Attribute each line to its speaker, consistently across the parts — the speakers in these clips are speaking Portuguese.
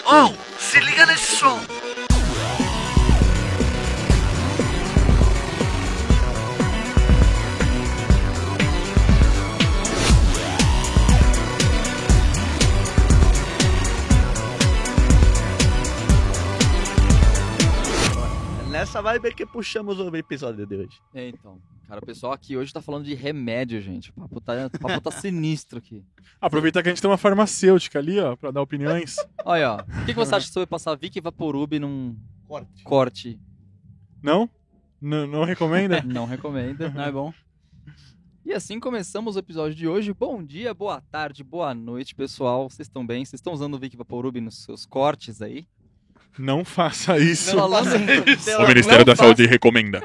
Speaker 1: João, Oh, se liga nesse som. Nessa vibe é que puxamos o episódio de hoje.
Speaker 2: É, então. Cara, o pessoal aqui hoje tá falando de remédio, gente. O papo tá, o papo tá sinistro aqui.
Speaker 3: Aproveitar que a gente tem uma farmacêutica ali, ó, pra dar opiniões.
Speaker 2: Olha, ó. O que, que você acha sobre passar Vic Vaporub num
Speaker 1: Corte.
Speaker 2: corte?
Speaker 3: Não? N- não recomenda?
Speaker 2: Não recomendo, não é bom. E assim começamos o episódio de hoje. Bom dia, boa tarde, boa noite, pessoal. Vocês estão bem? Vocês estão usando o Vic Vaporub nos seus cortes aí?
Speaker 3: não faça isso.
Speaker 2: Não, não, não,
Speaker 1: Então,
Speaker 4: O Ministério da
Speaker 2: não
Speaker 4: Saúde recomenda.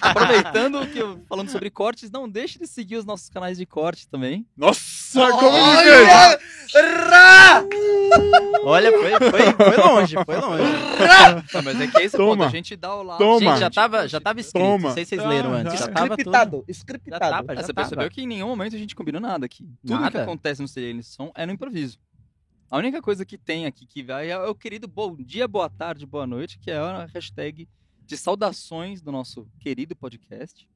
Speaker 2: Aproveitando que eu falando sobre cortes, não deixe de seguir os nossos canais de corte também.
Speaker 3: Nossa, como ele fez?
Speaker 1: Olha! Rá!
Speaker 5: Olha, foi, foi, foi longe, foi longe.
Speaker 2: Não, mas é que esse
Speaker 3: Toma.
Speaker 2: ponto, a gente dá o lado.
Speaker 3: Toma.
Speaker 5: Gente, já tava, já tava escrito,
Speaker 3: Toma.
Speaker 5: não sei se vocês leram
Speaker 3: Ah,
Speaker 5: antes.
Speaker 3: já.
Speaker 5: Já tava tudo.
Speaker 1: Scriptado,
Speaker 5: Já
Speaker 1: scriptado.
Speaker 5: tava, já
Speaker 2: tá Você
Speaker 5: tava.
Speaker 2: percebeu que em nenhum momento a gente combinou nada aqui. Tudo que
Speaker 5: Nada?
Speaker 2: acontece no CDN Som é no improviso. A única coisa que tem aqui que vai é o querido bom dia, boa tarde, boa noite, que é a hashtag de saudações do nosso querido podcast.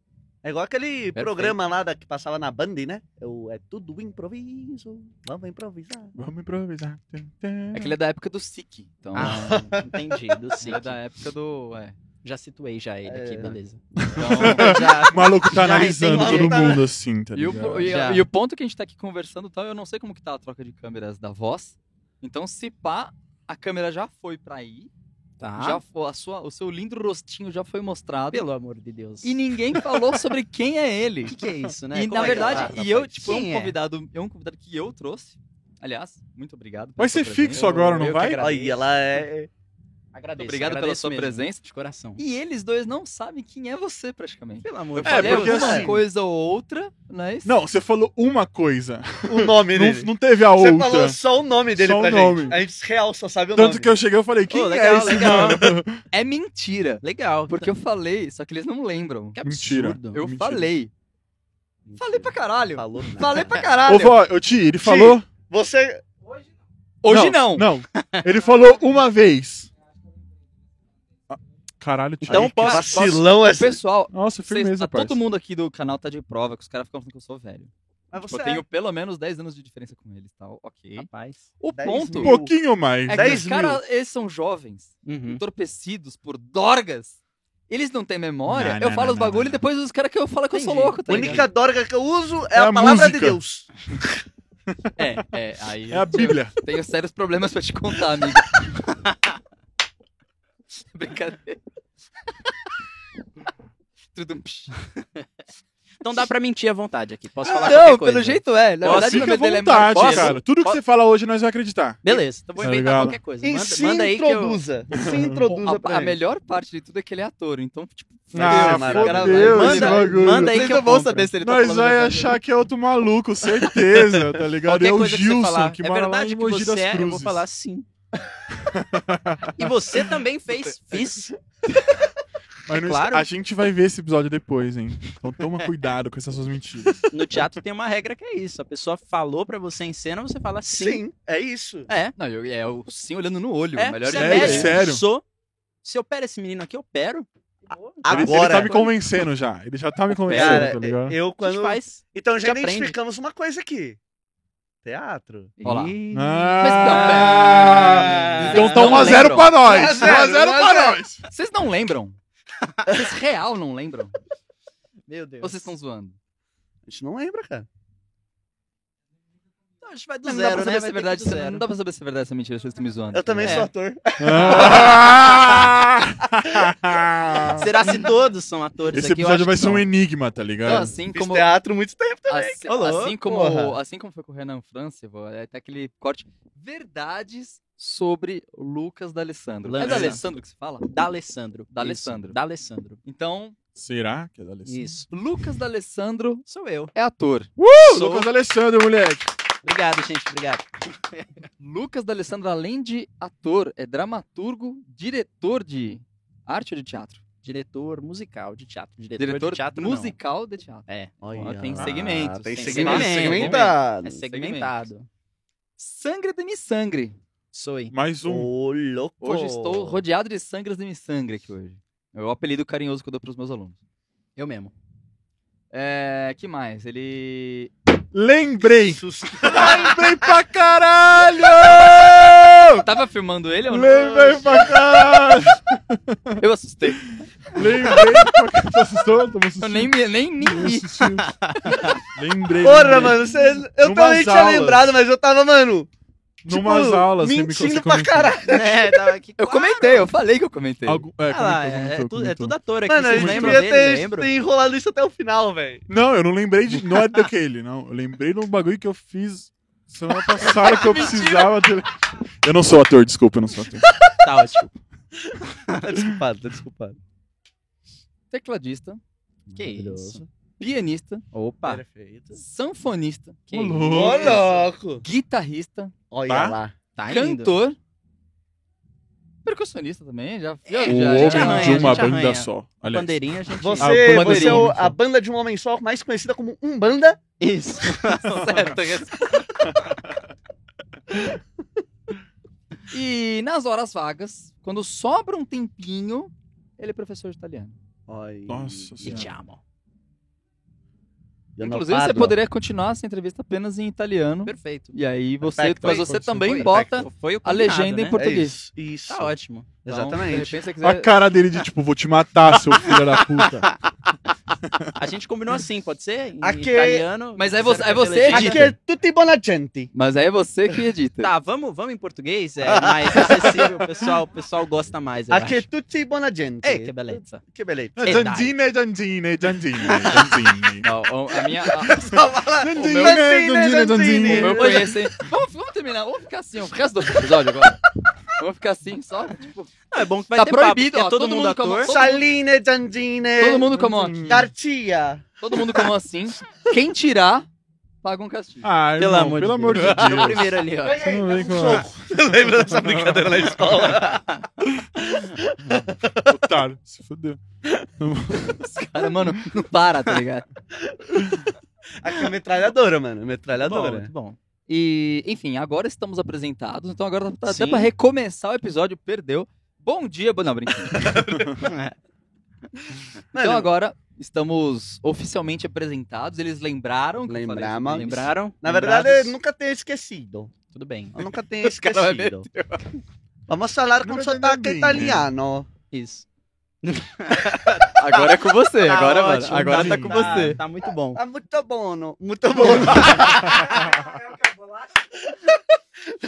Speaker 1: É igual aquele
Speaker 2: Perfeito.
Speaker 1: programa lá da, que passava na Band, né? É o- é tudo improviso. Vamos improvisar.
Speaker 3: Vamos improvisar.
Speaker 2: É que ele é da época do SIC. Então,
Speaker 5: Ah, entendi, do
Speaker 2: ele
Speaker 5: É.
Speaker 2: é
Speaker 5: SIC.
Speaker 2: da época do. É.
Speaker 5: Já situei já ele aqui, beleza.
Speaker 2: Então, já-
Speaker 3: O maluco tá
Speaker 5: Já
Speaker 3: analisando
Speaker 5: entendi.
Speaker 3: todo mundo assim, tá
Speaker 2: E
Speaker 3: ligado?
Speaker 2: o, e,
Speaker 5: Já.
Speaker 2: e o ponto que a gente tá aqui conversando, tal, eu não sei como que tá a troca de câmeras da voz. Então, se pá, a câmera já foi pra aí.
Speaker 5: Tá.
Speaker 2: Já foi, a sua, o seu lindo rostinho já foi mostrado.
Speaker 5: pelo amor de Deus.
Speaker 2: E ninguém falou sobre quem é ele.
Speaker 5: O que, que é isso, né?
Speaker 2: E na
Speaker 5: Como é que
Speaker 2: verdade,
Speaker 5: tá?
Speaker 2: e eu, tipo, é
Speaker 5: Quem
Speaker 2: um
Speaker 5: é?
Speaker 2: convidado, é um convidado que eu trouxe. Aliás, muito obrigado. pela
Speaker 3: Vai
Speaker 2: sua
Speaker 3: ser é fixo
Speaker 2: presença.
Speaker 3: agora,
Speaker 5: Eu
Speaker 3: não
Speaker 5: que
Speaker 3: vai?
Speaker 5: agradeço.
Speaker 1: Aí ela é.
Speaker 5: Agradeço.
Speaker 2: Obrigado pela
Speaker 5: agradeço
Speaker 2: sua
Speaker 5: mesmo,
Speaker 2: presença.
Speaker 5: De coração.
Speaker 2: E eles dois não sabem quem é você, praticamente.
Speaker 5: Pelo amor
Speaker 1: Eu
Speaker 5: de
Speaker 3: É,
Speaker 5: Deus.
Speaker 2: Falei
Speaker 3: porque
Speaker 2: alguma
Speaker 1: assim-
Speaker 2: coisa ou outra, mas...
Speaker 3: Não, você falou uma coisa.
Speaker 1: O nome
Speaker 3: Não,
Speaker 1: dele.
Speaker 3: não teve a
Speaker 1: Você
Speaker 3: outra.
Speaker 1: falou só o nome dele
Speaker 3: Só o
Speaker 1: pra gente.
Speaker 3: nome.
Speaker 1: A gente real só sabe o
Speaker 3: Tanto
Speaker 1: nome.
Speaker 3: que eu cheguei eu falei, quem
Speaker 5: Ô,
Speaker 3: é
Speaker 5: legal,
Speaker 3: esse
Speaker 5: legal.
Speaker 3: mano?
Speaker 2: É mentira.
Speaker 5: Legal.
Speaker 2: Porque eu falei, só que eles não lembram.
Speaker 5: Que
Speaker 3: Mentira.
Speaker 5: absurdo.
Speaker 2: Eu
Speaker 3: Mentira.
Speaker 2: falei. Falei pra caralho.
Speaker 1: Falou nada.
Speaker 2: Falei pra
Speaker 3: Ô,
Speaker 2: caralho.
Speaker 3: vó, eu te, ele
Speaker 1: Ah, Ti.
Speaker 3: falou.
Speaker 1: Você.
Speaker 2: Hoje não.
Speaker 3: Não. Ele falou uma vez. Ah, Caralho, tio.
Speaker 5: Então, posso-
Speaker 1: Vacilão
Speaker 2: O
Speaker 1: essa.
Speaker 2: pessoal,
Speaker 3: Nossa,
Speaker 2: vocês-
Speaker 3: firmeza,
Speaker 2: tá- todo
Speaker 3: parça.
Speaker 2: mundo aqui do canal tá de prova, que os caras ficam falando que eu sou velho.
Speaker 1: Mas
Speaker 5: é
Speaker 1: é
Speaker 2: Tipo, eu tenho pelo menos 10 anos de diferença com eles, tal. Ok.
Speaker 5: Rapaz.
Speaker 2: O
Speaker 1: 10
Speaker 2: ponto
Speaker 3: Um
Speaker 1: mil.
Speaker 3: pouquinho mais.
Speaker 2: é que
Speaker 1: 10
Speaker 2: os caras, eles são jovens,
Speaker 5: Uhum.
Speaker 2: entorpecidos por dorgas. Eles não têm memória.
Speaker 3: Não,
Speaker 2: eu
Speaker 3: não,
Speaker 2: falo
Speaker 3: não,
Speaker 2: os
Speaker 3: não,
Speaker 2: bagulho
Speaker 3: não.
Speaker 2: e depois os caras que eu falo que eu sou
Speaker 5: Entendi.
Speaker 2: louco,
Speaker 1: A
Speaker 2: tá ligado?
Speaker 1: única dorga que eu uso é,
Speaker 3: É
Speaker 1: a,
Speaker 3: a
Speaker 1: palavra de
Speaker 3: música.
Speaker 1: Deus.
Speaker 2: É, é. Aí
Speaker 3: É a Bíblia.
Speaker 2: eu tenho sérios problemas pra te contar, amigo. Brincadeira. Tudo um psh.
Speaker 5: Então dá pra mentir à vontade aqui.
Speaker 3: Ah,
Speaker 5: Posso falar
Speaker 2: Não,
Speaker 5: qualquer coisa.
Speaker 2: pelo jeito é. Na
Speaker 5: Posso-
Speaker 2: verdade,
Speaker 3: Fica à
Speaker 2: o nome dele é
Speaker 3: vontade,
Speaker 2: Marcos.
Speaker 3: cara. Tudo que você fala hoje, nós vamos acreditar.
Speaker 5: Beleza. Então vou
Speaker 3: Tá
Speaker 5: inventar
Speaker 3: ligado?
Speaker 5: qualquer coisa.
Speaker 1: E
Speaker 5: Manda,
Speaker 1: se
Speaker 5: manda aí que eu...
Speaker 1: introduza. Se introduza
Speaker 2: A,
Speaker 1: pra
Speaker 2: a
Speaker 1: gente.
Speaker 2: melhor parte de tudo é que ele é ator, então, tipo,
Speaker 3: Ah,
Speaker 1: mano, o cara vai-
Speaker 3: fodeu esse
Speaker 5: Manda,
Speaker 3: bagulho.
Speaker 5: manda aí
Speaker 2: Vocês
Speaker 5: que eu
Speaker 2: não vão
Speaker 5: vou
Speaker 2: saber se ele tá
Speaker 3: Nós
Speaker 2: falando
Speaker 3: vai
Speaker 2: verdade.
Speaker 3: achar que é outro maluco, certeza, tá ligado?
Speaker 5: Qualquer
Speaker 3: É o
Speaker 5: coisa que você
Speaker 3: Gilson,
Speaker 5: falar,
Speaker 3: que
Speaker 5: é
Speaker 3: mora lá
Speaker 5: verdade
Speaker 3: em
Speaker 5: que
Speaker 3: Mogi
Speaker 5: você
Speaker 3: das
Speaker 5: é, eu vou
Speaker 3: Cruzes.
Speaker 5: falar sim. e você também fez, fiz.
Speaker 3: Mas
Speaker 5: É
Speaker 3: não-
Speaker 5: claro.
Speaker 3: A gente vai ver esse episódio depois, hein? Então toma cuidado com essas suas mentiras.
Speaker 5: No teatro tem uma regra que é isso. A pessoa falou pra você em cena, você fala sim.
Speaker 1: Sim, é isso.
Speaker 5: É.
Speaker 2: Não, eu, é o sim olhando no olho.
Speaker 5: é.
Speaker 2: o melhor
Speaker 5: você
Speaker 3: é
Speaker 2: ideia.
Speaker 5: médico,
Speaker 3: isso, sério?
Speaker 5: Sou. Se eu opero esse menino aqui, eu opero.
Speaker 3: Ele, ele
Speaker 1: Agora.
Speaker 3: tá me convencendo já. Ele já tá me convencendo,
Speaker 1: Cara, é,
Speaker 3: tá ligado?
Speaker 1: eu
Speaker 5: A gente
Speaker 1: quando.
Speaker 5: faz.
Speaker 1: Então já
Speaker 5: A gente aprende.
Speaker 1: identificamos uma coisa aqui. Teatro.
Speaker 2: Ó lá.
Speaker 1: Ih.
Speaker 3: Ah,
Speaker 2: Mas não, pera.
Speaker 3: então tá
Speaker 2: Vocês não
Speaker 3: 1x0
Speaker 2: lembram.
Speaker 3: pra nós.
Speaker 1: 1 a 0
Speaker 3: 1x0 é pra nós.
Speaker 2: Vocês não lembram? Vocês real não lembram?
Speaker 5: Meu Deus.
Speaker 2: Ou vocês estão zoando?
Speaker 1: A gente não lembra, cara.
Speaker 5: Então, a gente vai do
Speaker 2: Não,
Speaker 5: zero,
Speaker 2: dá pra saber
Speaker 5: né?
Speaker 2: se
Speaker 5: Vai
Speaker 2: é
Speaker 5: ter
Speaker 2: verdade.
Speaker 5: que ir do
Speaker 2: se-
Speaker 5: zero.
Speaker 2: Não dá pra saber se é verdade essa mentira, vocês estão me zoando.
Speaker 1: Eu também
Speaker 5: É.
Speaker 1: sou ator.
Speaker 3: Ah!
Speaker 5: Será se todos são atores
Speaker 3: Esse
Speaker 5: aqui? Eu acho
Speaker 3: episódio vai
Speaker 5: que
Speaker 3: ser
Speaker 5: não.
Speaker 3: um enigma, tá
Speaker 2: Então,
Speaker 3: ligado?
Speaker 2: assim
Speaker 1: Fiz
Speaker 2: como,
Speaker 1: teatro muito tempo.
Speaker 2: assim,
Speaker 5: Ô, louco,
Speaker 2: assim como,
Speaker 1: porra.
Speaker 2: assim como foi com o Renan França, vou- é até aquele corte. Verdades sobre Lucas D'Alessandro. É
Speaker 5: Lança.
Speaker 2: D'Alessandro que se fala?
Speaker 5: Da Alessandro.
Speaker 2: Da
Speaker 5: Isso,
Speaker 2: Alessandro.
Speaker 5: Da Alessandro.
Speaker 2: Então,
Speaker 3: Será que é da Alessandro?
Speaker 5: Isso.
Speaker 2: Lucas D'Alessandro
Speaker 5: Sou eu.
Speaker 2: é ator.
Speaker 3: Uh,
Speaker 5: Sou.
Speaker 3: Lucas Alessandro, moleque.
Speaker 5: Obrigado, gente. Obrigado.
Speaker 2: Lucas D'Alessandro, além de ator, é dramaturgo, diretor de arte ou de teatro?
Speaker 5: Diretor musical de teatro. Diretor,
Speaker 2: Diretor
Speaker 5: de teatro, não.
Speaker 2: musical de teatro.
Speaker 5: É.
Speaker 2: Ó, tem segmentos,
Speaker 3: Ah,
Speaker 1: Tem
Speaker 2: tem
Speaker 1: segmentos.
Speaker 3: É
Speaker 5: segmentos.
Speaker 1: Segmentado.
Speaker 5: É segmentado.
Speaker 2: Sangre de mi sangre.
Speaker 5: Soy.
Speaker 3: Mais um.
Speaker 1: Ô, louco.
Speaker 2: Hoje estou rodeado de sangras de misangra aqui hoje. É o apelido carinhoso que eu dou pros meus alunos.
Speaker 5: Eu mesmo.
Speaker 2: É, que mais? Ele.
Speaker 3: Lembrei! Lembrei pra caralho!
Speaker 5: Ah!
Speaker 2: Eu tava filmando ele ou não?
Speaker 3: Lembrei pra caralho!
Speaker 2: Eu assustei.
Speaker 3: Lembrei pra caralho! Você tá assustou? Tamo
Speaker 2: Eu
Speaker 3: assistindo.
Speaker 2: nem me nem, nem vi.
Speaker 3: Lembrei.
Speaker 1: Porra,
Speaker 3: lembrei.
Speaker 1: mano, você, eu
Speaker 3: Numas
Speaker 1: também tinha
Speaker 3: aulas.
Speaker 1: lembrado, mas eu tava, mano,
Speaker 3: Numas
Speaker 1: tipo,
Speaker 3: aulas, você me-
Speaker 1: mentindo
Speaker 3: você
Speaker 1: pra
Speaker 3: comentou.
Speaker 1: caralho.
Speaker 5: É, tava aqui.
Speaker 2: Eu comentei, eu falei que eu comentei.
Speaker 3: Algo- é,
Speaker 5: Ah lá,
Speaker 3: comentou,
Speaker 5: é, é
Speaker 3: comentou,
Speaker 5: tudo, é
Speaker 3: comentou.
Speaker 5: tudo ator aqui,
Speaker 1: Mano, a
Speaker 5: vocês
Speaker 1: gente
Speaker 5: lembram
Speaker 1: devia
Speaker 5: dele?
Speaker 1: ter,
Speaker 5: Lembro.
Speaker 1: ter enrolado isso até o final, velho.
Speaker 3: Não, eu não lembrei de. Não é daquele, não. Eu lembrei de um bagulho que eu fiz semana passada que eu precisava. ter- Eu não sou ator, desculpa, eu não sou ator.
Speaker 5: Tá ótimo.
Speaker 1: Tá desculpado, tá desculpado.
Speaker 2: Tecladista,
Speaker 5: Que isso.
Speaker 2: pianista,
Speaker 5: Opa.
Speaker 1: Perfeito.
Speaker 2: sanfonista,
Speaker 5: Que
Speaker 3: Ô,
Speaker 5: isso.
Speaker 3: louco.
Speaker 1: Ô, louco.
Speaker 2: guitarrista,
Speaker 1: Olha
Speaker 3: Tá?
Speaker 1: lá.
Speaker 5: Tá indo.
Speaker 2: cantor, percussionista também. Já, É, já,
Speaker 3: O
Speaker 2: já,
Speaker 3: homem
Speaker 2: já
Speaker 5: arranha,
Speaker 3: de
Speaker 5: a
Speaker 3: uma
Speaker 5: gente
Speaker 3: banda
Speaker 5: arranha.
Speaker 3: só. Aliás,
Speaker 5: Bandeirinha, a gente...
Speaker 1: Você,
Speaker 3: banda
Speaker 1: você
Speaker 3: de
Speaker 1: é
Speaker 3: um
Speaker 1: o-
Speaker 3: homem só.
Speaker 1: a banda de um homem só, mais conhecida como Umbanda.
Speaker 5: Isso.
Speaker 2: certo. esse. e nas horas vagas, quando sobra um tempinho, ele é professor de italiano.
Speaker 1: Olha.
Speaker 3: Nossa
Speaker 5: Ti
Speaker 3: senhora.
Speaker 5: amo.
Speaker 2: Inclusive, você poderia continuar essa entrevista apenas em italiano.
Speaker 5: Perfeito.
Speaker 2: E aí você,
Speaker 1: Perfecto.
Speaker 2: mas
Speaker 1: Foi,
Speaker 2: você
Speaker 3: foi,
Speaker 2: também
Speaker 3: foi.
Speaker 2: bota.
Speaker 5: Foi o
Speaker 2: A
Speaker 5: combinado,
Speaker 2: legenda em
Speaker 5: né?
Speaker 2: português.
Speaker 1: É Isso. isso.
Speaker 5: Tá ótimo.
Speaker 2: Então,
Speaker 1: Exatamente.
Speaker 2: de repente, se você quiser-
Speaker 3: A cara dele de tipo, vou te matar, seu filho da puta.
Speaker 5: A gente combinou assim, pode ser? Em
Speaker 1: Aqui-
Speaker 5: italiano.
Speaker 2: Mas aí você- aí
Speaker 5: zero
Speaker 2: você
Speaker 5: pela legenda.
Speaker 1: Aqui é tutti buona gente.
Speaker 2: Mas aí é você que edita.
Speaker 5: Tá, vamos, vamos em português, é mais acessível, o pessoal, o pessoal gosta mais, eu
Speaker 1: Aqui é
Speaker 5: acho.
Speaker 1: tutti buona gente.
Speaker 5: Ei, que beleza.
Speaker 1: Que beleza.
Speaker 5: É,
Speaker 3: Giandine, Giandine, Giandine, Giandine.
Speaker 2: Não, o- a minha. a-
Speaker 3: Giandine,
Speaker 2: é
Speaker 3: Giandine,
Speaker 1: Giandine, Giandine.
Speaker 2: o meu
Speaker 3: Giandine.
Speaker 2: conhecimento. Vamos, vamos terminar. Vamos ficar assim ó, o resto do episódio agora. Vamos ficar assim, só. Tipo,
Speaker 5: Não, é bom que vai
Speaker 2: Tá
Speaker 5: ter papo,
Speaker 2: proibido,
Speaker 5: porque
Speaker 2: ó,
Speaker 5: é todo,
Speaker 2: todo
Speaker 5: mundo
Speaker 2: mundo com a mão-
Speaker 5: ator.
Speaker 2: todo
Speaker 1: Saline, Giandine.
Speaker 2: todo mundo com a mão aqui.
Speaker 1: Garcia.
Speaker 2: Todo mundo com a mão assim. Quem tirar, paga um castigo.
Speaker 3: Ai,
Speaker 5: Pelo
Speaker 3: irmão,
Speaker 5: amor de
Speaker 3: pelo amor de
Speaker 5: Deus. O
Speaker 3: Deus.
Speaker 5: primeiro ali, ó.
Speaker 3: Você não vem com
Speaker 1: Lembra dessa brincadeira na escola?
Speaker 3: Otário, se fodeu.
Speaker 2: Cara, mano, não para, tá ligado?
Speaker 1: Aqui é metralhadora, mano.
Speaker 5: Bom,
Speaker 1: Metralhadora.
Speaker 5: muito bom.
Speaker 2: E, enfim, agora estamos apresentados. Então agora tá até
Speaker 5: Sim.
Speaker 2: pra recomeçar o episódio. Perdeu. Bom dia, boa. Não, brincadeira. Então
Speaker 1: Mano,
Speaker 2: agora estamos oficialmente apresentados. Eles lembraram que eu falei sobre
Speaker 1: Lembramos.
Speaker 2: isso.
Speaker 5: Lembraram?
Speaker 1: Na verdade,
Speaker 5: Lembrados?
Speaker 1: eu nunca tenho esquecido.
Speaker 5: Tudo bem.
Speaker 1: Eu nunca tenho
Speaker 2: cara vai
Speaker 1: esquecido. Vamos falar
Speaker 3: Não
Speaker 1: com o
Speaker 3: vai entender
Speaker 1: sotaque
Speaker 3: ninguém.
Speaker 1: italiano.
Speaker 5: Isso.
Speaker 2: Agora é com você.
Speaker 5: Tá
Speaker 2: agora, mano.
Speaker 5: ótimo,
Speaker 2: agora
Speaker 5: tá-
Speaker 2: tá com
Speaker 5: tá-
Speaker 2: você.
Speaker 5: Tá muito bom.
Speaker 1: Ah, muito bom. no- Muito bom.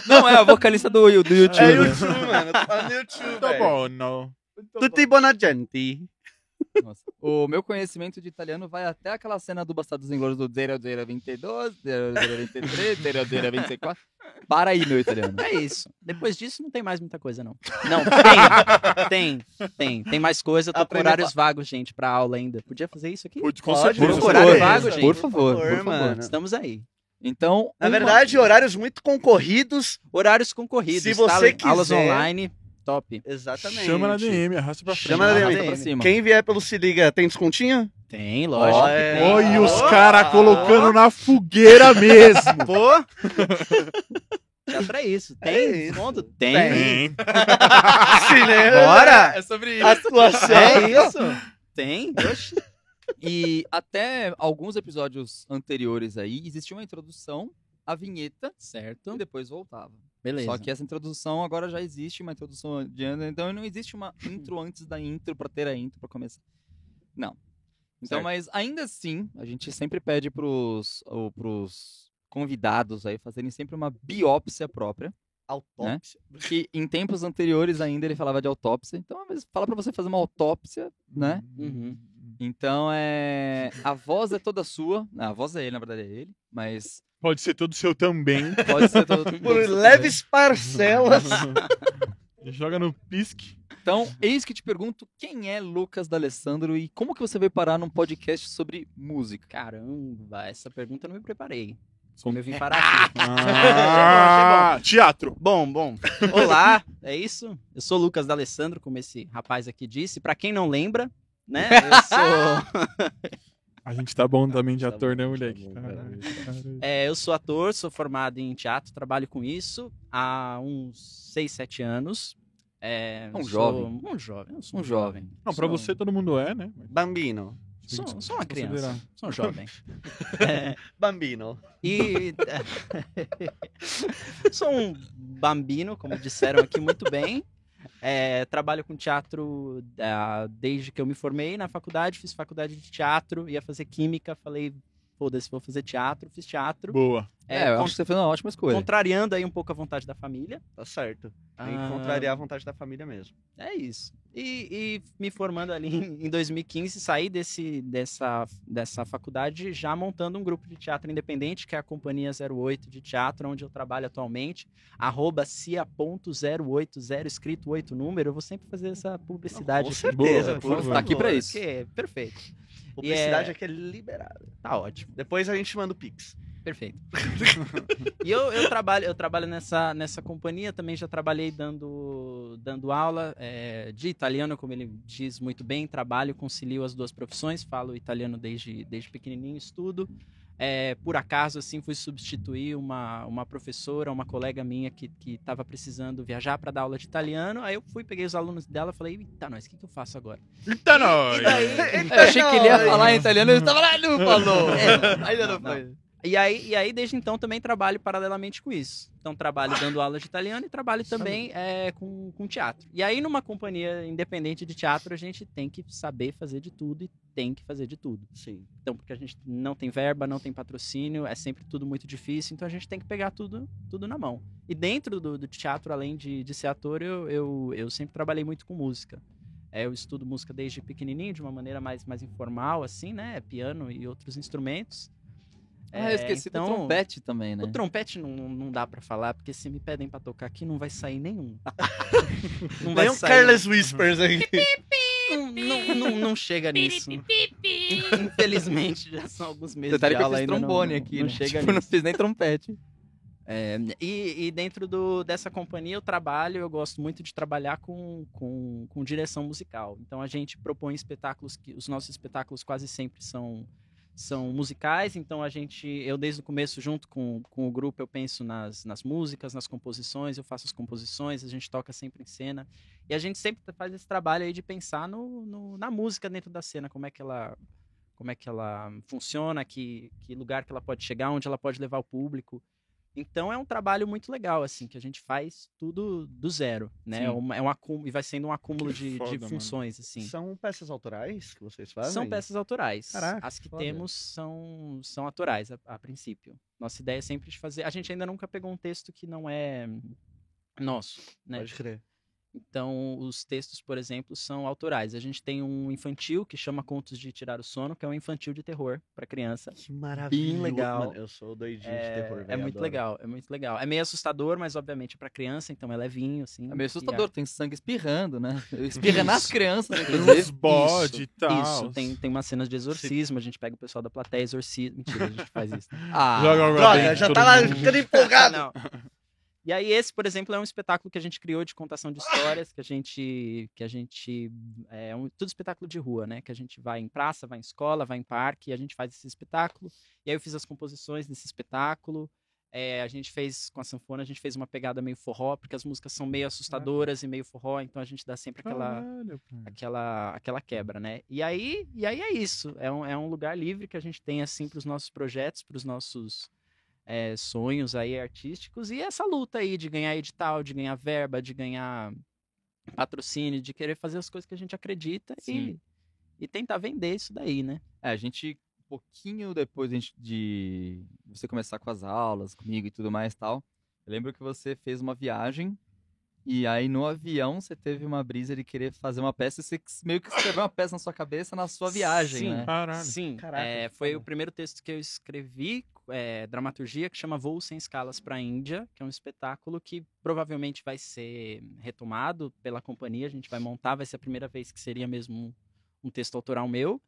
Speaker 2: Não, é a vocalista do, do YouTube.
Speaker 1: É YouTube, mano. Tô falando YouTube,
Speaker 3: Tá
Speaker 1: velho.
Speaker 3: bom, não.
Speaker 1: Tutti buona gente.
Speaker 2: Nossa. O meu conhecimento de italiano vai até aquela cena do Bastardos Inglórios do 0022, 0023, 0024. Para aí, meu italiano.
Speaker 5: É isso. Depois disso não tem mais muita coisa, não. Não, tem. Tem, tem. Tem mais coisa. Eu tô com
Speaker 1: Aprender
Speaker 5: horários vagos, gente, pra aula ainda. Podia fazer isso aqui?
Speaker 3: Pode, com
Speaker 1: Pode,
Speaker 3: certeza.
Speaker 5: por horário vago, gente.
Speaker 2: Por favor,
Speaker 1: Por
Speaker 2: por favor.
Speaker 1: favor.
Speaker 5: Estamos aí.
Speaker 2: Então,
Speaker 1: Na
Speaker 2: uma-
Speaker 1: verdade, horários muito concorridos.
Speaker 5: Horários concorridos.
Speaker 1: Se você
Speaker 5: tá?
Speaker 1: quiser-
Speaker 5: Aulas online, top.
Speaker 1: Exatamente.
Speaker 3: Chama na DM, arrasta pra frente.
Speaker 1: Chama na DM.
Speaker 2: Arrasta pra cima.
Speaker 1: Quem vier pelo Se Liga, tem descontinho?
Speaker 5: Tem,
Speaker 1: lógico
Speaker 5: lógico.
Speaker 1: que tem.
Speaker 3: Olha os
Speaker 1: Ah.
Speaker 3: caras colocando na fogueira mesmo.
Speaker 1: Pô,
Speaker 5: Dá pra isso.
Speaker 1: É
Speaker 5: Tem
Speaker 1: isso.
Speaker 5: desconto?
Speaker 1: Tem.
Speaker 5: Tem.
Speaker 3: Hein?
Speaker 1: se lembra?
Speaker 5: Bora!
Speaker 2: É sobre isso.
Speaker 1: Atuação.
Speaker 5: É isso. Tem. Oxe.
Speaker 2: E até alguns episódios anteriores aí, existia uma introdução, a vinheta,
Speaker 5: Certo.
Speaker 2: e depois voltava.
Speaker 5: Beleza.
Speaker 2: Só que essa introdução agora já existe uma introdução adianta, então não existe uma
Speaker 5: Hum.
Speaker 2: intro antes da intro pra ter a intro pra começar. Não. Então,
Speaker 5: Certo.
Speaker 2: mas ainda assim, a gente sempre pede pros, ou pros convidados aí fazerem sempre uma biópsia própria,
Speaker 1: Autópsia.
Speaker 2: que em tempos anteriores ainda ele falava de autópsia. Então, às vezes, fala pra você fazer uma autópsia, né?
Speaker 3: é
Speaker 5: Uhum.
Speaker 2: Então é. A voz é toda sua. Não, a voz é ele, na verdade é ele. Mas
Speaker 3: Pode ser todo seu também.
Speaker 2: pode ser todo.
Speaker 1: Por leves parcelas.
Speaker 3: Joga no pisque.
Speaker 2: Então, eis que te pergunto quem é Lucas D'Alessandro e como que você veio parar num podcast sobre música?
Speaker 5: Caramba, essa pergunta eu não me preparei.
Speaker 3: Som-
Speaker 5: Como eu
Speaker 2: é
Speaker 5: vim parar aqui.
Speaker 3: Ah, teatro.
Speaker 5: Bom, bom. Olá, é isso? Eu sou o Lucas D'Alessandro, como esse rapaz aqui disse. Pra quem não lembra, né? Eu sou.
Speaker 3: A gente tá bom também de
Speaker 1: Tá
Speaker 3: ator,
Speaker 1: bom,
Speaker 3: né,
Speaker 1: tá
Speaker 3: moleque?
Speaker 1: bom,
Speaker 3: Caralho,
Speaker 1: caralho.
Speaker 3: caralho.
Speaker 5: É, eu sou ator, sou formado em teatro, trabalho com isso há uns 6, 7 anos. É,
Speaker 2: Um
Speaker 5: sou-
Speaker 2: jovem.
Speaker 5: Um jovem. eu sou
Speaker 2: Um jovem.
Speaker 3: Não, pra
Speaker 5: Sou-
Speaker 3: você todo mundo é, né?
Speaker 1: Bambino.
Speaker 5: Sou, sou
Speaker 3: Considerar.
Speaker 5: uma criança. Sou um jovem.
Speaker 1: Bambino.
Speaker 5: E. Sou um bambino, como disseram aqui muito bem. É, trabalho com teatro ah, desde que eu me formei na faculdade. Fiz faculdade de teatro, ia fazer química. Falei, foda-se, vou fazer teatro. Fiz teatro.
Speaker 3: Boa.
Speaker 2: É, eu acho que você fez uma ótima escolha.
Speaker 5: contrariando aí um pouco a vontade da família.
Speaker 1: Tá certo. Tem
Speaker 5: Ah.
Speaker 1: que contrariar a vontade da família mesmo.
Speaker 5: É isso. E, e me formando ali em 2015, saí desse, dessa, dessa faculdade já montando um grupo de teatro independente, que é a Companhia 08 de Teatro, onde eu trabalho atualmente. Arroba cia.080, escrito 8 número. Eu vou sempre fazer essa publicidade.
Speaker 1: Com
Speaker 5: aqui.
Speaker 1: certeza.
Speaker 3: Boa,
Speaker 1: por
Speaker 3: tá
Speaker 1: favor.
Speaker 2: aqui pra isso.
Speaker 5: Porque é perfeito.
Speaker 1: Publicidade
Speaker 5: é-
Speaker 1: aqui é liberada.
Speaker 5: Tá ótimo.
Speaker 1: Depois a gente manda o Pix.
Speaker 5: Perfeito. e eu, eu trabalho, eu trabalho nessa, nessa companhia, também já trabalhei dando, dando aula é, de italiano, como ele diz muito bem, trabalho, concilio as duas profissões, falo italiano desde, desde pequenininho, estudo. É, por acaso, assim, fui substituir uma, uma professora, uma colega minha que estava precisando viajar para dar aula de italiano. Aí eu fui, peguei os alunos dela e falei, eita, nós, o que, que eu faço agora?
Speaker 3: Eita, nós!
Speaker 2: Eu achei que ele ia falar em italiano, ele tava lá e não falou.
Speaker 5: É,
Speaker 2: Ainda não
Speaker 5: não,
Speaker 2: foi.
Speaker 5: E aí, e aí, desde então, também trabalho paralelamente com isso. Então, trabalho dando aula de italiano e trabalho também eh, com, com teatro. E aí, numa companhia independente de teatro, a gente tem que saber fazer de tudo e tem que fazer de tudo.
Speaker 1: Sim.
Speaker 5: Então, porque a gente não tem verba, não tem patrocínio, é sempre tudo muito difícil, então a gente tem que pegar tudo, tudo na mão. E dentro do, do teatro, além de, de ser ator, eu, eu, eu sempre trabalhei muito com música. É, eu estudo música desde pequenininho, de uma maneira mais, mais informal, assim, né? Piano e outros instrumentos.
Speaker 2: Ah,
Speaker 5: É,
Speaker 2: eu esqueci do trompete também, né?
Speaker 5: O trompete não, não não dá pra falar, porque se me pedem pra tocar aqui, não vai sair nenhum. não vai
Speaker 1: Nem um
Speaker 5: sair.
Speaker 1: Careless Whispers aí.
Speaker 5: Não, não, não, não chega nisso. Infelizmente, já são alguns meses
Speaker 2: Detalhe
Speaker 5: de
Speaker 2: que eu
Speaker 5: aula
Speaker 2: fiz
Speaker 5: ainda.
Speaker 2: trombone
Speaker 5: não,
Speaker 2: aqui,
Speaker 5: não,
Speaker 2: né?
Speaker 5: chega
Speaker 2: tipo, não
Speaker 5: nisso.
Speaker 2: fiz nem trompete.
Speaker 5: É, e, e dentro do, dessa companhia eu trabalho, eu gosto muito de trabalhar com, com, com direção musical. Então a gente propõe espetáculos que os nossos espetáculos quase sempre são são musicais, então a gente, eu desde o começo junto com, com o grupo, eu penso nas, nas músicas, nas composições, eu faço as composições, a gente toca sempre em cena, e a gente sempre faz esse trabalho aí de pensar no, no- na música dentro da cena, como é que ela como é que ela funciona, que, que lugar que ela pode chegar, onde ela pode levar o público. Então é um trabalho muito legal, assim, que a gente faz tudo do zero, né?
Speaker 2: Sim.
Speaker 5: É um, é um acúmulo, e vai sendo um acúmulo
Speaker 3: Que
Speaker 5: de,
Speaker 3: foda,
Speaker 5: de
Speaker 3: mano.
Speaker 5: funções, assim.
Speaker 1: São peças autorais que vocês fazem?
Speaker 5: São peças autorais.
Speaker 1: Caraca,
Speaker 5: As que
Speaker 1: foda.
Speaker 5: temos são, são autorais, a, a princípio. Nossa ideia é sempre de fazer. A gente ainda nunca pegou um texto que não é nosso, né?
Speaker 1: Pode crer.
Speaker 5: Então, os textos, por exemplo, são autorais. A gente tem um infantil que chama Contos de Tirar o Sono, que é um infantil de terror para criança.
Speaker 1: Que maravilha.
Speaker 5: legal.
Speaker 1: Mano, eu sou doidinho
Speaker 5: É,
Speaker 1: de terror, velho.
Speaker 5: é muito
Speaker 1: adoro.
Speaker 5: legal, é muito legal. É meio assustador, mas obviamente para criança, então é levinho, assim.
Speaker 2: É meio
Speaker 5: E
Speaker 2: assustador, tem sangue espirrando, né? Espirra nas
Speaker 5: Isso.
Speaker 2: crianças, né?
Speaker 3: Tem
Speaker 2: inclusive.
Speaker 3: uns bode e tal.
Speaker 5: Isso, tem, tem umas cenas de exorcismo, a gente pega o pessoal da plateia exorcismo. Mentira, a gente faz isso.
Speaker 2: Ah,
Speaker 3: Joga agora
Speaker 1: Droga,
Speaker 3: dentro,
Speaker 1: já
Speaker 3: todo
Speaker 1: tá
Speaker 5: tá
Speaker 1: tava
Speaker 3: mundo.
Speaker 1: ficando empolgado.
Speaker 5: Não. E aí esse, por exemplo, é um espetáculo que a gente criou de contação de histórias, que a gente que a gente é um tudo espetáculo de rua, né? Que a gente vai em praça, vai em escola, vai em parque, e a gente faz esse espetáculo. E aí eu fiz as composições desse espetáculo. É, a gente fez com a sanfona, a gente fez uma pegada meio forró, porque as músicas são meio assustadoras e meio forró, então a gente dá sempre aquela
Speaker 3: Caralho, cara.
Speaker 5: aquela aquela quebra, né? E aí, e aí é isso. É um, é um lugar livre que a gente tem assim para os nossos projetos, para os nossos é, sonhos aí artísticos e essa luta aí de ganhar edital, de ganhar verba, de ganhar patrocínio, de querer fazer as coisas que a gente acredita e,
Speaker 2: Sim.
Speaker 5: e tentar vender isso daí, né?
Speaker 2: É, a gente, um pouquinho depois de a gente- de você começar com as aulas, comigo e tudo mais e tal, eu lembro que você fez uma viagem e aí no avião você teve uma brisa de querer fazer uma peça e você meio que escreveu uma peça na sua cabeça na sua viagem,
Speaker 5: Sim.
Speaker 2: né?
Speaker 3: Caralho.
Speaker 5: Sim,
Speaker 1: Caraca,
Speaker 5: é,
Speaker 1: que
Speaker 5: foi
Speaker 1: foda.
Speaker 5: o primeiro texto que eu escrevi, é, dramaturgia, que chama Voo Sem Escalas para a Índia, que é um espetáculo que provavelmente vai ser retomado pela companhia, a gente vai montar, vai ser a primeira vez que seria mesmo um, um texto autoral meu.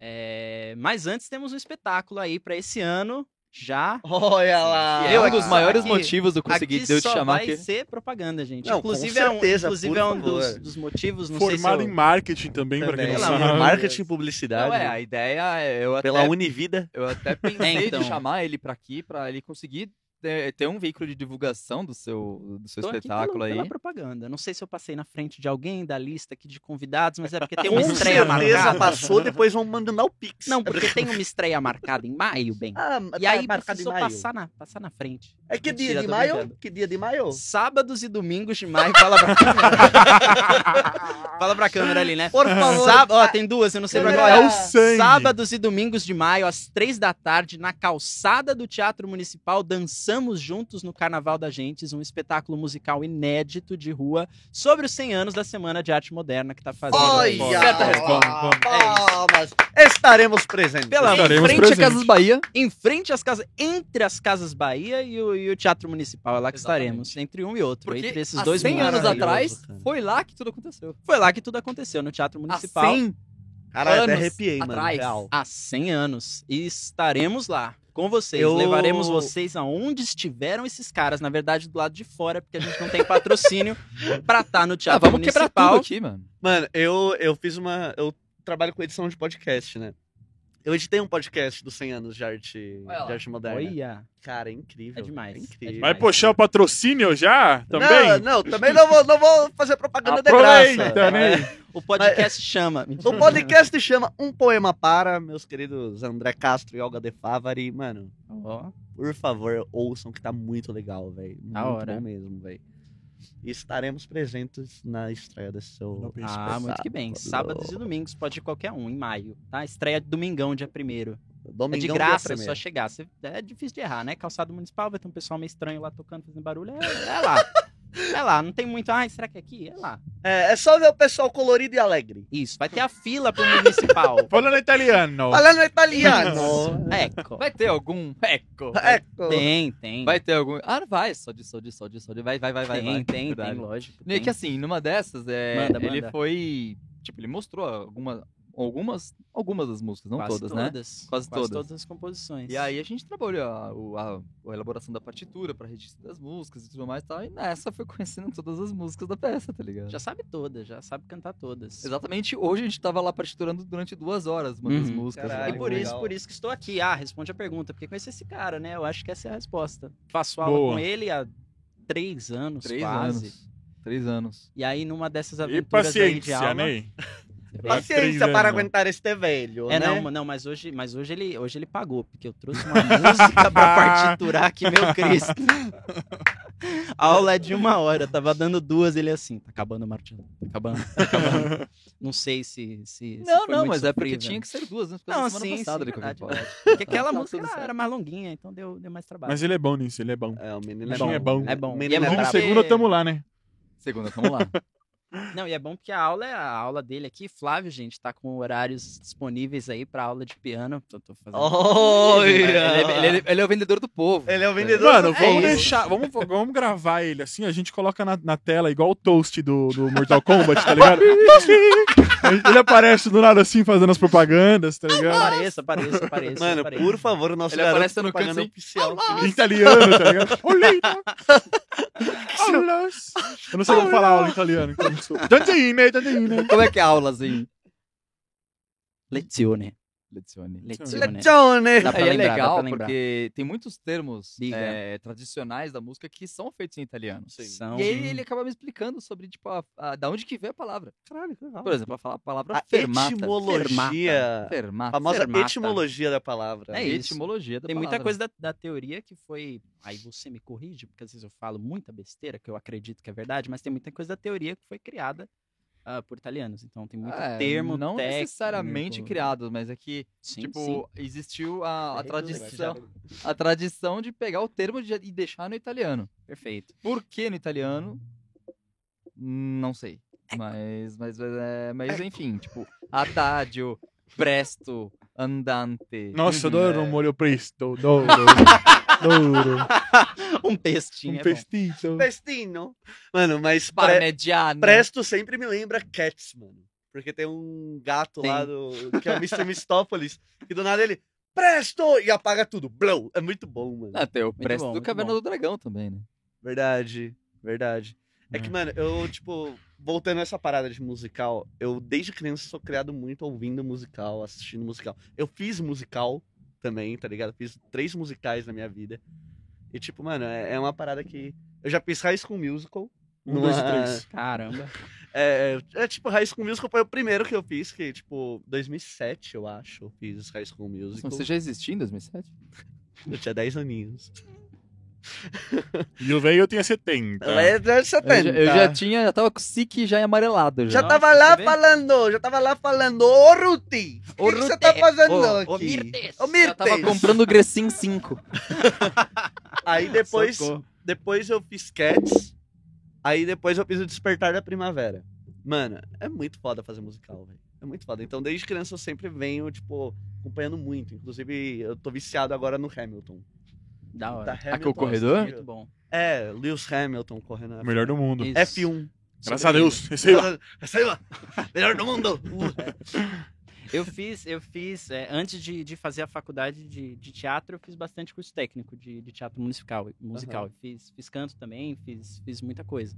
Speaker 5: É, mas antes temos um espetáculo aí para esse ano, já.
Speaker 1: Olha lá.
Speaker 2: é um
Speaker 5: aqui-
Speaker 2: dos maiores
Speaker 5: aqui-
Speaker 2: motivos do conseguir
Speaker 5: aqui
Speaker 2: de eu te
Speaker 5: só
Speaker 2: chamar é
Speaker 5: vai
Speaker 2: aqui.
Speaker 5: ser propaganda, gente.
Speaker 1: Não, com
Speaker 5: inclusive
Speaker 1: certeza,
Speaker 5: é um, inclusive
Speaker 1: por
Speaker 5: é um dos,
Speaker 1: favor.
Speaker 5: dos motivos, não
Speaker 3: Formado
Speaker 5: sei
Speaker 3: em
Speaker 5: se eu- é
Speaker 3: marketing também, pra
Speaker 1: Também.
Speaker 3: quem não
Speaker 5: Pela
Speaker 3: sabe.
Speaker 1: Marketing e
Speaker 2: Não,
Speaker 1: publicidade. né?
Speaker 2: é, a ideia é eu até,
Speaker 1: Pela Univida.
Speaker 2: eu até pensei
Speaker 5: É, então.
Speaker 2: de chamar ele pra aqui, pra ele conseguir ter, ter um veículo de divulgação do seu, do seu
Speaker 5: Tô aqui
Speaker 2: espetáculo
Speaker 5: pelo-
Speaker 2: aí.
Speaker 5: Pela propaganda. Não sei se eu passei na frente de alguém da lista aqui de convidados, mas é porque tem
Speaker 1: Com
Speaker 5: uma estreia
Speaker 1: certeza
Speaker 5: marcada.
Speaker 1: passou, depois vão mandar o Pix.
Speaker 5: Não, porque tem uma estreia marcada em maio, bem.
Speaker 1: Ah,
Speaker 5: E
Speaker 1: tá marcado em
Speaker 5: aí precisou
Speaker 1: maio.
Speaker 5: passar na, passar na frente.
Speaker 1: É que
Speaker 5: Mentira,
Speaker 1: dia de
Speaker 5: tô
Speaker 1: maio?
Speaker 5: brincando.
Speaker 1: Que dia de maio?
Speaker 5: Sábados e domingos de maio, fala pra câmera. fala pra câmera ali, né?
Speaker 1: Por favor.
Speaker 5: Sábado, ó, tem duas, eu não sei pra qual
Speaker 1: Câmera,
Speaker 5: é.
Speaker 3: É o sangue.
Speaker 5: Sábados e domingos de maio, às três da tarde, na calçada do Teatro Municipal, dançamos juntos no Carnaval da Gentes, um espetáculo musical inédito de rua sobre os 100 anos da Semana de Arte Moderna que tá fazendo.
Speaker 1: Olha
Speaker 3: Certa
Speaker 1: lá.
Speaker 3: resposta.
Speaker 1: Palmas. Estaremos presentes.
Speaker 5: Pela
Speaker 3: Estaremos
Speaker 5: em frente, à
Speaker 3: presentes.
Speaker 5: casa,
Speaker 2: Casas Bahia.
Speaker 5: em frente às casas, entre as Casas Bahia e o, e o Teatro Municipal, é lá que
Speaker 2: Exatamente.
Speaker 5: estaremos, entre um e outro,
Speaker 2: Porque
Speaker 5: entre esses
Speaker 2: há
Speaker 5: dois
Speaker 2: 100
Speaker 5: mundos
Speaker 2: anos
Speaker 5: maravilhosos.
Speaker 2: atrás,
Speaker 1: cara.
Speaker 2: foi lá que tudo aconteceu.
Speaker 5: Foi lá que tudo aconteceu, no Teatro Municipal.
Speaker 2: Há 100
Speaker 1: Caralho, até
Speaker 2: anos
Speaker 1: arrepiei, mano.
Speaker 2: atrás.
Speaker 1: Real.
Speaker 5: há 100 anos. E estaremos lá com vocês.
Speaker 1: Eu-
Speaker 5: Levaremos vocês aonde estiveram esses caras. Na verdade, do lado de fora, porque a gente não tem patrocínio pra estar no
Speaker 2: Ah,
Speaker 5: Teatro
Speaker 2: vamos quebrar
Speaker 5: Municipal.
Speaker 2: tudo aqui, mano.
Speaker 1: Mano, eu, eu fiz uma. Eu trabalho com edição de podcast, né? Eu editei um podcast dos 100 anos de arte,
Speaker 2: Olha lá.
Speaker 1: de arte moderna.
Speaker 5: Olha,
Speaker 1: Cara, é incrível.
Speaker 5: É demais,
Speaker 1: É
Speaker 5: é
Speaker 1: incrível.
Speaker 5: demais.
Speaker 3: Vai puxar o patrocínio já?
Speaker 1: Não,
Speaker 3: Também?
Speaker 1: não, também não vou, não vou fazer propaganda de graça.
Speaker 3: Aproveita, né?
Speaker 5: Tá o podcast chama.
Speaker 1: O podcast chama Um Poema Para, meus queridos André Castro e Olga De Favari. Mano,
Speaker 5: Ó,
Speaker 1: por favor, ouçam que tá muito legal, velho. Muito
Speaker 5: Da hora.
Speaker 1: bom mesmo, velho. E estaremos presentes na estreia desse seu.
Speaker 3: Não,
Speaker 5: Ah, muito que bem. Sábados e domingos, pode ir qualquer um, em maio. Tá? Estreia de domingão, dia 1 É de
Speaker 1: Domingão,
Speaker 5: graça,
Speaker 1: dia
Speaker 5: é só
Speaker 1: primeiro.
Speaker 5: chegar. Cê- É difícil de errar, né? Calçado municipal, vai ter um pessoal meio estranho lá tocando, fazendo barulho. É, é lá. É lá, não tem muito. Ai, será que é aqui? É lá.
Speaker 1: É, é só ver o pessoal colorido e alegre.
Speaker 5: Isso, vai ter a fila pro municipal.
Speaker 3: Falando italiano.
Speaker 1: Falando italiano. É,
Speaker 5: Eco.
Speaker 2: Ah, Vai ter algum eco.
Speaker 1: Ecco.
Speaker 5: É, Tem, tem.
Speaker 2: Vai ter algum. Ah, vai, só de, só de, só de, só de. Vai, vai, vai, vai.
Speaker 5: tem,
Speaker 2: vai.
Speaker 5: tem, tem,
Speaker 2: Verdade.
Speaker 5: lógico.
Speaker 2: Meio
Speaker 5: tem.
Speaker 2: que assim, numa dessas, é,
Speaker 5: Manda,
Speaker 2: ele
Speaker 5: manda.
Speaker 2: foi. Tipo, ele mostrou alguma, algumas, algumas das músicas, não
Speaker 5: Quase
Speaker 2: todas, né?
Speaker 5: todas,
Speaker 2: Quase todas.
Speaker 5: as composições.
Speaker 2: E aí a gente trabalhou a, o- a, a elaboração da partitura pra registro das músicas e tudo mais e tal. E nessa foi conhecendo todas as músicas da peça, tá ligado?
Speaker 5: Já sabe todas, já sabe cantar todas.
Speaker 2: Exatamente, hoje a gente tava lá partiturando durante duas horas uma das
Speaker 5: Uhum.
Speaker 2: músicas. né?
Speaker 1: Caralho,
Speaker 5: E por
Speaker 1: legal.
Speaker 5: isso, por isso que estou aqui. Ah, responde a pergunta, porque conheci esse cara, né? Eu acho que essa é a resposta. Faço aula
Speaker 3: Boa.
Speaker 5: com ele há três anos,
Speaker 2: Três
Speaker 5: quase.
Speaker 2: anos. Três anos.
Speaker 5: E aí, numa dessas
Speaker 3: E
Speaker 5: aventuras aí de
Speaker 3: paciência,
Speaker 5: aula...
Speaker 3: né?
Speaker 5: Bem-
Speaker 1: Paciência para
Speaker 3: anos.
Speaker 1: aguentar este velho,
Speaker 5: É,
Speaker 1: né?
Speaker 5: não, não, mas hoje, mas hoje ele, hoje ele pagou, porque eu trouxe uma música pra partiturar aqui, meu Cristo. A aula é de uma hora, eu tava dando duas, ele assim, tá acabando, Martinho, tá acabando, tá acabando. Não sei se. se se
Speaker 2: Não,
Speaker 5: foi
Speaker 2: não,
Speaker 5: muito
Speaker 2: mas é porque
Speaker 5: sofrível.
Speaker 2: tinha que ser duas, né? Porque
Speaker 5: Não,
Speaker 2: na semana
Speaker 5: sim,
Speaker 2: passada
Speaker 5: sim,
Speaker 2: de qualquer
Speaker 5: verdade,
Speaker 2: forma.
Speaker 5: Porque aquela
Speaker 2: Tá
Speaker 5: música
Speaker 2: tudo
Speaker 5: ela
Speaker 2: certo.
Speaker 5: era mais longuinha, então deu, deu mais trabalho.
Speaker 3: Mas ele é bom nisso, ele é bom.
Speaker 1: É, o menino
Speaker 3: Ele
Speaker 1: é
Speaker 5: Imagina,
Speaker 1: bom.
Speaker 3: é bom.
Speaker 5: É bom.
Speaker 1: Menino
Speaker 5: E é
Speaker 1: é
Speaker 5: bom
Speaker 1: brabo.
Speaker 3: Inclusive,
Speaker 5: porque-
Speaker 3: segunda tamo lá, né?
Speaker 2: Segunda, vamos lá.
Speaker 5: Não, e é bom porque a aula, é- a aula dele aqui, Flávio, gente, tá com horários disponíveis aí pra aula de piano. Tô, tô fazendo.
Speaker 1: Oi,
Speaker 2: ele, é, ele é- ele é o vendedor do povo.
Speaker 1: Ele é o vendedor.
Speaker 3: Mano,
Speaker 1: do-
Speaker 5: é
Speaker 3: vamos
Speaker 5: isso.
Speaker 3: deixar, vamos, vamos gravar ele assim, a gente coloca na, na tela igual o toast do, do Mortal Kombat, tá ligado? ele aparece do nada assim, fazendo as propagandas, tá ligado?
Speaker 5: Apareça, apareça, apareça.
Speaker 1: Mano,
Speaker 5: apareça.
Speaker 1: por favor, o nosso
Speaker 2: Ele
Speaker 1: garoto
Speaker 2: aparece no
Speaker 1: propaganda
Speaker 2: canto, assim,
Speaker 1: oficial.
Speaker 3: Em italiano, tá ligado? Olhei! Aulas. Eu não sei como falar aula em italiano. então, desculpa.
Speaker 5: né?
Speaker 3: Tanteine, tanteine.
Speaker 2: Como é que é a aula, assim?
Speaker 5: Lezione.
Speaker 2: Lecione.
Speaker 1: é
Speaker 5: Lezione.
Speaker 1: Lezione.
Speaker 5: Dá pra
Speaker 2: Aí é
Speaker 5: lembrar, dá
Speaker 2: legal,
Speaker 5: pra lembrar.
Speaker 2: porque tem muitos termos
Speaker 5: Diga.
Speaker 2: eh, tradicionais da música que são feitos em italiano.
Speaker 5: São-
Speaker 2: E aí ele acaba me explicando sobre, tipo, a- a- da onde que vem a palavra.
Speaker 1: Caralho, que legal.
Speaker 2: Por exemplo, a fala- a palavra
Speaker 1: A
Speaker 2: fermata.
Speaker 1: etimologia. A
Speaker 2: Fermata.
Speaker 1: famosa
Speaker 5: fermata.
Speaker 1: etimologia da palavra.
Speaker 5: É
Speaker 2: É
Speaker 5: isso.
Speaker 2: etimologia da
Speaker 5: Tem muita
Speaker 2: palavra.
Speaker 1: né?
Speaker 2: né?
Speaker 5: coisa da, da teoria que foi. Aí você me corrige, porque às vezes eu falo muita besteira, que eu acredito que é verdade, mas tem muita coisa da teoria que foi criada ah, por italianos. Então tem muito
Speaker 2: É,
Speaker 5: termo.
Speaker 2: Não
Speaker 5: técnico.
Speaker 2: necessariamente criado, mas é que,
Speaker 5: Sim,
Speaker 2: tipo,
Speaker 5: sim.
Speaker 2: existiu a, a
Speaker 5: Perfeito,
Speaker 2: tradição a tradição de pegar o termo de- e deixar no italiano.
Speaker 5: Perfeito.
Speaker 2: Por que no italiano? Não sei. Mas, mas, mas, é, mas enfim, tipo, adagio, presto, andante.
Speaker 3: Nossa,
Speaker 2: Uhum,
Speaker 3: adoro
Speaker 2: é.
Speaker 3: um molho presto, douro, douro,
Speaker 5: Um pestinho.
Speaker 3: um
Speaker 5: é bom.
Speaker 3: pestito.
Speaker 1: Pestino. Mano, mas pre-
Speaker 2: né? Parmigiano.
Speaker 1: Presto sempre me lembra Cats, mano. Porque tem um gato
Speaker 5: Tem.
Speaker 1: lá do. que é o Mr. Mistópolis. E do nada ele. Presto! E apaga tudo. Blow! É muito bom, mano.
Speaker 2: Até Ah, o preço
Speaker 5: bom,
Speaker 2: do
Speaker 5: muito
Speaker 2: Caverna
Speaker 5: bom.
Speaker 2: do Dragão também, né?
Speaker 1: Verdade, verdade. É que,
Speaker 3: É.
Speaker 1: mano, eu, tipo, voltando a essa parada de musical, eu desde criança sou criado muito ouvindo musical, assistindo musical. Eu fiz musical também, tá ligado? Fiz três musicais na minha vida. E, tipo, mano, é, é uma parada que. Eu já fiz High School Musical.
Speaker 3: Um, dois e
Speaker 1: numa-
Speaker 3: três.
Speaker 5: Caramba.
Speaker 1: É, é, é, tipo, High School Musical foi o primeiro que eu fiz, que, tipo, 2007, eu acho, eu fiz High School
Speaker 2: Nossa,
Speaker 1: Musical.
Speaker 2: Você já existia em 2007?
Speaker 1: Eu tinha 10 aninhos.
Speaker 3: E o velho eu tinha 70.
Speaker 1: Ela é de
Speaker 2: Tá. Eu
Speaker 1: 70.
Speaker 2: já, eu já tinha, já tava com o SIC já amarelado. Já.
Speaker 1: Já
Speaker 5: Nossa,
Speaker 1: tava lá
Speaker 5: tá vendo?
Speaker 1: falando, já tava lá falando, ô Ruti, o que que você tá fazendo aqui?
Speaker 5: Ô, Mirtes.
Speaker 1: Ô,
Speaker 2: Já tava
Speaker 1: Mirtes.
Speaker 2: comprando o Grecin 5.
Speaker 1: Aí depois,
Speaker 5: Socorro.
Speaker 1: depois eu fiz Cats, aí depois eu fiz o Despertar da Primavera. Mano, é muito foda fazer musical, velho. É muito foda. Então desde criança eu sempre venho, tipo, acompanhando muito. Inclusive, eu tô viciado agora no Hamilton.
Speaker 5: Da
Speaker 1: Tá,
Speaker 5: hora.
Speaker 1: Hamilton,
Speaker 2: o corredor?
Speaker 1: assim,
Speaker 5: Muito bom.
Speaker 1: É, Lewis Hamilton correndo.
Speaker 3: O
Speaker 1: na-
Speaker 3: melhor do mundo.
Speaker 2: é Isso.
Speaker 1: F1.
Speaker 3: Graças a Deus. Receio.
Speaker 1: Sei lá. É, Melhor do mundo.
Speaker 5: Eu fiz, eu fiz, é, antes de, de fazer a faculdade de, de teatro, eu fiz bastante curso técnico de, de teatro musical. musical.
Speaker 1: Aham.
Speaker 5: Fiz, fiz canto também, fiz, fiz muita coisa.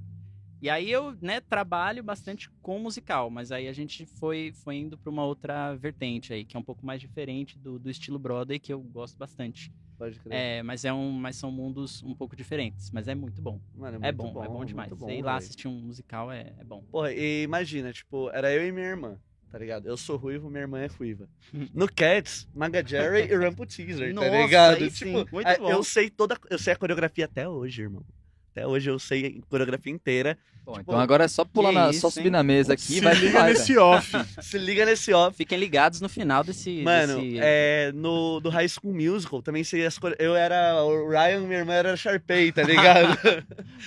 Speaker 5: E aí eu né, trabalho bastante com musical, mas aí a gente foi, foi indo para uma outra vertente aí, que é um pouco mais diferente do, do estilo Broadway, que eu gosto bastante.
Speaker 1: Pode crer.
Speaker 5: É, mas, é um, mas são mundos um pouco diferentes, mas é muito bom.
Speaker 1: Mano,
Speaker 5: É
Speaker 1: muito
Speaker 5: bom, é bom
Speaker 1: muito
Speaker 5: demais. Sei lá,
Speaker 1: velho.
Speaker 5: assistir um musical é, é bom.
Speaker 1: Porra, e imagina, tipo, era eu e minha irmã, tá ligado? Eu sou ruivo, minha irmã é ruiva. No Cats, Maga Jerry e Rampo Teaser, tá
Speaker 5: Nossa,
Speaker 1: ligado?
Speaker 5: aí sim,
Speaker 1: tipo,
Speaker 5: muito
Speaker 1: a-
Speaker 5: bom.
Speaker 1: eu sei toda. Eu sei a coreografia até hoje, irmão. Até hoje eu sei a coreografia inteira.
Speaker 2: Bom,
Speaker 1: Tipo,
Speaker 2: então agora é só pular
Speaker 5: que
Speaker 2: na,
Speaker 5: isso,
Speaker 2: só subir
Speaker 5: hein?
Speaker 2: na mesa aqui
Speaker 3: Se
Speaker 2: e vai
Speaker 3: liga
Speaker 2: vai,
Speaker 3: nesse off.
Speaker 1: Se liga nesse off.
Speaker 5: Fiquem ligados no final desse.
Speaker 1: Mano,
Speaker 5: desse...
Speaker 1: é, no do High School Musical também sei as core- Eu era o Ryan, minha irmã era a Sharpay, tá ligado?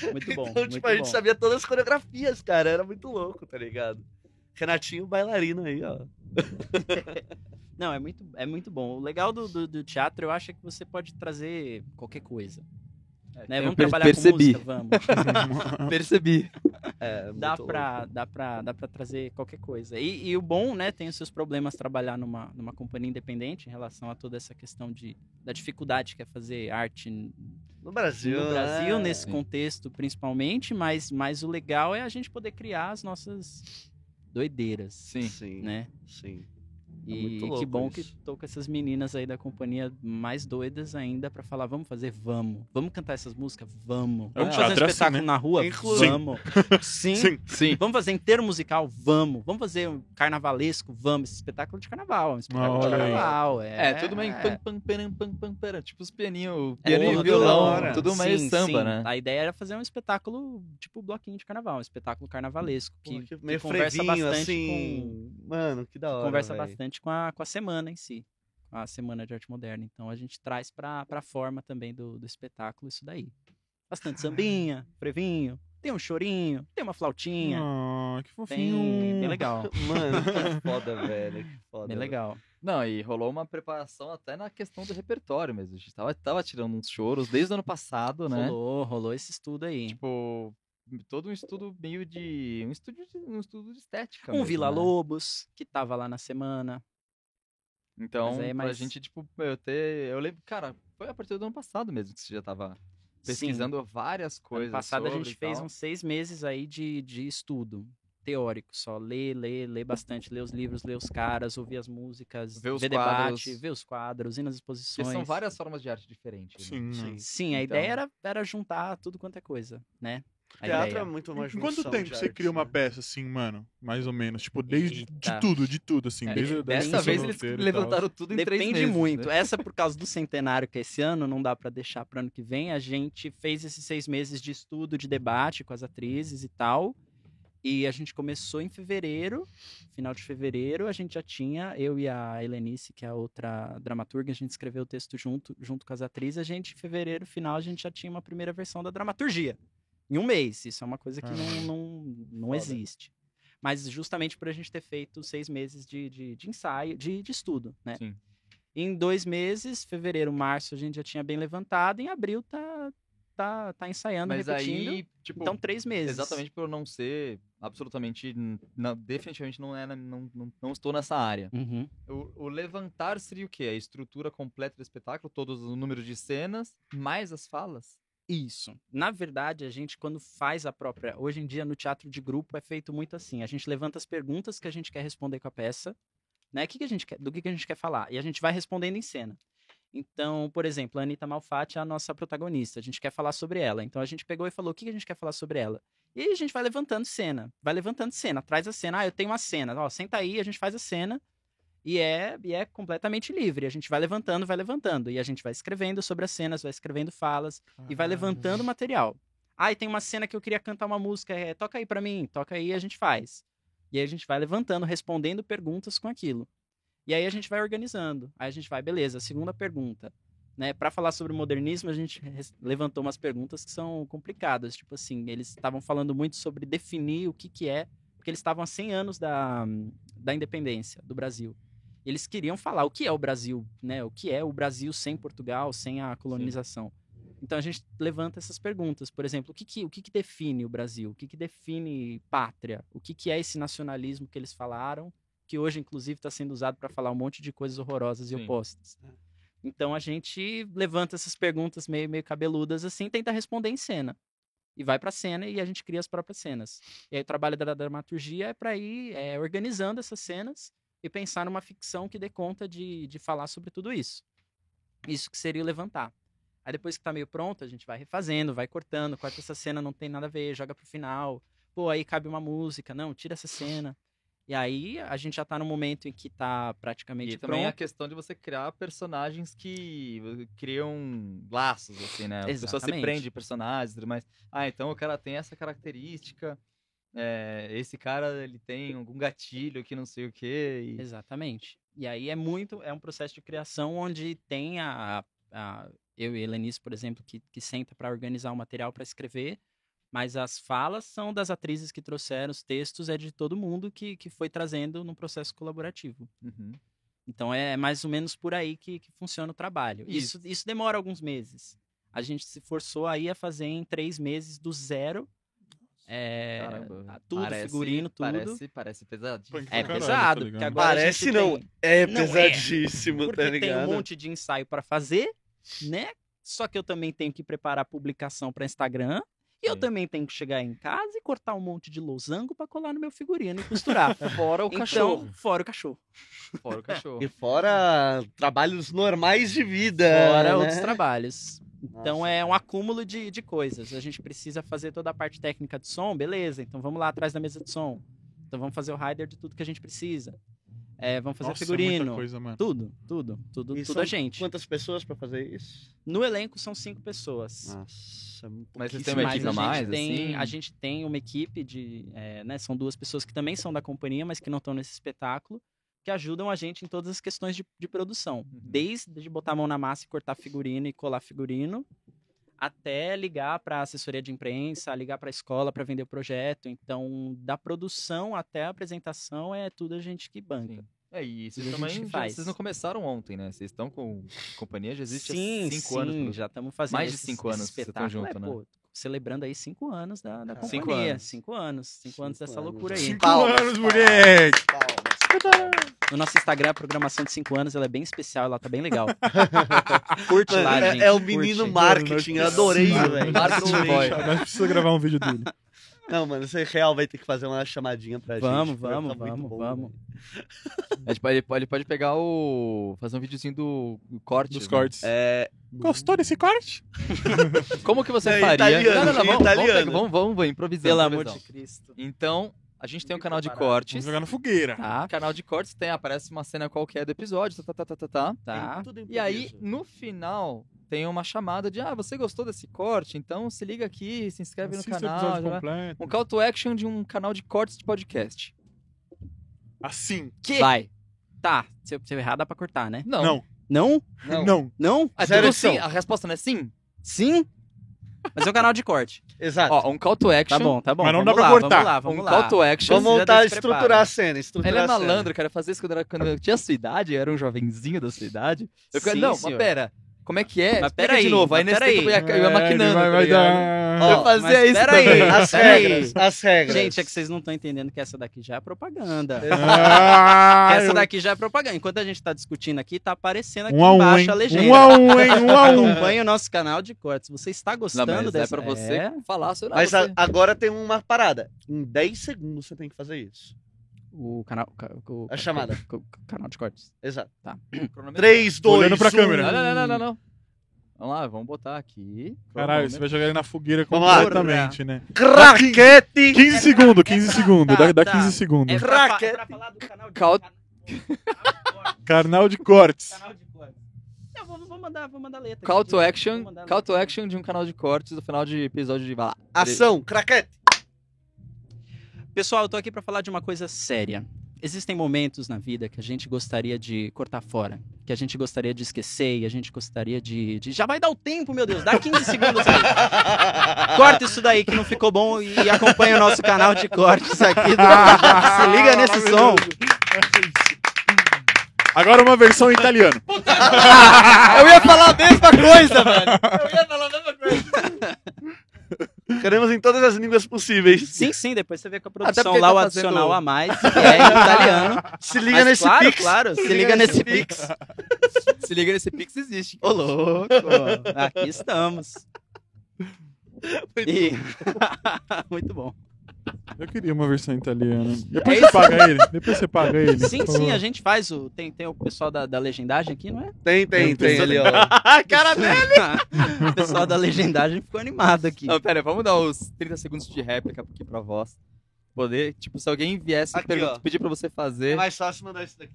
Speaker 5: Muito bom.
Speaker 1: então, tipo,
Speaker 5: muito
Speaker 1: a gente
Speaker 5: bom.
Speaker 1: sabia todas as coreografias, cara. Era muito louco, tá ligado? Renatinho bailarino aí, ó.
Speaker 5: Não, é muito, é muito bom. O legal do, do, do teatro, eu acho, é que você pode trazer qualquer coisa. né?
Speaker 2: É, eu
Speaker 5: Vamos
Speaker 2: per-
Speaker 5: trabalhar
Speaker 2: percebi.
Speaker 5: com música, vamos.
Speaker 2: dar. Percebi.
Speaker 1: É,
Speaker 5: dá,
Speaker 1: muito louco.
Speaker 5: pra, dá, pra, dá pra trazer qualquer coisa. E, e o bom, né, tem os seus problemas trabalhar numa, numa companhia independente em relação a toda essa questão de, da dificuldade que é fazer arte n-
Speaker 1: No Brasil.
Speaker 5: no Brasil,
Speaker 1: né?
Speaker 5: nesse
Speaker 2: Sim.
Speaker 5: contexto principalmente, mas, mas o legal é a gente poder criar as nossas doideiras,
Speaker 2: Sim.
Speaker 1: Sim,
Speaker 5: né?
Speaker 1: sim. É
Speaker 5: E
Speaker 1: muito louco
Speaker 5: que bom
Speaker 1: isso.
Speaker 5: que tô com essas meninas aí da companhia mais doidas ainda pra falar, vamos fazer, vamos. Vamos cantar essas músicas, vamos.
Speaker 3: É um
Speaker 5: Vamos fazer um
Speaker 3: teatro assim, né?
Speaker 5: espetáculo na rua,
Speaker 1: Inclusive.
Speaker 5: vamos. Sim.
Speaker 3: Sim.
Speaker 2: Sim.
Speaker 5: Vamos fazer inteiro musical, vamos. Vamos fazer um carnavalesco, vamos. Esse espetáculo de carnaval, é um espetáculo de
Speaker 3: olha aí.
Speaker 5: carnaval.
Speaker 2: É,
Speaker 5: É,
Speaker 2: tudo meio pam, pam, peram, pam, pam, pera. Tipo os pianinhos,
Speaker 5: É
Speaker 2: piano e
Speaker 5: tudo-
Speaker 1: da hora.
Speaker 2: violão, tudo meio
Speaker 5: Sim,
Speaker 2: samba,
Speaker 5: sim.
Speaker 2: né?
Speaker 5: A ideia era fazer um espetáculo, tipo bloquinho de carnaval, um espetáculo carnavalesco. Que,
Speaker 1: Pô, que
Speaker 5: que
Speaker 1: meio
Speaker 5: conversa
Speaker 1: frevinho,
Speaker 5: bastante
Speaker 1: assim.
Speaker 5: com,
Speaker 1: Mano, que da hora.
Speaker 5: conversa
Speaker 1: véi.
Speaker 5: bastante com a, com a semana em si, com a semana de arte moderna. Então a gente traz pra, pra forma também do, do espetáculo isso daí. Bastante sambinha, previnho, tem um chorinho, tem uma
Speaker 2: é.
Speaker 5: flautinha,
Speaker 3: Ah, que
Speaker 5: tem
Speaker 3: fofinho.
Speaker 5: um. Bem legal,
Speaker 1: Mano, que foda, velho. Que foda.
Speaker 5: bem
Speaker 1: velho.
Speaker 5: legal.
Speaker 2: Não, né? e rolou uma preparação até na questão do repertório mesmo. A gente tava, tava tirando uns choros desde o ano passado, né?
Speaker 5: Rolou, rolou esse estudo aí.
Speaker 2: Tipo, todo um estudo meio de. Um estudo de, um estudo de estética.
Speaker 5: um
Speaker 2: mesmo,
Speaker 5: Vila
Speaker 2: né?
Speaker 5: Lobos, que tava lá na semana.
Speaker 2: Então,
Speaker 5: Mas aí é
Speaker 2: pra
Speaker 5: mais-
Speaker 2: gente, tipo, eu ter. Eu lembro, cara, foi a partir do ano passado mesmo que você já tava pesquisando várias coisas.
Speaker 5: Ano passado a
Speaker 2: sobre
Speaker 5: gente
Speaker 2: e
Speaker 5: fez
Speaker 2: tal.
Speaker 5: uns seis meses aí de, de estudo teórico, só ler, ler, ler bastante, ler os livros, ler os caras, ouvir as músicas,
Speaker 2: Ver os
Speaker 5: debate,
Speaker 2: quadros.
Speaker 5: ver os quadros, ir nas
Speaker 2: Porque
Speaker 5: exposições.
Speaker 2: são várias formas de arte diferentes. né?
Speaker 3: Sim.
Speaker 1: Sim.
Speaker 5: Sim, a
Speaker 2: Então-
Speaker 5: ideia era, era juntar tudo quanto é coisa, né? A
Speaker 1: Teatro é
Speaker 5: ideia.
Speaker 1: muito mais
Speaker 3: Em quanto tempo você cria
Speaker 1: né?
Speaker 2: né?
Speaker 3: uma peça assim, mano? Mais ou menos. Tipo, desde de
Speaker 5: Eita.
Speaker 3: tudo, de tudo, assim.
Speaker 5: É,
Speaker 3: desde a
Speaker 2: Dessa
Speaker 3: discussão
Speaker 2: vez
Speaker 3: do
Speaker 2: eles
Speaker 3: roteiro e tal.
Speaker 2: levantaram tudo em três
Speaker 5: Depende
Speaker 2: meses,
Speaker 5: muito.
Speaker 2: né?
Speaker 5: Essa, por causa do centenário que é esse ano, não dá pra deixar para ano que vem. A gente fez esses seis meses de estudo, de debate com as atrizes e tal. E a gente começou em fevereiro, final de fevereiro. A gente já tinha, eu e a Helenice, que é a outra dramaturga, a gente escreveu o texto junto, junto com as atrizes. A gente, em fevereiro, final, a gente já tinha uma primeira versão da dramaturgia. Em um mês. Isso é uma coisa que não,
Speaker 2: Ah.
Speaker 3: Caralho.
Speaker 5: não, não
Speaker 1: Foda.
Speaker 5: existe. Mas justamente por a gente ter feito seis meses de, de, de ensaio, de, de estudo, né?
Speaker 2: Sim.
Speaker 5: Em dois meses, fevereiro, março, a gente já tinha bem levantado. Em abril tá, tá, tá ensaiando,
Speaker 2: Mas
Speaker 5: repetindo.
Speaker 2: aí, tipo,
Speaker 5: então, três meses.
Speaker 2: exatamente por eu não ser absolutamente, n- não- definitivamente não, é, na- não, não, não estou nessa área.
Speaker 5: Uhum.
Speaker 2: O, o levantar seria o quê? A estrutura completa do espetáculo, todos os números de cenas, mais as falas?
Speaker 5: Isso. Na verdade, a gente, quando faz a própria. Hoje em dia, no teatro de grupo, é feito muito assim. A gente levanta as perguntas que a gente quer responder com a peça, né? Que que a gente quer, do que, que a gente quer falar. E a gente vai respondendo em cena. Então, por exemplo, a Anitta Malfatti é a nossa protagonista. A gente quer falar sobre ela. Então a gente pegou e falou: o que, que a gente quer falar sobre ela? E aí a gente vai levantando cena. Vai levantando cena, traz a cena. Ah, eu tenho uma cena. Ó, senta aí, a gente faz a cena. E é, e é completamente livre. A gente vai levantando, vai levantando. E a gente vai escrevendo sobre as cenas, vai escrevendo falas e vai levantando o material. Ah, e tem uma cena que eu queria cantar uma música, é, toca aí pra mim, toca aí, a gente faz. E aí a gente vai levantando, respondendo perguntas com aquilo. E aí a gente vai organizando. Aí a gente vai, beleza, segunda pergunta. Né, para falar sobre o modernismo, a gente res- levantou umas perguntas que são complicadas. Tipo assim, eles estavam falando muito sobre definir o que, que é, porque eles estavam há 100 anos da, da independência do Brasil. Eles queriam falar o que é o Brasil, né? O que é o Brasil sem Portugal, sem a colonização. Então a gente levanta essas perguntas. Por exemplo, o que, que, o que, que define o Brasil? O que, que define pátria? O que, que é esse nacionalismo que eles falaram, que hoje, inclusive, está sendo usado para falar um monte de coisas horrorosas e
Speaker 2: Sim.
Speaker 5: opostas? Então a gente levanta essas perguntas meio, meio cabeludas assim, tenta responder em cena. E vai para cena e a gente cria as próprias cenas. E aí o trabalho da dramaturgia é para ir é, organizando essas cenas e pensar numa ficção que dê conta de, de falar sobre tudo isso. Isso que seria o levantar. Aí depois que tá meio pronto, a gente vai refazendo, vai cortando, corta essa cena, não tem nada a ver, joga pro final. Pô, aí cabe uma música, não, tira essa cena. E aí a gente já tá no momento em que tá praticamente
Speaker 2: E também
Speaker 5: pronto.
Speaker 2: a questão de você criar personagens que uh, criam laços, assim, né? A pessoa se
Speaker 5: Exatamente.
Speaker 2: prende em personagens e tudo mais. Ah, então o cara tem essa característica. é, esse cara, ele tem algum gatilho que não sei o quê. E...
Speaker 5: Exatamente. E aí é muito, é um processo de criação onde tem a, a- eu e a Helenice, por exemplo, que, que senta para organizar o material para escrever, mas as falas são das atrizes que trouxeram, os textos é de todo mundo que, que foi trazendo num processo colaborativo.
Speaker 2: Uhum.
Speaker 5: Então é mais ou menos por aí que, que funciona o trabalho.
Speaker 2: Isso.
Speaker 5: Isso, isso demora alguns meses. A gente se forçou aí a fazer em três meses do zero. É,
Speaker 2: Caramba.
Speaker 5: tudo,
Speaker 2: Parece-
Speaker 5: figurino, tudo.
Speaker 2: Parece, parece pesadíssimo.
Speaker 3: Punk
Speaker 5: É
Speaker 3: pra caralho,
Speaker 5: pesado,
Speaker 3: tá
Speaker 5: porque
Speaker 3: ligado?
Speaker 5: agora a
Speaker 1: Parece
Speaker 5: gente
Speaker 1: não.
Speaker 5: tem-
Speaker 1: É
Speaker 5: Não é.
Speaker 1: pesadíssimo,
Speaker 5: porque
Speaker 1: tá
Speaker 5: tem um
Speaker 1: ligado?
Speaker 5: monte de ensaio para fazer, né? Só que eu também tenho que preparar a publicação para Instagram. E eu
Speaker 2: Sim.
Speaker 5: também tenho que chegar em casa e cortar um monte de losango para colar no meu figurino e costurar.
Speaker 2: Fora É o
Speaker 5: Então,
Speaker 2: cachorro.
Speaker 5: Fora o cachorro.
Speaker 2: Fora o cachorro.
Speaker 1: E fora trabalhos normais de vida.
Speaker 5: Fora
Speaker 1: né?
Speaker 5: outros trabalhos. Então
Speaker 1: Nossa,
Speaker 5: é um acúmulo de, de coisas. A gente precisa fazer toda a parte técnica de som, beleza. Então vamos lá atrás da mesa de som. Então vamos fazer o rider de tudo que a gente precisa. É, vamos fazer
Speaker 3: Nossa,
Speaker 5: figurino.
Speaker 3: muita coisa, mano.
Speaker 5: Tudo, tudo, tudo,
Speaker 1: E
Speaker 5: tudo
Speaker 1: são
Speaker 5: a gente.
Speaker 1: Quantas pessoas pra fazer isso?
Speaker 5: No elenco são cinco pessoas.
Speaker 1: Nossa, é
Speaker 2: Mas
Speaker 1: pouquíssimo.
Speaker 2: vocês têm uma equipe
Speaker 5: Mas a
Speaker 2: a
Speaker 5: gente
Speaker 2: mais,
Speaker 5: tem,
Speaker 2: assim?
Speaker 5: A gente tem uma equipe de. é, né, são duas pessoas que também são da companhia, mas que não estão nesse espetáculo, que ajudam a gente em todas as questões de, de produção.
Speaker 2: Uhum.
Speaker 5: Desde de botar a mão na massa e cortar figurino e colar figurino, até ligar para assessoria de imprensa, ligar para a escola para vender o projeto. Então, da produção até a apresentação, é tudo a gente que banca.
Speaker 2: Sim. É, e vocês
Speaker 5: E a gente
Speaker 2: também. já-
Speaker 5: faz.
Speaker 2: vocês não começaram ontem, né? Vocês estão com. A companhia já existe
Speaker 5: Sim,
Speaker 2: há cinco
Speaker 5: sim,
Speaker 2: anos.
Speaker 5: já estamos fazendo
Speaker 2: Mais de
Speaker 5: esses-
Speaker 2: cinco
Speaker 5: esse
Speaker 2: anos que vocês tão
Speaker 5: espetáculo,
Speaker 2: junto,
Speaker 5: é,
Speaker 2: né?
Speaker 5: pô, celebrando aí cinco anos da, da
Speaker 1: Caramba.
Speaker 5: companhia.
Speaker 2: Cinco
Speaker 5: Cinco anos.
Speaker 2: anos.
Speaker 5: Cinco anos,
Speaker 1: Cinco
Speaker 5: dessa
Speaker 1: anos.
Speaker 5: loucura aí.
Speaker 3: Cinco
Speaker 1: Palmas,
Speaker 3: anos,
Speaker 1: palmas,
Speaker 3: moleque!
Speaker 1: Palmas.
Speaker 5: No nosso Instagram, a programação de 5 anos ela é bem especial, ela tá bem legal. curte lá,
Speaker 1: É-
Speaker 5: gente.
Speaker 1: é o
Speaker 5: curte.
Speaker 1: menino
Speaker 3: Curte.
Speaker 1: marketing, eu adorei,
Speaker 3: Sim,
Speaker 1: velho.
Speaker 2: marketing
Speaker 1: Adorei.
Speaker 2: boy.
Speaker 3: Nós precisamos gravar um vídeo dele.
Speaker 1: Não, mano, você real vai ter que fazer uma chamadinha pra
Speaker 5: Vamos,
Speaker 1: gente. porque
Speaker 5: vamos,
Speaker 1: tá muito
Speaker 5: vamos,
Speaker 1: bom,
Speaker 5: vamos.
Speaker 1: velho.
Speaker 2: A gente É, tipo, pode, pode, pode pegar o. fazer um videozinho do corte.
Speaker 3: Dos
Speaker 2: né?
Speaker 3: cortes.
Speaker 1: É,
Speaker 3: Gostou desse corte?
Speaker 2: Como que você
Speaker 1: É
Speaker 2: faria?
Speaker 1: italiano,
Speaker 2: não, não, não, vamos,
Speaker 1: italiano.
Speaker 2: vamos, pegar- vamos, vamos, vamos improvisando.
Speaker 5: Pelo amor de
Speaker 2: improvisando.
Speaker 5: Cristo.
Speaker 2: Então, a gente tem um
Speaker 5: Fica
Speaker 2: canal de
Speaker 5: parado.
Speaker 2: cortes.
Speaker 3: Vamos jogar na fogueira.
Speaker 5: Tá,
Speaker 2: Canal de cortes tem, aparece uma cena qualquer do episódio, tá, tá, tá, tá, tá.
Speaker 5: tá.
Speaker 1: Tudo
Speaker 2: E aí,
Speaker 1: improviso.
Speaker 2: no final, tem uma chamada de, ah, você gostou desse corte? Então se liga aqui, se inscreve
Speaker 3: Assista
Speaker 2: no
Speaker 3: o episódio
Speaker 2: canal. já vai.
Speaker 3: completo.
Speaker 2: Um call to action de um canal de cortes de podcast.
Speaker 3: Assim.
Speaker 2: Que?
Speaker 5: Vai. Tá. Se eu, se eu errar, dá pra cortar, né?
Speaker 2: Não.
Speaker 3: Não,
Speaker 5: Não?
Speaker 3: não.
Speaker 5: Não?
Speaker 2: É
Speaker 1: Zero
Speaker 2: tudo
Speaker 1: edição.
Speaker 2: sim? A resposta não é sim?
Speaker 5: Sim? Mas é o canal de corte.
Speaker 1: Exato.
Speaker 2: Ó, um call to action.
Speaker 5: Tá bom, tá bom.
Speaker 3: Mas não
Speaker 5: vamos
Speaker 3: dá pra
Speaker 5: lá,
Speaker 3: cortar.
Speaker 5: Vamos lá, vamos
Speaker 2: um
Speaker 5: lá.
Speaker 2: call to action.
Speaker 1: vamos
Speaker 5: já
Speaker 1: montar,
Speaker 5: desse preparo.
Speaker 1: estruturar a cena, estruturar
Speaker 2: Ele é
Speaker 1: a cena.
Speaker 2: malandro, cara. Eu fazia isso quando, era, quando eu tinha sua idade, eu era um jovenzinho da sua idade. Eu ficava,
Speaker 5: Sim,
Speaker 2: não,
Speaker 5: senhor.
Speaker 2: mas pera. Como é que é?
Speaker 5: Mas
Speaker 2: Explica
Speaker 5: peraí,
Speaker 2: de novo. Aí
Speaker 5: mas
Speaker 2: nesse
Speaker 5: peraí.
Speaker 2: tempo eu ia, eu ia É, maquinando.
Speaker 3: É, Vai,
Speaker 2: tá
Speaker 3: vai
Speaker 2: ligado?
Speaker 3: dar.
Speaker 2: Eu
Speaker 1: Ó,
Speaker 2: fazia
Speaker 5: mas
Speaker 2: isso
Speaker 5: peraí,
Speaker 2: também.
Speaker 1: As
Speaker 5: Peraí.
Speaker 1: regras, as regras.
Speaker 5: Gente, é que vocês não estão entendendo que essa daqui já é propaganda.
Speaker 3: Ah,
Speaker 5: essa
Speaker 3: eu-
Speaker 5: daqui já é propaganda. Enquanto a gente tá discutindo aqui, tá aparecendo aqui
Speaker 3: Um a um,
Speaker 5: embaixo
Speaker 3: hein?
Speaker 5: a legenda.
Speaker 3: Um a um, hein? Um a um.
Speaker 5: Acompanhe o nosso canal de cortes. Você está
Speaker 2: Não,
Speaker 5: gostando
Speaker 2: mas é
Speaker 5: dessa...
Speaker 2: pra você
Speaker 5: É.
Speaker 2: falar sobre
Speaker 1: Mas a-
Speaker 2: você.
Speaker 1: agora tem uma parada. Em 10 segundos você tem que fazer isso.
Speaker 5: O canal... o ca- o-
Speaker 1: A chamada.
Speaker 5: o- o canal de cortes.
Speaker 1: Exato. um.
Speaker 2: Cronometrar.
Speaker 1: 3, 2,
Speaker 3: Olhando pra
Speaker 1: 1.
Speaker 3: câmera.
Speaker 2: Não, não, não, não, não. Vamos lá, vamos botar aqui.
Speaker 3: Caralho, você vai jogar ele na fogueira
Speaker 1: Vamos lá.
Speaker 3: completamente, né?
Speaker 5: É.
Speaker 1: Craquete!
Speaker 3: 15 segundos, 15 segundos. Dá,
Speaker 5: tá,
Speaker 3: dá
Speaker 5: tá.
Speaker 3: 15 segundos.
Speaker 1: pra- é pra
Speaker 5: falar do canal de
Speaker 2: Cal-
Speaker 3: Carnal de cortes.
Speaker 5: Canal de cortes. Eu vou, vou mandar, vou mandar a letra.
Speaker 2: Call
Speaker 5: aqui,
Speaker 2: to
Speaker 5: vou
Speaker 2: action,
Speaker 5: mandar a
Speaker 2: call to
Speaker 5: letra.
Speaker 2: action de um canal de cortes do final de episódio de vai lá.
Speaker 1: Ação, craquete!
Speaker 5: Pessoal, eu tô aqui pra falar de uma coisa séria. Existem momentos na vida que a gente gostaria de cortar fora, que a gente gostaria de esquecer e a gente gostaria de, de- Já vai dar o tempo, meu Deus, dá 15 segundos aí. Corta isso daí que não ficou bom e e acompanha o nosso canal de cortes aqui. do- Se liga nesse som.
Speaker 3: Agora uma versão em italiano.
Speaker 2: Eu ia falar a mesma coisa, velho.
Speaker 1: Queremos em todas as línguas possíveis.
Speaker 5: Sim, sim, depois você vê com a
Speaker 2: Até
Speaker 5: produção
Speaker 2: porque
Speaker 5: lá
Speaker 2: tá
Speaker 5: o
Speaker 2: fazendo-
Speaker 5: adicional a mais, que é em italiano.
Speaker 1: Se liga
Speaker 5: Mas
Speaker 1: nesse
Speaker 5: claro,
Speaker 1: pix.
Speaker 5: claro, se liga nesse pix.
Speaker 2: Se liga nesse Pix existe.
Speaker 5: Ô, louco! Aqui estamos. E- Muito bom.
Speaker 3: Eu queria uma versão italiana. Depois você paga ele. Depois você paga ele.
Speaker 5: É Sim, sim, a gente faz o. Tem, tem o pessoal da, da legendagem aqui, não é?
Speaker 1: Tem, tem, tem ali, ó. É,
Speaker 5: Cara dele! o pessoal da legendagem ficou animado aqui.
Speaker 2: Não, pera, vamos dar uns 30 segundos de réplica aqui pra voz. Poder, tipo, se alguém viesse
Speaker 1: Aqui,
Speaker 2: per-
Speaker 1: ó.
Speaker 2: pedir pra você
Speaker 1: É
Speaker 2: fazer
Speaker 1: mais fácil mandar isso daqui.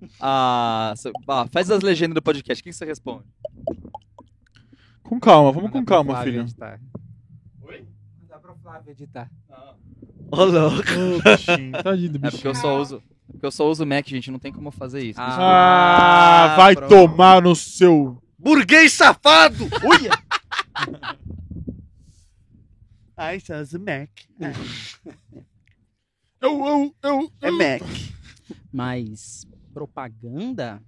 Speaker 1: ó.
Speaker 2: a. so- ah, faz as legendas do podcast, o que que você responde?
Speaker 3: Com calma, vamos com calma, filho.
Speaker 2: Oi?
Speaker 4: Dá pra Flávio editar.
Speaker 1: Ô, louco.
Speaker 3: Ô, bichinho, tá tadinho do
Speaker 2: É porque
Speaker 3: bichinho.
Speaker 2: eu só uso. é Porque eu só uso Mac, gente, não tem como fazer isso.
Speaker 3: Ah, vai
Speaker 5: pronto.
Speaker 3: tomar no seu.
Speaker 1: Burguês safado! Uia! Ai, says Mac.
Speaker 3: Eu, eu, eu.
Speaker 1: É Mac.
Speaker 5: Mas propaganda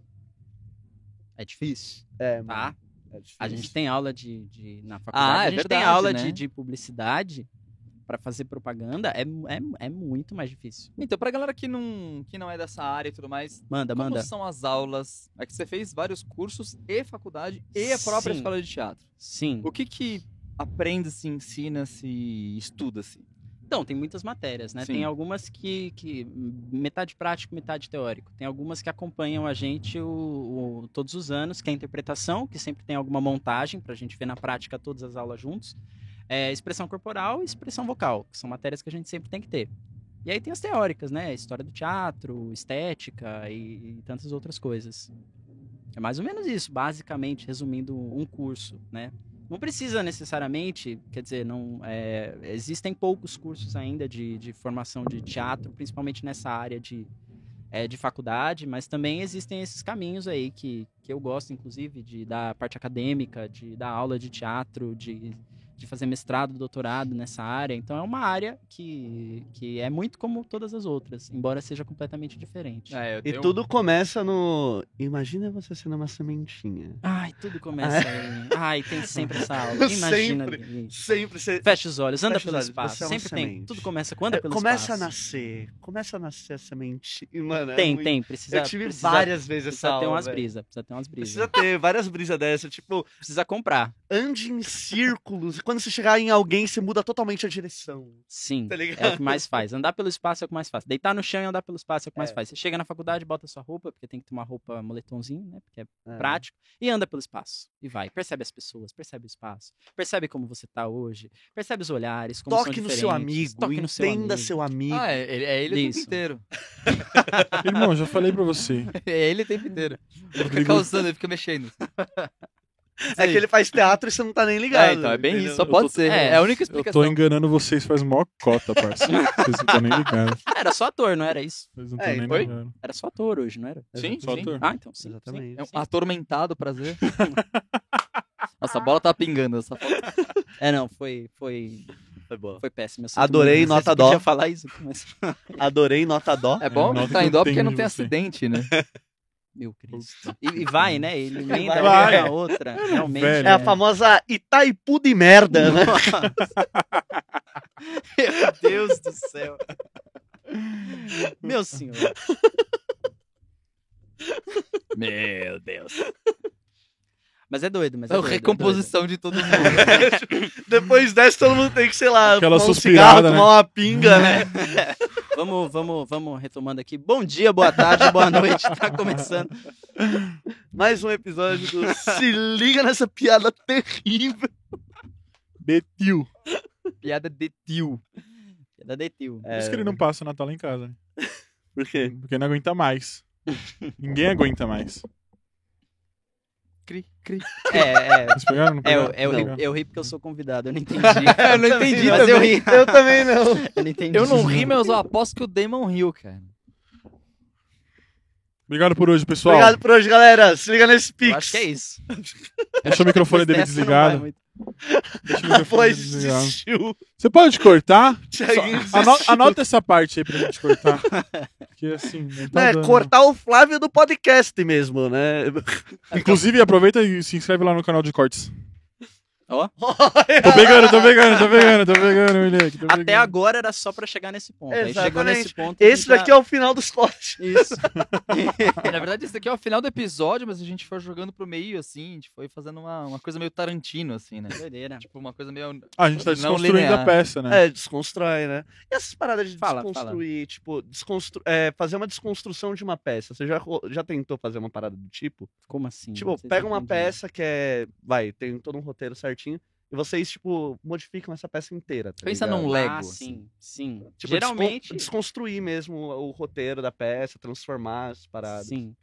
Speaker 5: é difícil,
Speaker 1: É, mano,
Speaker 5: tá?
Speaker 1: é difícil.
Speaker 5: A gente tem aula de. de- na faculdade,
Speaker 2: Ah, é
Speaker 5: a gente tem
Speaker 2: verdade,
Speaker 5: aula
Speaker 2: né?
Speaker 5: de, de publicidade. Pra fazer propaganda é, mu- é, mu- é muito mais difícil.
Speaker 2: Então, pra galera que não, que não é dessa área e tudo mais,
Speaker 5: Manda,
Speaker 2: Como
Speaker 5: manda.
Speaker 2: são as aulas? É que você fez vários cursos e faculdade e a própria
Speaker 5: Sim.
Speaker 2: escola de teatro.
Speaker 5: Sim.
Speaker 2: O que que aprende-se, ensina-se e estuda-se?
Speaker 5: Então, tem muitas matérias, né?
Speaker 2: Sim.
Speaker 5: Tem algumas que, que metade prático, metade teórico. Tem algumas que acompanham a gente o, o- todos os anos, que é a interpretação, que sempre tem alguma montagem para a gente ver na prática todas as aulas juntos. É, expressão corporal e expressão vocal, que são matérias que a gente sempre tem que ter. E aí tem as teóricas, né? História do teatro, estética e, e tantas outras coisas. É mais ou menos isso, basicamente, resumindo um curso, né? Não precisa necessariamente, quer dizer, não é, existem poucos cursos ainda de, de formação de teatro, principalmente nessa área de, é, de faculdade, mas também existem esses caminhos aí que, que eu gosto, inclusive, de da parte acadêmica, de dar aula de teatro, de, de fazer mestrado, doutorado nessa área. Então é uma área que, que é muito como todas as outras, embora seja completamente diferente.
Speaker 2: É, eu
Speaker 1: E
Speaker 5: um
Speaker 1: tudo começa no. Imagina você sendo uma sementinha.
Speaker 5: Ai, tudo começa aí. Ai, tem sempre essa aula. Imagina.
Speaker 1: Sempre.
Speaker 5: ali.
Speaker 1: Sempre você.
Speaker 5: Fecha os olhos, anda
Speaker 1: Fecha os
Speaker 5: pelo
Speaker 1: olhos,
Speaker 5: espaço.
Speaker 1: você é uma
Speaker 5: Sempre tem.
Speaker 1: semente.
Speaker 5: Tudo começa quando é pelo
Speaker 1: começa a
Speaker 5: espaço.
Speaker 1: nascer. Começa a nascer a semente. E, Mano, é
Speaker 5: Tem,
Speaker 1: muito-
Speaker 5: tem. Precisa,
Speaker 1: Eu tive
Speaker 5: precisa,
Speaker 1: várias vezes essa
Speaker 5: precisa ter
Speaker 1: aula.
Speaker 5: umas
Speaker 1: velho.
Speaker 5: brisas. Precisa ter umas
Speaker 1: Precisa
Speaker 5: brisas.
Speaker 1: ter várias brisas dessa. Tipo,
Speaker 5: Precisa comprar.
Speaker 1: ande em círculos. e quando você chegar em alguém, você muda totalmente a direção.
Speaker 5: Sim.
Speaker 1: Tá ligado?
Speaker 5: É o que mais faz. Andar pelo espaço é o que mais faz. Deitar no chão e andar pelo espaço é o que mais
Speaker 1: É.
Speaker 5: faz. Você chega na faculdade, bota sua roupa, porque tem que ter uma roupa moletomzinho, né? Porque é
Speaker 1: É.
Speaker 5: prático. E anda pelo espaço. E vai. Percebe as pessoas, percebe o espaço. Percebe como você tá hoje. Percebe os olhares, como são
Speaker 1: Toque no seu
Speaker 5: diferentes,
Speaker 1: amigo.
Speaker 5: Toque no seu
Speaker 1: entenda
Speaker 5: amigo.
Speaker 1: seu amigo.
Speaker 2: Ah, é, ele- é ele o tempo
Speaker 5: Isso.
Speaker 2: inteiro.
Speaker 3: Irmão, já falei pra você.
Speaker 2: É ele o tempo inteiro. Ele fica
Speaker 3: Rodrigo-
Speaker 2: causando, ele fica mexendo.
Speaker 1: é que ele faz teatro e você não tá nem ligado.
Speaker 2: É, então, é bem
Speaker 1: entendeu?
Speaker 2: isso, só pode ser.
Speaker 5: É,
Speaker 2: É, a única
Speaker 3: Eu
Speaker 2: explicação.
Speaker 3: tô enganando vocês faz mó cota, parceiro. Vocês não estão nem ligados.
Speaker 5: Ah, Era só ator, não era isso?
Speaker 3: Vocês não
Speaker 1: É,
Speaker 3: estão nem
Speaker 2: foi?
Speaker 3: ligados.
Speaker 5: Era só ator hoje, não era?
Speaker 2: Sim,
Speaker 3: Só
Speaker 2: sim.
Speaker 3: ator.
Speaker 5: Ah, então sim. sim.
Speaker 1: Exatamente.
Speaker 2: É um atormentado prazer. Nossa, a bola tá pingando. Essa foto.
Speaker 5: É, não, foi, foi,
Speaker 1: Foi boa.
Speaker 5: foi péssimo. eu sinto
Speaker 1: Adorei,
Speaker 5: muito. Não sei
Speaker 1: nota
Speaker 5: se podia
Speaker 1: dó.
Speaker 5: falar isso, mas...
Speaker 1: Adorei nota dó.
Speaker 2: É bom
Speaker 3: nota
Speaker 2: tá
Speaker 3: que
Speaker 2: em
Speaker 3: eu
Speaker 2: dó porque
Speaker 3: tenho
Speaker 2: não
Speaker 3: de
Speaker 2: tem
Speaker 3: você.
Speaker 2: acidente, né?
Speaker 5: Meu Cristo. E, e vai, né? Ele emenda
Speaker 1: Vai.
Speaker 5: uma na outra. Realmente. né.
Speaker 3: velho.
Speaker 1: É a famosa Itaipu de merda, né?
Speaker 5: Meu Deus do céu. Meu senhor.
Speaker 2: Meu Deus.
Speaker 5: Mas é doido, mas é
Speaker 2: É a
Speaker 5: doido, é
Speaker 2: recomposição de todo mundo.
Speaker 1: Depois dessa, todo mundo tem que, sei lá,
Speaker 3: Aquela
Speaker 1: tomar um cigarro,
Speaker 3: suspirada, né?
Speaker 1: tomar uma pinga, né?
Speaker 5: doido. Vamos, vamos, vamos retomando aqui. Bom dia, boa tarde, boa noite. Tá começando.
Speaker 1: Mais um episódio do Se Liga Nessa Piada Terrível.
Speaker 3: Betil.
Speaker 2: Piada de tio.
Speaker 5: É da Detil.
Speaker 3: Por isso que ele não passa o Natal lá em casa. né?
Speaker 1: Por quê?
Speaker 3: Porque não aguenta mais. Ninguém aguenta mais.
Speaker 2: Cri, cri.
Speaker 5: É, é.
Speaker 3: Vocês pegaram? Não
Speaker 5: É,
Speaker 3: pegaram?
Speaker 5: eu, eu,
Speaker 1: Não.
Speaker 5: ri, eu ri porque eu sou convidado, eu não entendi.
Speaker 2: Tá Eu não entendi
Speaker 5: Mas eu
Speaker 2: também.
Speaker 5: ri,
Speaker 1: Eu também não.
Speaker 5: eu não entendi.
Speaker 2: Eu não ri, mas eu aposto que o Damon riu, cara.
Speaker 3: Obrigado por hoje, pessoal.
Speaker 1: Obrigado por hoje, galera. Se liga nesse
Speaker 5: Eu
Speaker 1: Pix.
Speaker 5: acho que é isso.
Speaker 3: Deixa o microfone dele
Speaker 5: Dessa não vai
Speaker 3: desligado.
Speaker 5: muito.
Speaker 3: Deixa o microfone
Speaker 1: Foi,
Speaker 3: dele desligado.
Speaker 1: desistiu.
Speaker 3: Você pode cortar?
Speaker 1: Thiaguinho
Speaker 3: Só- ano- anota essa parte aí pra gente cortar. Porque assim. não tá
Speaker 1: É,
Speaker 3: dando.
Speaker 1: cortar o Flávio do podcast mesmo, né?
Speaker 3: Inclusive, aproveita e se inscreve lá no canal de cortes.
Speaker 5: Ó.
Speaker 3: Tô pegando, tô pegando, tô pegando, tô pegando, moleque. tô
Speaker 5: Até
Speaker 3: pegando.
Speaker 5: agora era só pra chegar nesse ponto. Aí chegou
Speaker 1: Exatamente.
Speaker 5: nesse ponto. tá
Speaker 1: Esse daqui é o final dos cortes.
Speaker 5: Isso.
Speaker 2: Na verdade, esse aqui é o final do episódio, mas a gente foi jogando pro meio, assim. A gente foi fazendo uma, uma coisa meio Tarantino, assim, né?
Speaker 5: Doideira.
Speaker 2: Tipo, uma coisa meio.
Speaker 3: Ah, a gente tá
Speaker 2: Não
Speaker 3: desconstruindo a
Speaker 2: linear.
Speaker 3: peça, né?
Speaker 1: É, desconstrói, né? E essas paradas de
Speaker 5: Fala,
Speaker 1: desconstruir, tipo, desconstru... é, fazer uma desconstrução de uma peça. Você já, ro- já tentou fazer uma parada do tipo?
Speaker 5: Como assim? Não
Speaker 1: Tipo,
Speaker 5: sei se
Speaker 1: pega uma
Speaker 5: eu entendi.
Speaker 1: peça que é. Vai, tem todo um roteiro certinho. E vocês, tipo, modificam essa peça inteira. tá
Speaker 2: Pensa
Speaker 1: ligado?
Speaker 2: num Lego.
Speaker 5: Ah,
Speaker 2: assim.
Speaker 5: sim, sim.
Speaker 1: Tipo,
Speaker 5: Geralmente.
Speaker 1: descon- Desconstruir mesmo o roteiro da peça, transformar as paradas.
Speaker 5: Sim.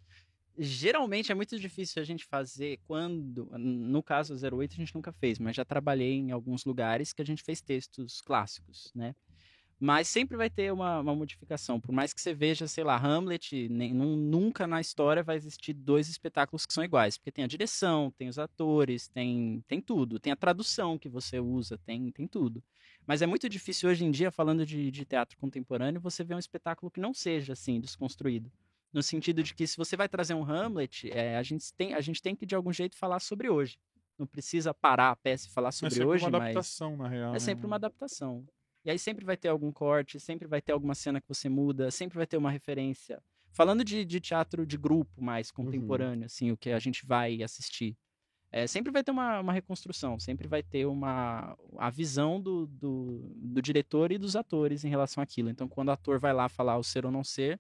Speaker 5: Geralmente é muito difícil a gente fazer quando. No caso 08, a gente nunca fez, mas já trabalhei em alguns lugares que a gente fez textos clássicos, né? Mas sempre vai ter uma, uma modificação. Por mais que você veja, sei lá, Hamlet, nem, nun- nunca na história vai existir dois espetáculos que são iguais. Porque tem a direção, tem os atores, tem, tem tudo. Tem a tradução que você usa, tem, tem tudo. Mas é muito difícil hoje em dia, falando de, de teatro contemporâneo, você ver um espetáculo que não seja assim, desconstruído no sentido de que se você vai trazer um Hamlet, é, a, gente tem, a gente tem que de algum jeito falar sobre hoje. Não precisa parar a peça e falar
Speaker 3: É
Speaker 5: sobre
Speaker 3: sempre
Speaker 5: hoje,
Speaker 3: uma
Speaker 5: mas
Speaker 3: adaptação, né? na real.
Speaker 5: é sempre uma adaptação. E aí sempre vai ter algum corte, sempre vai ter alguma cena que você muda, sempre vai ter uma referência. Falando de, de teatro de grupo mais contemporâneo, assim, o que a gente vai assistir. é, sempre vai ter uma, uma reconstrução, sempre vai ter uma a visão do, do, do diretor e dos atores em relação àquilo. Então, quando o ator vai lá falar o ser ou não ser,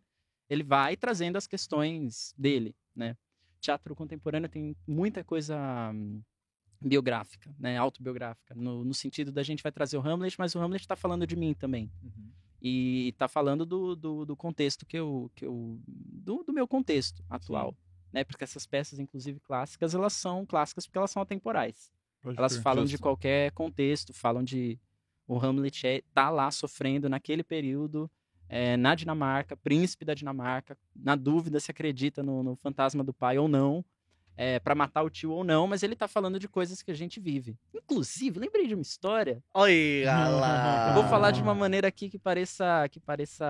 Speaker 5: ele vai trazendo as questões dele, né? Teatro contemporâneo tem muita coisa hum, biográfica, né? Autobiográfica, no, no sentido da gente vai trazer o Hamlet, mas o Hamlet está falando de mim também e está falando do, do, do contexto que eu, que eu do, do meu contexto atual, né? Porque essas peças, inclusive clássicas, elas são clássicas porque elas são atemporais. Elas falam de qualquer contexto, falam de o Hamlet é, tá lá sofrendo naquele período é, na Dinamarca, príncipe da Dinamarca, na dúvida se acredita no, no fantasma do pai ou não, é, para matar o tio ou não, mas ele tá falando de coisas que a gente vive. Inclusive, lembrei de uma história.
Speaker 1: Olha lá.
Speaker 5: Eu vou falar de
Speaker 3: Ah.
Speaker 5: uma maneira aqui que pareça que pareça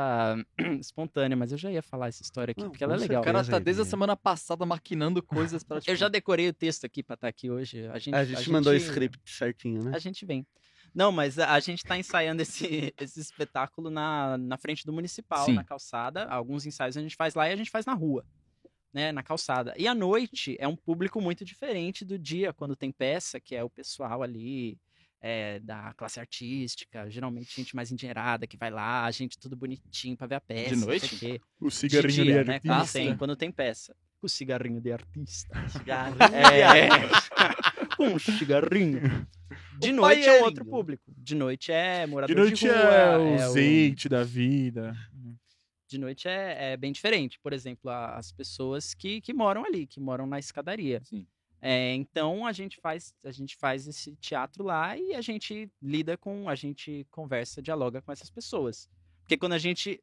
Speaker 5: espontânea, mas eu já ia falar essa história aqui
Speaker 1: Não,
Speaker 5: porque ela é
Speaker 1: com
Speaker 5: legal.
Speaker 2: O cara
Speaker 1: Beleza
Speaker 2: tá
Speaker 1: aí,
Speaker 2: desde a
Speaker 1: né?
Speaker 2: semana passada maquinando coisas pra.
Speaker 5: Eu
Speaker 2: tipo,
Speaker 5: já decorei o texto aqui para estar aqui hoje. A gente,
Speaker 1: A gente mandou o script certinho, né?
Speaker 5: A gente vem. Não, mas a, a gente tá ensaiando esse, esse espetáculo na, na frente do municipal,
Speaker 2: Sim.
Speaker 5: na calçada. Alguns ensaios a gente faz lá e a gente faz na rua, né? Na calçada. E à noite é um público muito diferente do dia, quando tem peça, que é o pessoal ali. é, da classe artística, geralmente gente mais endinheirada que vai lá, gente tudo bonitinho pra ver a peça. não sei
Speaker 2: noite?
Speaker 5: o quê.
Speaker 3: O
Speaker 5: De
Speaker 3: cigarrinho
Speaker 5: dia,
Speaker 3: ali
Speaker 5: né?
Speaker 3: artista.
Speaker 5: Quando tem, quando tem peça. O cigarrinho de artista.
Speaker 1: Cigarro.
Speaker 5: É, um cigarrinho. De
Speaker 1: O
Speaker 5: noite é
Speaker 1: paielinho.
Speaker 5: outro público. De noite é morador
Speaker 3: De
Speaker 5: de,
Speaker 3: noite
Speaker 5: rua.
Speaker 3: é o
Speaker 5: é
Speaker 3: zeite da vida.
Speaker 5: De noite é, é bem diferente. Por exemplo, a- as pessoas que, que moram ali, que moram na escadaria.
Speaker 2: Sim.
Speaker 5: É, então a gente faz a gente faz esse teatro lá e a gente lida com a gente conversa dialoga com essas pessoas porque quando a gente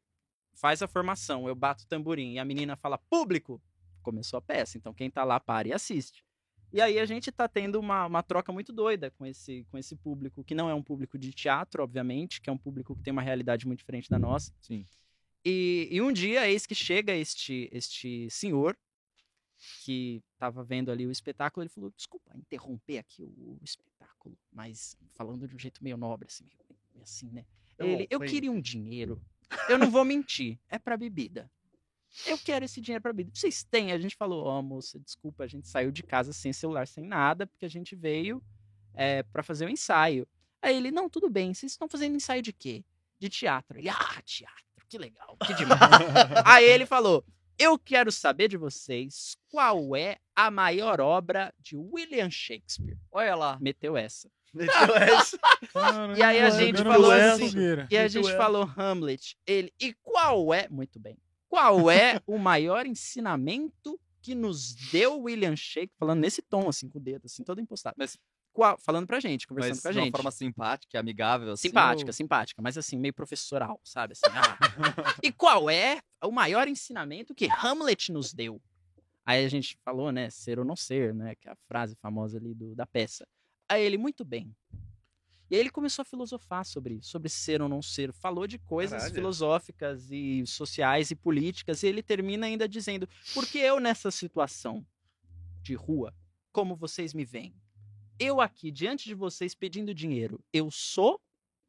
Speaker 5: faz a formação eu bato o tamborim e a menina fala público começou a peça então quem tá lá para e assiste e aí a gente tá tendo uma, uma troca muito doida com esse com esse público que não é um público de teatro obviamente que é um público que tem uma realidade muito diferente da nossa
Speaker 2: Sim.
Speaker 5: e, e um dia eis que chega este este senhor que estava vendo ali o espetáculo, ele falou: desculpa interromper aqui o, o espetáculo, mas falando de um jeito meio nobre, assim, meio- meio assim, né?
Speaker 1: Eu
Speaker 5: Ele, eu
Speaker 1: ofendo."
Speaker 5: queria um dinheiro. Eu não vou mentir, é pra bebida. Eu quero esse dinheiro pra bebida. Vocês têm? A gente falou, ó, moça, desculpa, a gente saiu de casa sem celular, sem nada, porque a gente veio é, para fazer o ensaio. Aí ele, não, tudo bem, vocês estão fazendo ensaio de quê? De teatro. Ele, ah, teatro, que legal, que demais. Aí ele falou, eu quero saber de vocês qual é a maior obra de William Shakespeare.
Speaker 2: Olha lá.
Speaker 5: Meteu essa.
Speaker 1: Então, essa-
Speaker 5: E aí a gente
Speaker 3: jogando
Speaker 5: falou
Speaker 3: lenha na
Speaker 5: assim,
Speaker 3: fogueira.
Speaker 5: E a
Speaker 1: Muito
Speaker 5: gente
Speaker 1: é.
Speaker 5: falou Hamlet. Ele, e qual é, muito bem, qual é o maior ensinamento que nos deu William Shakespeare, falando nesse tom, assim, com o dedo, assim, todo impostado.
Speaker 2: Mas-
Speaker 5: Qual- falando pra gente, conversando
Speaker 2: Mas
Speaker 5: com a
Speaker 2: de uma
Speaker 5: gente.
Speaker 2: forma simpática, amigável, assim.
Speaker 5: Simpática, simpática, mas assim, meio professoral, sabe? Assim, ah. e qual é o maior ensinamento que Hamlet nos deu? Aí a gente falou, né, ser ou não ser, né, que é a frase famosa ali do, da peça. Aí ele, muito bem. E aí ele começou a filosofar sobre, sobre ser ou não ser. Falou de coisas
Speaker 1: Caralho.
Speaker 5: filosóficas e sociais e políticas. E ele termina ainda dizendo, porque eu nessa situação de rua, como vocês me veem? Eu aqui, diante de vocês, pedindo dinheiro, eu sou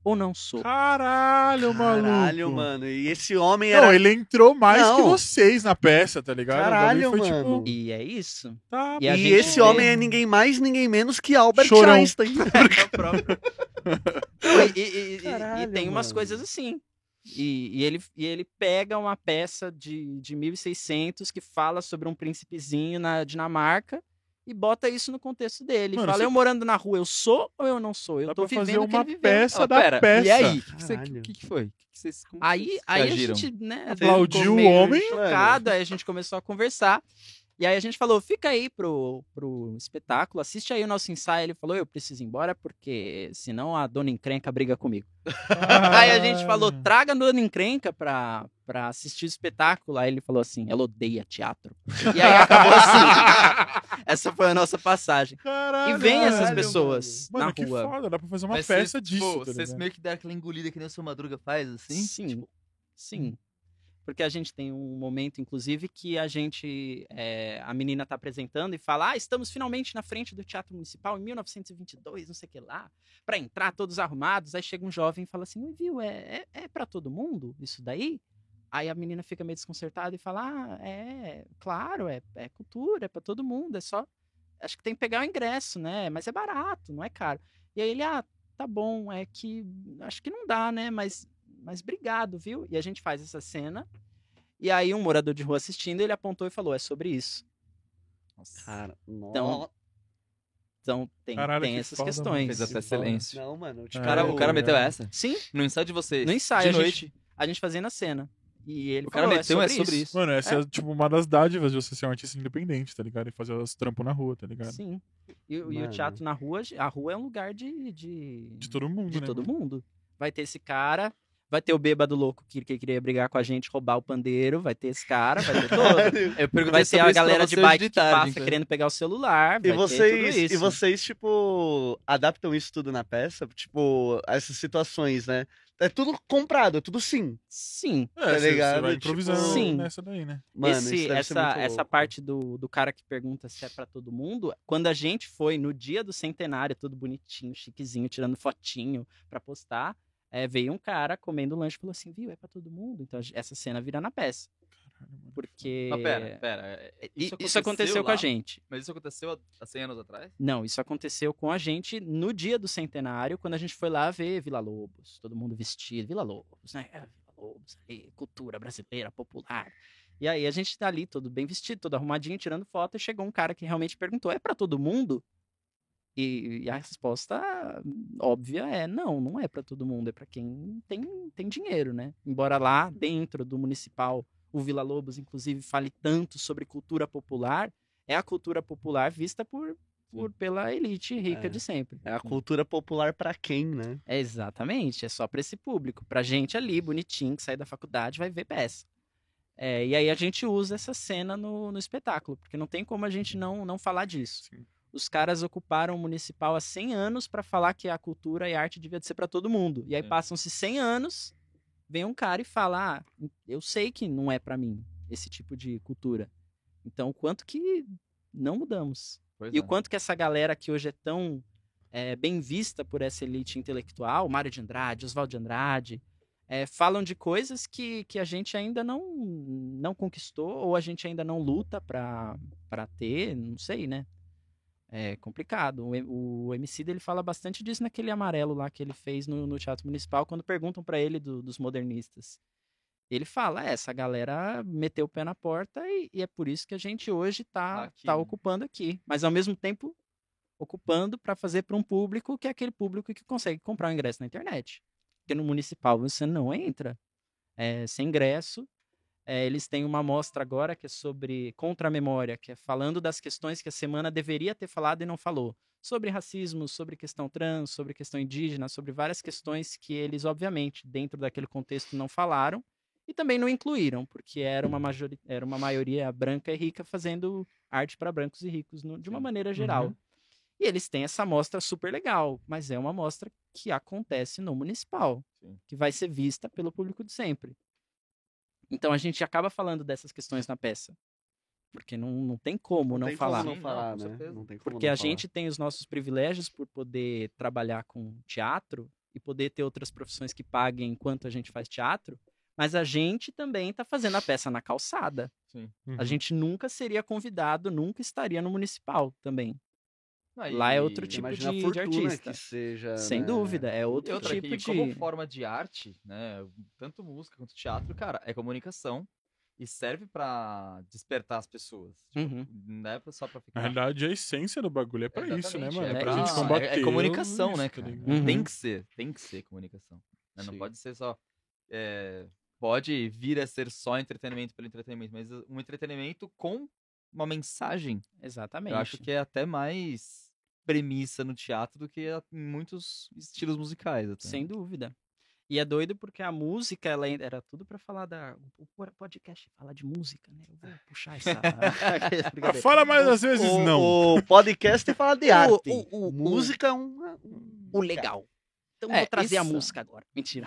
Speaker 5: ou não sou?
Speaker 3: Caralho, maluco.
Speaker 1: Caralho, mano. E esse homem
Speaker 3: Não,
Speaker 1: era.
Speaker 3: ele entrou mais
Speaker 1: Não.
Speaker 3: que vocês na peça, tá ligado?
Speaker 1: Caralho,
Speaker 3: O bagulho
Speaker 1: mano.
Speaker 3: Tipo,
Speaker 5: E é isso.
Speaker 3: tá,
Speaker 5: E a
Speaker 1: E
Speaker 5: gente
Speaker 1: esse
Speaker 5: vê-
Speaker 1: homem é ninguém mais, ninguém menos que Albert
Speaker 3: Chorão.
Speaker 1: Einstein.
Speaker 5: É o próprio. Não, e, e- e- e-
Speaker 1: Caralho,
Speaker 5: e tem umas
Speaker 1: mano.
Speaker 5: coisas assim. E, e ele, e ele pega uma peça de, de 1600 que fala sobre um príncipezinho na Dinamarca e bota isso no contexto dele.
Speaker 3: Mano,
Speaker 5: fala,
Speaker 3: você-
Speaker 5: eu morando na rua, eu sou ou eu não sou? Eu
Speaker 3: dá
Speaker 5: tô
Speaker 3: pra
Speaker 5: vivendo
Speaker 3: fazer
Speaker 5: o que
Speaker 3: uma
Speaker 5: ele viveu.
Speaker 3: peça
Speaker 2: Ah,
Speaker 3: da
Speaker 2: pera,
Speaker 3: peça.
Speaker 2: E aí? O que, que você-
Speaker 1: Caralho.
Speaker 2: que que foi? Que que vocês, como
Speaker 5: Aí,
Speaker 2: vocês
Speaker 5: aí a
Speaker 2: reagiram?
Speaker 5: gente, né,
Speaker 3: Aplaudiu
Speaker 5: ficou
Speaker 3: o
Speaker 5: meio
Speaker 3: homem?
Speaker 5: Chocado, aí a gente começou a conversar. E aí a gente falou: fica aí pro, pro espetáculo, assiste aí o nosso ensaio. Ele falou: eu preciso ir embora, porque senão a dona encrenca briga comigo. Aí a gente falou:
Speaker 3: Ah.
Speaker 5: traga a dona encrenca pra, pra assistir o espetáculo. Aí ele falou assim: ela odeia teatro. E aí acabou assim. Essa foi a nossa passagem.
Speaker 3: Caralho.
Speaker 5: E vem essas
Speaker 1: Caralho,
Speaker 5: pessoas
Speaker 3: Mano,
Speaker 5: na
Speaker 3: que
Speaker 5: rua.
Speaker 3: foda, dá pra fazer É uma
Speaker 2: Mas cês,
Speaker 3: peça
Speaker 2: tipo,
Speaker 3: disso, tá
Speaker 2: Vocês
Speaker 3: ligado?
Speaker 2: meio que deram aquela engolida que nem o seu Madruga faz, assim?
Speaker 5: Sim, sim. Porque a gente tem um momento, inclusive, que a gente. é, a menina tá apresentando e fala: Ah, estamos finalmente na frente do Teatro Municipal em 1922, não sei o que lá, para entrar todos arrumados. Aí chega um jovem e fala assim: "Ui, Viu, é, é, é para todo mundo isso daí? Aí a menina fica meio desconcertada e fala: Ah, é, claro, é, é cultura, é para todo mundo, é só. Acho que tem que pegar o ingresso, né? Mas é barato, não é caro. E aí ele, ah, tá bom, é que acho que não dá, né? Mas, mas obrigado, viu? E a gente faz essa cena. E aí um morador de rua assistindo, ele apontou e falou, é sobre isso.
Speaker 2: Nossa.
Speaker 1: Cara,
Speaker 5: Então, Então tem,
Speaker 3: Caralho,
Speaker 5: tem
Speaker 3: que
Speaker 5: essas
Speaker 3: foda, mano.
Speaker 5: questões.
Speaker 2: Fez até silêncio.
Speaker 1: Não, mano. Tipo,
Speaker 3: É.
Speaker 2: O cara, o cara
Speaker 3: Caralho.
Speaker 2: meteu essa?
Speaker 5: Sim,
Speaker 2: No ensaio de vocês?
Speaker 5: No ensaio,
Speaker 2: De
Speaker 5: a
Speaker 2: noite?
Speaker 5: a gente fazendo a cena. E ele
Speaker 2: O cara
Speaker 5: falou,
Speaker 2: meteu, é sobre isso.
Speaker 3: Mano, essa é. tipo uma das dádivas de você ser um artista independente, tá ligado? E fazer os trampos na rua, tá ligado?
Speaker 5: Sim. E, o- e o
Speaker 1: Mano.
Speaker 5: teatro na rua, a rua é um lugar de... de...
Speaker 3: De todo mundo,
Speaker 5: de
Speaker 3: né?
Speaker 5: todo
Speaker 3: mano?
Speaker 5: mundo. Vai ter esse cara, vai ter o bêbado louco que, que queria brigar com a gente, roubar o pandeiro, vai ter esse cara, vai ter todo.
Speaker 1: Caralho.
Speaker 2: Eu perguntei
Speaker 5: Vai ter
Speaker 2: sobre
Speaker 5: a
Speaker 2: isso pra
Speaker 5: galera de
Speaker 2: você hoje
Speaker 5: bike que
Speaker 2: tarde, então.
Speaker 5: passa
Speaker 2: inclusive.
Speaker 5: querendo pegar o celular,
Speaker 1: E
Speaker 5: vai ter tudo
Speaker 1: vocês,
Speaker 5: isso. né?
Speaker 1: e vocês, tipo, adaptam isso tudo na peça? Tipo, essas situações, né? É tudo comprado, é tudo sim.
Speaker 5: Sim.
Speaker 3: É, você-
Speaker 2: Tá
Speaker 3: Você
Speaker 1: ligado?
Speaker 3: vai
Speaker 1: Tipo,
Speaker 3: improvisando
Speaker 5: sim.
Speaker 3: nessa daí, né?
Speaker 1: Mano,
Speaker 5: Esse-
Speaker 1: isso deve ser
Speaker 5: essa,
Speaker 1: muito
Speaker 5: essa
Speaker 1: louco.
Speaker 5: parte do, do cara que pergunta se é pra todo mundo, quando a gente foi no dia do centenário, tudo bonitinho, chiquezinho, tirando fotinho pra postar, é, veio um cara comendo lanche e falou assim, viu, é pra todo mundo. Então essa cena vira na peça. Porque
Speaker 2: Mas pera, pera.
Speaker 5: i- Isso aconteceu, com a
Speaker 2: lá?
Speaker 5: gente.
Speaker 2: Mas isso aconteceu há- há 100 anos atrás?
Speaker 5: Não, isso aconteceu com a gente no dia do centenário, quando a gente foi lá ver Vila Lobos, todo mundo vestido, Vila Lobos, né? É, Vila Lobos, ali, cultura brasileira, popular. E aí a gente tá ali, todo bem vestido, todo arrumadinho, tirando foto, e chegou um cara que realmente perguntou: é pra todo mundo? E, e a resposta óbvia é: não, não é pra todo mundo, é pra quem tem, tem dinheiro, né? Embora lá dentro do municipal, o Vila Lobos, inclusive, fale tanto sobre cultura popular, é a cultura popular vista por, por pela elite rica
Speaker 1: É.
Speaker 5: de sempre.
Speaker 1: É a cultura popular pra quem, né?
Speaker 5: É, exatamente, é só pra esse público, pra gente ali, bonitinho, que sai da faculdade, vai ver peça. É, e aí a gente usa essa cena no, no espetáculo, porque não tem como a gente não, não falar disso.
Speaker 3: Sim.
Speaker 5: Os caras ocuparam o municipal há 100 anos pra falar que a cultura e a arte devia ser pra todo mundo. E aí
Speaker 2: É.
Speaker 5: passam-se 100 anos, vem um cara e fala: ah, eu sei que não é pra mim esse tipo de cultura. Então, o quanto que não mudamos.
Speaker 2: Pois
Speaker 5: E
Speaker 2: é.
Speaker 5: o quanto que essa galera que hoje é tão é, bem vista por essa elite intelectual, Mário de Andrade, Oswaldo de Andrade, é, falam de coisas que, que a gente ainda não, não conquistou ou a gente ainda não luta pra pra ter, não sei, né? É complicado. O, M- o MC ele fala bastante disso naquele amarelo lá que ele fez no, no Teatro Municipal, quando perguntam pra ele do- dos modernistas. Ele fala, "É, essa galera meteu o pé na porta e, e é por isso que a gente hoje
Speaker 2: Tá
Speaker 5: tá,
Speaker 2: aqui,
Speaker 5: tá
Speaker 2: né?
Speaker 5: ocupando aqui. Mas ao mesmo tempo ocupando pra fazer pra um público que é aquele público que consegue comprar o ingresso na internet. Porque no municipal você não entra é, sem ingresso. É, eles têm uma amostra agora que é sobre contra a memória, que é falando das questões que a semana deveria ter falado e não falou. Sobre racismo, sobre questão trans, sobre questão indígena, sobre várias questões que eles, obviamente, dentro daquele contexto não falaram e também não incluíram, porque era uma, majori- era uma maioria branca e rica fazendo arte para brancos e ricos no- de uma
Speaker 2: Sim.
Speaker 5: maneira geral.
Speaker 3: Uhum.
Speaker 5: E eles têm essa amostra super legal, mas é uma amostra que acontece no municipal,
Speaker 2: Sim.
Speaker 5: que vai ser vista pelo público de sempre. Então a gente acaba falando dessas questões na peça. Porque não, não tem como não,
Speaker 1: tem como
Speaker 5: falar.
Speaker 2: Sim,
Speaker 1: não
Speaker 2: não,
Speaker 1: falar,
Speaker 2: com
Speaker 1: né?
Speaker 2: certeza.
Speaker 1: Não tem como
Speaker 5: Porque
Speaker 1: não
Speaker 5: a
Speaker 1: falar.
Speaker 5: gente tem os nossos privilégios por poder trabalhar com teatro e poder ter outras profissões que paguem enquanto a gente faz teatro, mas a gente também está fazendo a peça na calçada.
Speaker 3: Uhum.
Speaker 5: A gente nunca seria convidado, nunca estaria no municipal também.
Speaker 2: Ah,
Speaker 5: lá é outro
Speaker 2: e-
Speaker 5: tipo
Speaker 1: Imagina
Speaker 5: de-
Speaker 1: a
Speaker 5: de
Speaker 1: fortuna
Speaker 5: artista.
Speaker 1: que seja.
Speaker 5: Sem
Speaker 1: né?
Speaker 5: dúvida, é
Speaker 2: E
Speaker 5: outro
Speaker 2: outra,
Speaker 5: tipo
Speaker 2: que
Speaker 5: de
Speaker 2: como forma de arte, né? Tanto música quanto teatro, cara, é comunicação e serve pra despertar as pessoas. Tipo,
Speaker 5: Uhum.
Speaker 2: Não é só pra
Speaker 3: Na
Speaker 2: ficar.
Speaker 3: realidade, a essência do bagulho é pra isso, né,
Speaker 2: Exatamente,
Speaker 3: mano?
Speaker 2: É,
Speaker 3: pra
Speaker 2: pra-
Speaker 3: gente
Speaker 2: é-
Speaker 3: combater.
Speaker 2: é comunicação,
Speaker 3: isso,
Speaker 2: né,
Speaker 3: tá
Speaker 2: cara?
Speaker 3: ligado?
Speaker 5: Uhum.
Speaker 2: Tem que ser, tem que ser comunicação. né? Não
Speaker 1: Sim.
Speaker 2: pode ser só. é, pode vir a ser só entretenimento pelo entretenimento, mas um entretenimento com uma mensagem.
Speaker 5: Exatamente.
Speaker 2: Eu acho que é até mais premissa no teatro do que a- em muitos estilos musicais. Até.
Speaker 5: Sem dúvida. E é doido porque a música, ela en- era tudo pra falar da. O po- podcast fala de música, né? Eu vou puxar essa.
Speaker 3: Ah, Fala mais às vezes,
Speaker 1: O,
Speaker 3: não.
Speaker 1: o podcast tem que falar de arte.
Speaker 5: o- o-
Speaker 1: Música é uma. um-
Speaker 5: o legal. Então
Speaker 2: É,
Speaker 5: vou trazer a
Speaker 2: isso.
Speaker 5: música agora. Mentira.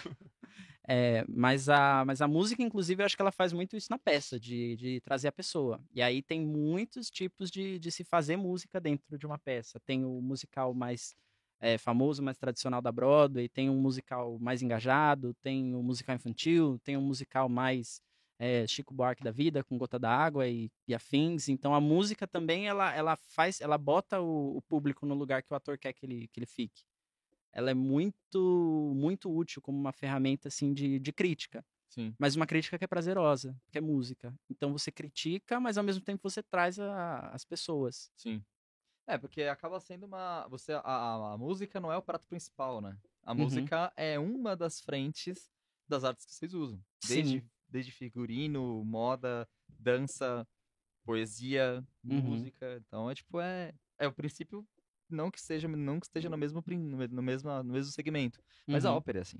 Speaker 5: É, mas, a, mas a música, inclusive, eu acho que ela faz muito isso na peça, de, de trazer a pessoa. E aí tem muitos tipos de, de se fazer música dentro de uma peça. Tem o musical mais é, famoso, mais tradicional da Broadway, tem um musical mais engajado, tem o musical infantil, tem um musical mais é, Chico Buarque da vida, com Gota da Água e, e afins. Então a música também, ela, ela faz, ela bota o, o público no lugar que o ator quer que ele, que ele fique ela é muito muito útil como uma ferramenta assim de, de crítica,
Speaker 2: Sim.
Speaker 5: mas uma crítica que é prazerosa, que é música. Então você critica, mas ao mesmo tempo você traz a- as pessoas.
Speaker 2: Sim. É, porque acaba sendo uma. Você, a, a- a música não é o prato principal, né? A
Speaker 5: Uhum.
Speaker 2: música é uma das frentes das artes que vocês usam. Desde,
Speaker 5: Sim.
Speaker 2: desde figurino, moda, dança, poesia,
Speaker 5: Uhum.
Speaker 2: música. Então é tipo, é, é o princípio. Não que, seja, não que esteja no mesmo, prin- no, me- no mesmo, no mesmo segmento. Mas a
Speaker 5: Uhum,
Speaker 2: ópera é assim.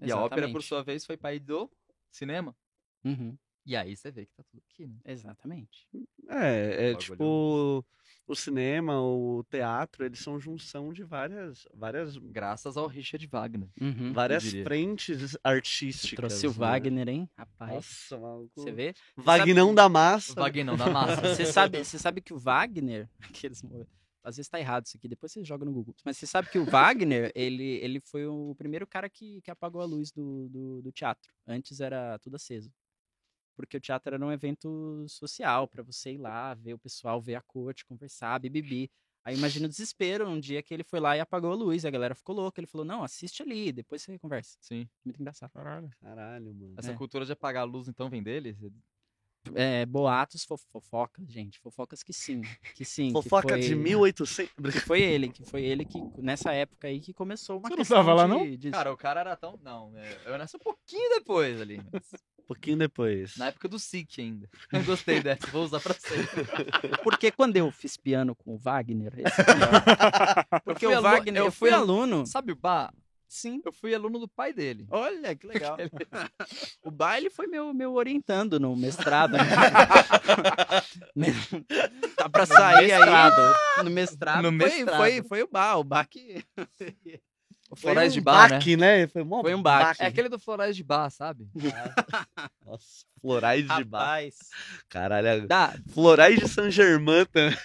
Speaker 2: E a ópera, é por
Speaker 5: exatamente.
Speaker 2: sua vez, foi pai do cinema.
Speaker 5: Uhum,
Speaker 2: E aí você vê que tá tudo aqui, né?
Speaker 5: exatamente.
Speaker 1: É, é
Speaker 3: um
Speaker 2: Bagulho.
Speaker 1: tipo. O cinema, o teatro, eles são junção de várias, várias,
Speaker 5: Hum,
Speaker 2: Graças ao Richard Wagner.
Speaker 5: Uhum.
Speaker 1: várias
Speaker 2: diria.
Speaker 1: frentes artísticas.
Speaker 5: Trouxe o
Speaker 1: né?
Speaker 5: Wagner, hein? Rapaz,
Speaker 1: Nossa, maluco.
Speaker 5: você vê?
Speaker 1: Vagnão da massa. né?
Speaker 2: Wagner não, da massa.
Speaker 5: Você sabe, você sabe que o Wagner, aqueles mo- às vezes tá errado isso aqui, depois você joga no Google. Mas você sabe que o Wagner, ele, ele foi o primeiro cara que, que apagou a luz do, do, do teatro. Antes era tudo aceso. Porque o teatro era um evento social, pra você ir lá, ver o pessoal, ver a corte, conversar, bibibi. Aí imagina o desespero um dia que ele foi lá e apagou a luz, a galera ficou louca. Ele falou: Não, assiste ali, depois você conversa.
Speaker 2: Sim.
Speaker 5: Muito engraçado.
Speaker 3: Caralho.
Speaker 1: Caralho, mano.
Speaker 2: Essa
Speaker 5: É.
Speaker 2: cultura de apagar a luz, então, vem dele?
Speaker 5: É, boatos, fo- fofocas, gente. Fofocas que sim. Que sim. que
Speaker 1: Fofoca de
Speaker 5: foi-
Speaker 1: 1800.
Speaker 5: Que foi ele, que foi ele que, nessa época aí, que começou uma
Speaker 3: Você não
Speaker 5: questão
Speaker 3: tava lá,
Speaker 5: de-
Speaker 3: não?
Speaker 5: disso.
Speaker 2: Cara, o cara era tão. Não, é, eu nasci um pouquinho depois ali. mas
Speaker 1: Um pouquinho depois.
Speaker 2: na época do SIC ainda. Eu gostei dessa, vou usar pra sempre.
Speaker 5: porque quando eu fiz piano com o Wagner... esse piano- porque
Speaker 2: Eu fui
Speaker 5: o
Speaker 2: alu-
Speaker 5: Wagner...
Speaker 2: eu
Speaker 5: Eu fui
Speaker 2: fui-
Speaker 5: aluno.
Speaker 2: Sabe o Bar?
Speaker 5: Sim.
Speaker 2: Eu fui aluno do pai dele.
Speaker 5: Olha, que legal. o baile foi meu, meu orientando no mestrado. né? tá pra sair aí. No mestrado.
Speaker 2: No
Speaker 5: foi,
Speaker 2: mestrado.
Speaker 5: Foi, foi o Bar, o Bar que...
Speaker 2: Florais
Speaker 1: um
Speaker 2: de Bar, né?
Speaker 1: baque, né? Foi, mó
Speaker 5: Foi um baque.
Speaker 2: É aquele do Florais de Bar, sabe?
Speaker 1: Nossa, Florais de Bar.
Speaker 5: Rapaz.
Speaker 1: Caralho.
Speaker 2: Dá.
Speaker 1: Florais de San Germain também.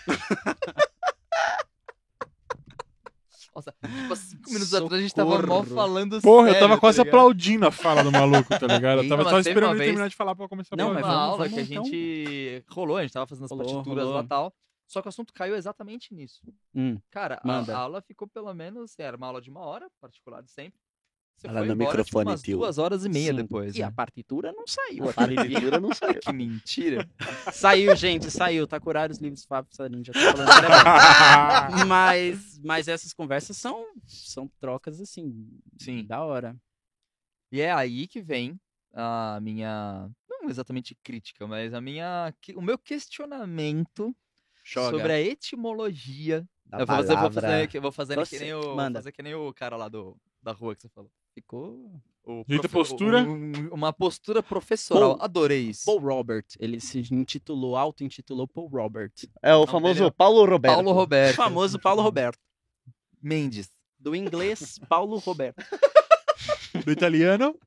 Speaker 2: Nossa, tipo, há cinco minutos atrás a gente
Speaker 5: Socorro.
Speaker 2: tava mal falando
Speaker 3: Porra, eu
Speaker 2: sério,
Speaker 3: tava quase
Speaker 2: tá ligado?
Speaker 3: aplaudindo a fala do maluco, tá ligado? Eu
Speaker 2: Ih,
Speaker 3: tava
Speaker 2: mas
Speaker 3: só
Speaker 2: teve
Speaker 3: esperando
Speaker 2: uma
Speaker 3: ele
Speaker 2: vez-
Speaker 3: terminar de falar pra eu começar a
Speaker 5: Não,
Speaker 2: Foi
Speaker 5: mas
Speaker 2: uma
Speaker 3: aplaudir.
Speaker 5: vamos-
Speaker 2: aula
Speaker 5: vamos
Speaker 2: que a
Speaker 5: então.
Speaker 2: gente rolou, a gente tava fazendo as
Speaker 5: Rolou,
Speaker 2: partituras
Speaker 5: rolou.
Speaker 2: lá e tal. Só que o assunto caiu exatamente nisso.
Speaker 5: Hum.
Speaker 2: Cara, a-
Speaker 5: Manda.
Speaker 2: a, aula ficou pelo menos. assim, Era uma aula de uma hora, particular de sempre. Você
Speaker 5: é
Speaker 1: Fala
Speaker 2: foi
Speaker 1: no
Speaker 2: embora, tipo,
Speaker 1: microfone,
Speaker 2: umas
Speaker 1: tio.
Speaker 2: duas horas e meia
Speaker 5: Sim.
Speaker 2: depois.
Speaker 5: E
Speaker 2: né?
Speaker 5: a partitura não saiu.
Speaker 1: A partitura não saiu.
Speaker 2: Que mentira.
Speaker 5: saiu, gente, saiu. Tá com horários livres, Fábio Sarinja. Tá falando sério. mas, mas essas conversas são, são trocas, assim,
Speaker 2: Sim.
Speaker 5: da hora.
Speaker 2: E é aí que vem a minha. Não exatamente crítica, mas a minha. que- O meu questionamento sobre a etimologia.
Speaker 1: Da
Speaker 2: eu, vou fazer, vou
Speaker 1: palavra.
Speaker 2: fazer, eu vou fazer que
Speaker 5: Você-
Speaker 2: nem o.
Speaker 5: manda.
Speaker 2: Fazer que nem o cara lá do, da rua que você falou.
Speaker 5: Ficou.
Speaker 2: O
Speaker 3: Jeito e
Speaker 2: profe- o-
Speaker 3: postura?
Speaker 2: um- uma postura professoral.
Speaker 5: Bom.
Speaker 2: Adorei isso.
Speaker 5: Paul Robert. Ele se intitulou, auto-intitulou Paul Robert.
Speaker 1: É o
Speaker 2: Não,
Speaker 1: famoso
Speaker 2: entendeu?
Speaker 1: Paulo Roberto.
Speaker 2: Paulo
Speaker 5: É.
Speaker 2: Roberto.
Speaker 5: famoso Paulo Roberto.
Speaker 2: Mendes.
Speaker 5: Do inglês, Paulo Roberto.
Speaker 3: Do italiano?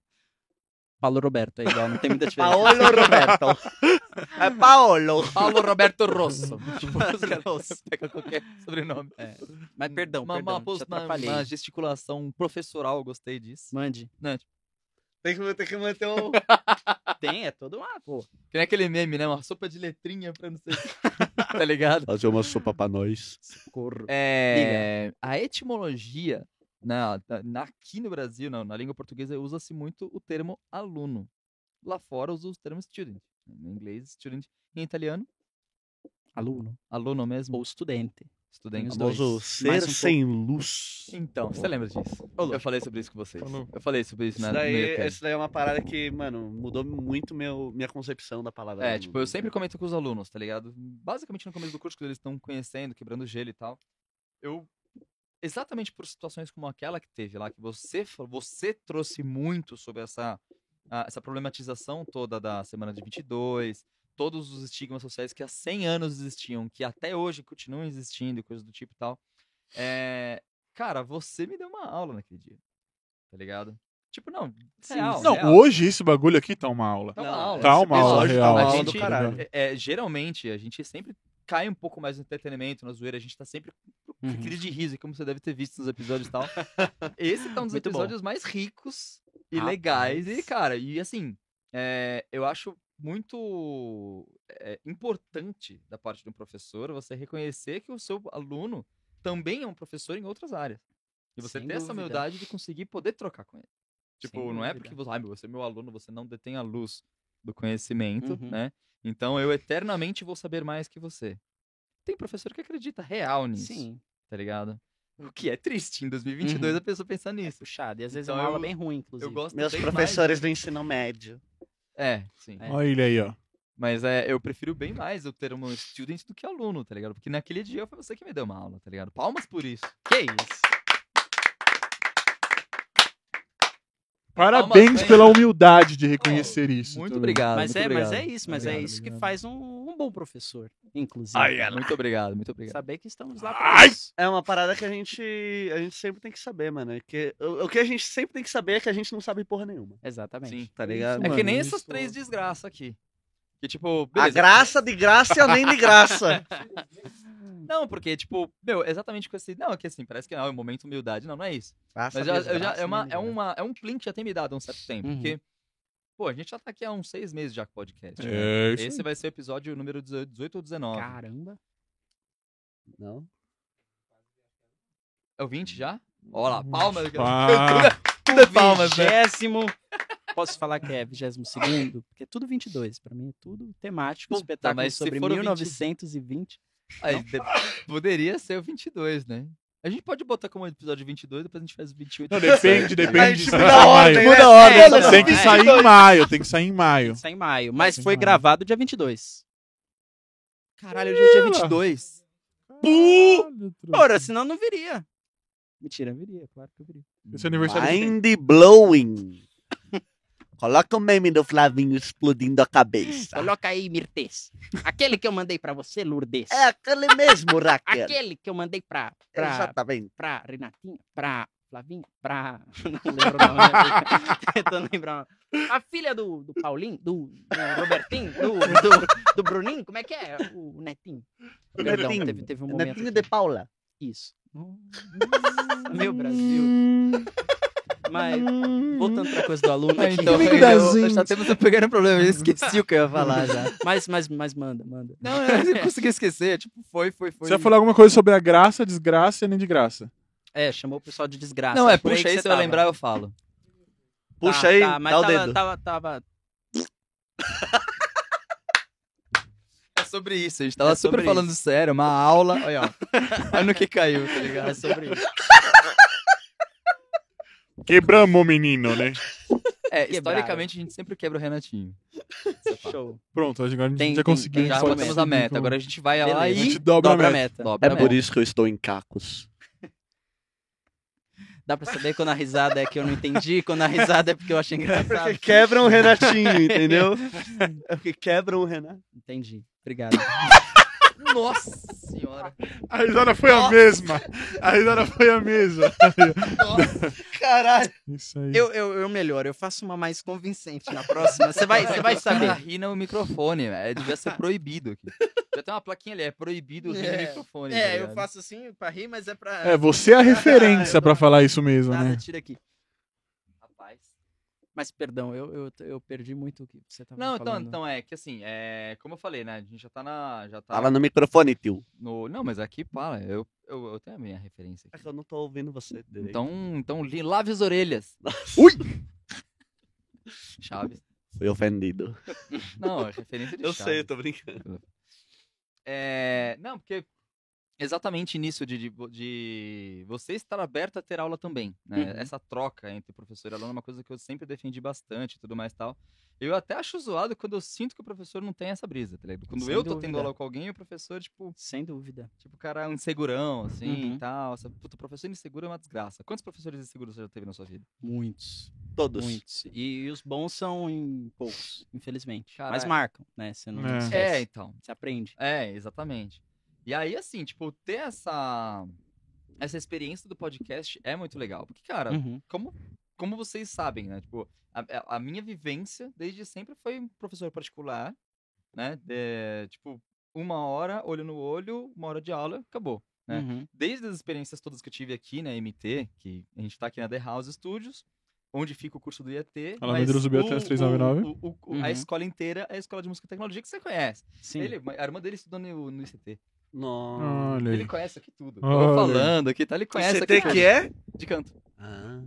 Speaker 5: Paulo Roberto é igual, não tem muita diferença.
Speaker 1: Paolo Roberto. É Paolo.
Speaker 2: Paulo Roberto Rosso. tipo, os caras pegam qualquer sobrenome.
Speaker 5: É. Mas perdão,
Speaker 2: uma,
Speaker 5: perdão,
Speaker 2: uma,
Speaker 5: te
Speaker 2: pos- uma-
Speaker 5: atrapalhei.
Speaker 2: uma gesticulação professoral, gostei disso.
Speaker 5: Mande.
Speaker 2: Né? Tipo,
Speaker 1: Tem que, tem que manter
Speaker 2: um-
Speaker 1: o.
Speaker 5: Tem, é todo uma, pô.
Speaker 2: que nem aquele meme, né? Uma sopa de letrinha pra não sei. tá ligado?
Speaker 1: Fazer uma sopa pra nós.
Speaker 5: Socorro.
Speaker 2: É, a etimologia, na, na- aqui no Brasil, não, na língua portuguesa, usa-se muito o termo aluno. Lá fora usa o termo student. Em inglês, student. Em italiano,
Speaker 5: Aluno.
Speaker 2: aluno mesmo,
Speaker 5: Ou estudante.
Speaker 2: estudante.
Speaker 5: os
Speaker 1: Famoso
Speaker 5: dois.
Speaker 1: ser
Speaker 5: Mais um
Speaker 1: sem luz.
Speaker 2: Então, você lembra disso? Eu falei sobre isso com vocês.
Speaker 3: Falou.
Speaker 2: Eu falei sobre isso na
Speaker 1: Isso daí,
Speaker 2: no Meerkat.
Speaker 1: isso daí é uma parada que, mano, mudou muito meu, minha concepção da palavra.
Speaker 2: É, tipo, eu sempre comento com os alunos, tá ligado? Basicamente no começo do curso, quando eles estão conhecendo, quebrando gelo e tal, eu. Exatamente por situações como aquela que teve lá, que você, fa- você trouxe muito sobre essa, a- essa problematização toda da semana de 22, todos os estigmas sociais que há 100 anos existiam, que até hoje continuam existindo e coisas do tipo e tal. É, cara, você me deu uma aula naquele dia, tá ligado? Tipo, não,
Speaker 5: Sim,
Speaker 2: real,
Speaker 5: sim.
Speaker 3: Não,
Speaker 2: real.
Speaker 3: hoje esse bagulho aqui tá uma aula.
Speaker 2: Tá uma
Speaker 1: Não,
Speaker 2: aula.
Speaker 3: Tá uma
Speaker 2: Esse
Speaker 3: aula
Speaker 2: episódio
Speaker 3: real.
Speaker 2: tá uma
Speaker 3: Aula
Speaker 2: aula
Speaker 3: do
Speaker 2: do
Speaker 3: caralho.
Speaker 2: caralho. É, é, geralmente, a gente sempre cai um pouco mais no entretenimento, na zoeira. A gente tá sempre com
Speaker 5: Uhum.
Speaker 2: crise de riso, como você deve ter visto nos episódios e tal. Esse tá um dos
Speaker 5: Muito bom.
Speaker 2: episódios mais ricos e
Speaker 5: Rapaz.
Speaker 2: legais. E, cara, e assim, é, eu acho muito é, importante da parte de um professor você reconhecer que o seu aluno também é um professor em outras áreas. E você
Speaker 5: Sem
Speaker 2: ter essa
Speaker 5: dúvida.
Speaker 2: humildade de conseguir poder trocar com ele. Tipo,
Speaker 5: Sem
Speaker 2: não é
Speaker 5: dúvida.
Speaker 2: porque você, ai, meu, você é meu aluno, você não detém a luz do conhecimento,
Speaker 5: Uhum.
Speaker 2: né? Então eu eternamente vou saber mais que você. Tem professor que acredita real nisso,
Speaker 5: Sim,
Speaker 2: tá ligado? O que é triste, em 2022
Speaker 5: Uhum.
Speaker 2: a pessoa pensar nisso.
Speaker 5: puxado. E às vezes é
Speaker 2: Então
Speaker 5: uma aula
Speaker 2: eu-
Speaker 5: bem ruim, inclusive.
Speaker 2: Eu gosto
Speaker 1: Meus
Speaker 2: bem mais-
Speaker 1: professores do ensino médio.
Speaker 2: É, Tá sim.
Speaker 5: É.
Speaker 3: Olha ele aí, ó.
Speaker 2: Mas é, eu prefiro bem mais eu ter um student do que aluno, tá ligado? Porque naquele dia foi você que me deu uma aula, tá ligado? Palmas por isso.
Speaker 5: Que isso?
Speaker 3: Parabéns
Speaker 2: bem.
Speaker 3: pela humildade de reconhecer isso. tá?
Speaker 2: Muito
Speaker 3: também.
Speaker 2: obrigado.
Speaker 5: Mas
Speaker 2: muito
Speaker 5: é, mas é
Speaker 2: obrigado.
Speaker 5: isso, mas é
Speaker 3: Obrigado,
Speaker 5: isso que
Speaker 3: obrigado.
Speaker 5: faz um, um bom professor, inclusive.
Speaker 2: Muito obrigado, muito obrigado.
Speaker 5: Saber que estamos lá
Speaker 3: Ai!
Speaker 5: pra isso.
Speaker 1: É uma parada que a gente, a gente sempre tem que saber, mano. é Que, o, o que a gente sempre tem que saber é que a gente não sabe porra nenhuma.
Speaker 5: Exatamente.
Speaker 2: Sim.
Speaker 1: Tá ligado?
Speaker 2: É que
Speaker 3: Mano,
Speaker 2: nem
Speaker 3: isso-
Speaker 2: essas três desgraças aqui. Que, tipo,
Speaker 1: a
Speaker 2: beleza.
Speaker 1: graça de graça e além de graça.
Speaker 2: Não, porque, tipo, meu, exatamente com esse. Não, é que assim, parece que não, é um momento de humildade. Não, não é isso.
Speaker 1: Graça
Speaker 2: Mas já,
Speaker 1: de
Speaker 2: eu já-
Speaker 1: graça,
Speaker 2: é, uma,
Speaker 1: além de
Speaker 2: é,
Speaker 1: graça.
Speaker 2: uma, é um plink que já tem me dado há um certo tempo.
Speaker 5: Uhum.
Speaker 2: Porque, pô, a gente já tá aqui há uns seis meses já com o podcast. né?
Speaker 3: É isso.
Speaker 2: Esse vai ser o episódio número 18 ou 19.
Speaker 5: Caramba.
Speaker 1: Não?
Speaker 2: É o 20 já? Olha
Speaker 3: Uhum.
Speaker 2: lá, palmas.
Speaker 3: Ah,
Speaker 2: Tudo é palmas, né?
Speaker 5: Vigésimo. Posso falar que é 22 Porque é tudo 22. Pra mim é tudo temático,
Speaker 2: Puta,
Speaker 5: espetáculo
Speaker 2: mas se
Speaker 5: sobre
Speaker 2: for o 20.
Speaker 5: 1920.
Speaker 2: Aí, de- Poderia ser o 22, né? A gente pode botar como episódio 22, depois a gente faz o 28.
Speaker 3: não, depende,
Speaker 1: A
Speaker 3: depende.
Speaker 1: gente
Speaker 3: se
Speaker 1: muda
Speaker 3: sai
Speaker 1: a
Speaker 3: em maio.
Speaker 1: ordem, né?
Speaker 3: Muda a
Speaker 5: É,
Speaker 3: ordem.
Speaker 5: não,
Speaker 3: Tem que
Speaker 5: é.
Speaker 3: sair em maio, tem que sair em maio.
Speaker 5: Sai em maio. Mas
Speaker 3: Sai em
Speaker 5: foi
Speaker 3: maio.
Speaker 5: gravado dia 22.
Speaker 2: Caralho, hoje é dia 22.
Speaker 5: Ora, senão não viria. Mentira, viria. Claro que eu viria.
Speaker 3: Esse é aniversário de quem?
Speaker 1: Mind blowing. Coloca o meme do Flavinho explodindo a cabeça.
Speaker 5: Tá. Coloca aí, Mirtes. Aquele que eu mandei pra você, Lourdes.
Speaker 1: É aquele mesmo, Raquel.
Speaker 5: Aquele que eu mandei pra, pra,
Speaker 1: Exatamente.
Speaker 5: pra Renatinha, pra Flavinha? Pra. Não lembro o nome. né? Tentando lembrar. A filha do, do Paulinho, do, do Robertinho, do, do, do Bruninho, como é que é? O Netinho.
Speaker 1: O
Speaker 5: Perdão,
Speaker 1: Netinho.
Speaker 5: Teve, teve um momento.
Speaker 1: Netinho de
Speaker 5: aqui.
Speaker 1: Paula.
Speaker 5: Isso. Meu Brasil. Mas, voltando pra coisa do aluno né? aqui.
Speaker 2: então,
Speaker 3: Amigo
Speaker 2: perdeu,
Speaker 3: das
Speaker 2: eu já temos um pequeno problema, eu esqueci o que eu ia falar já.
Speaker 5: Mas, mas, mas manda, manda.
Speaker 2: Não,
Speaker 1: é.
Speaker 2: eu não consegui esquecer, tipo, foi, foi, foi.
Speaker 3: Você vai falar alguma coisa sobre a graça, desgraça e nem de graça.
Speaker 5: É, chamou o pessoal de desgraça.
Speaker 2: Não, é,
Speaker 5: por
Speaker 2: puxa
Speaker 5: que
Speaker 2: aí,
Speaker 5: você
Speaker 2: se eu
Speaker 5: tava.
Speaker 2: lembrar eu falo.
Speaker 1: Puxa
Speaker 5: Tá,
Speaker 1: aí,
Speaker 5: tá, mas
Speaker 1: dá o
Speaker 5: tava,
Speaker 1: dedo.
Speaker 5: Tava, tava,
Speaker 2: É sobre isso, a gente tava
Speaker 5: É sobre
Speaker 2: super falando sério, uma aula, olha, ó. Olha no que caiu, tá ligado?
Speaker 5: é sobre isso.
Speaker 3: Quebramos o menino, né?
Speaker 2: É,
Speaker 5: Quebraram.
Speaker 2: historicamente a gente sempre quebra o Renatinho.
Speaker 5: Show.
Speaker 3: Pronto, agora a gente
Speaker 5: Tem-
Speaker 3: já
Speaker 5: tem-
Speaker 3: conseguiu.
Speaker 5: tem-
Speaker 2: Já
Speaker 5: Isso,
Speaker 2: botamos
Speaker 5: meta.
Speaker 2: a meta, agora a gente vai lá
Speaker 3: a gente
Speaker 2: e...
Speaker 3: dobra,
Speaker 5: Dobra a
Speaker 3: a meta.
Speaker 5: meta.
Speaker 2: Dobra
Speaker 1: É
Speaker 2: a
Speaker 1: por
Speaker 2: meta.
Speaker 1: isso que eu estou em cacos.
Speaker 5: Dá pra saber quando a risada é que eu não entendi, quando a risada é porque eu achei engraçado.
Speaker 1: Porque quebram o Renatinho, entendeu? É porque quebram o Renato.
Speaker 5: Entendi. Obrigado.
Speaker 2: Nossa senhora.
Speaker 3: A risada foi a
Speaker 2: Nossa.
Speaker 3: mesma. A risada foi a mesma.
Speaker 1: Caralho.
Speaker 3: Isso aí.
Speaker 5: Eu, eu, eu melhoro, eu faço uma mais convincente na próxima. Você vai, você vai
Speaker 2: Cara,
Speaker 5: saber.
Speaker 2: ri no microfone, velho. devia ser proibido aqui. Já tem uma plaquinha ali, é proibido rir
Speaker 5: É.
Speaker 2: no microfone. tá
Speaker 5: É, eu
Speaker 2: ligado?
Speaker 5: faço assim pra rir, mas é pra.
Speaker 3: É, você é a referência pra falar isso mesmo,
Speaker 5: Nada,
Speaker 3: né?
Speaker 5: tira aqui.
Speaker 2: Rapaz.
Speaker 5: Mas perdão, eu, eu, eu perdi muito o que você tava
Speaker 2: Não, então,
Speaker 5: falando.
Speaker 2: então é que assim, é, como eu falei, né? A gente já tá na. Já tá
Speaker 1: Fala no microfone, tio.
Speaker 2: no. Não, mas aqui fala. Eu, eu, eu tenho a minha referência
Speaker 1: É
Speaker 2: aqui.
Speaker 1: que eu não tô ouvindo você direito.
Speaker 2: Então, então li, lave as orelhas.
Speaker 3: Ui!
Speaker 2: Chaves.
Speaker 1: Fui ofendido.
Speaker 2: Não, é referência de
Speaker 1: Eu
Speaker 2: Chaves.
Speaker 1: sei, eu tô brincando.
Speaker 2: É, não, porque exatamente nisso de, de, de você estar aberto a ter aula também, né?
Speaker 5: Uhum.
Speaker 2: Essa troca entre professor e aluno é uma coisa que eu sempre defendi bastante e tudo mais e tal. Eu até acho zoado quando eu sinto que o professor não tem essa brisa, tá ligado? Quando
Speaker 5: Sem
Speaker 2: eu tô tendo
Speaker 5: dúvida.
Speaker 2: aula com alguém, o professor, tipo,
Speaker 5: Sem dúvida.
Speaker 2: tipo, o cara é um insegurão, assim,
Speaker 5: Uhum.
Speaker 2: e tal. Sabe? Puta, professor inseguro é uma desgraça. Quantos professores inseguros você já teve na sua vida?
Speaker 5: Muitos.
Speaker 1: Todos.
Speaker 5: Muitos. E, os bons são em poucos, infelizmente.
Speaker 2: Cara,
Speaker 5: Mas
Speaker 2: é-
Speaker 5: marcam, né? Você não
Speaker 3: É.
Speaker 5: esquece.
Speaker 2: É, então.
Speaker 5: Você aprende.
Speaker 2: É, exatamente. E aí, assim, tipo, ter essa... Essa experiência do podcast é muito legal. Porque, cara,
Speaker 5: Uhum.
Speaker 2: como, como vocês sabem, né? Tipo, a, a- a minha vivência desde sempre foi um professor particular, né? de- tipo, uma hora, olho no olho, uma hora de aula, acabou. né?
Speaker 5: Uhum.
Speaker 2: Desde as experiências todas que eu tive aqui na MT, que a gente tá aqui na The House Studios, onde fica o curso do IAT.
Speaker 3: Lá na
Speaker 2: mas
Speaker 3: Medeiros Ubiatãs,
Speaker 2: o-
Speaker 3: 399.
Speaker 2: o- o- o-
Speaker 5: Uhum.
Speaker 2: A escola inteira é a escola de música e tecnologia que você conhece.
Speaker 5: Sim.
Speaker 2: Ele, a irmã dele estudou no, no ICT.
Speaker 1: Nossa.
Speaker 3: Olha
Speaker 2: Ele
Speaker 3: aí.
Speaker 2: conhece aqui tudo.
Speaker 3: Olha aí.
Speaker 2: Tô falando aqui, tá? Ele conhece
Speaker 1: Você
Speaker 2: aqui
Speaker 1: tem
Speaker 2: tudo.
Speaker 1: que é?
Speaker 2: De canto.
Speaker 1: Ah,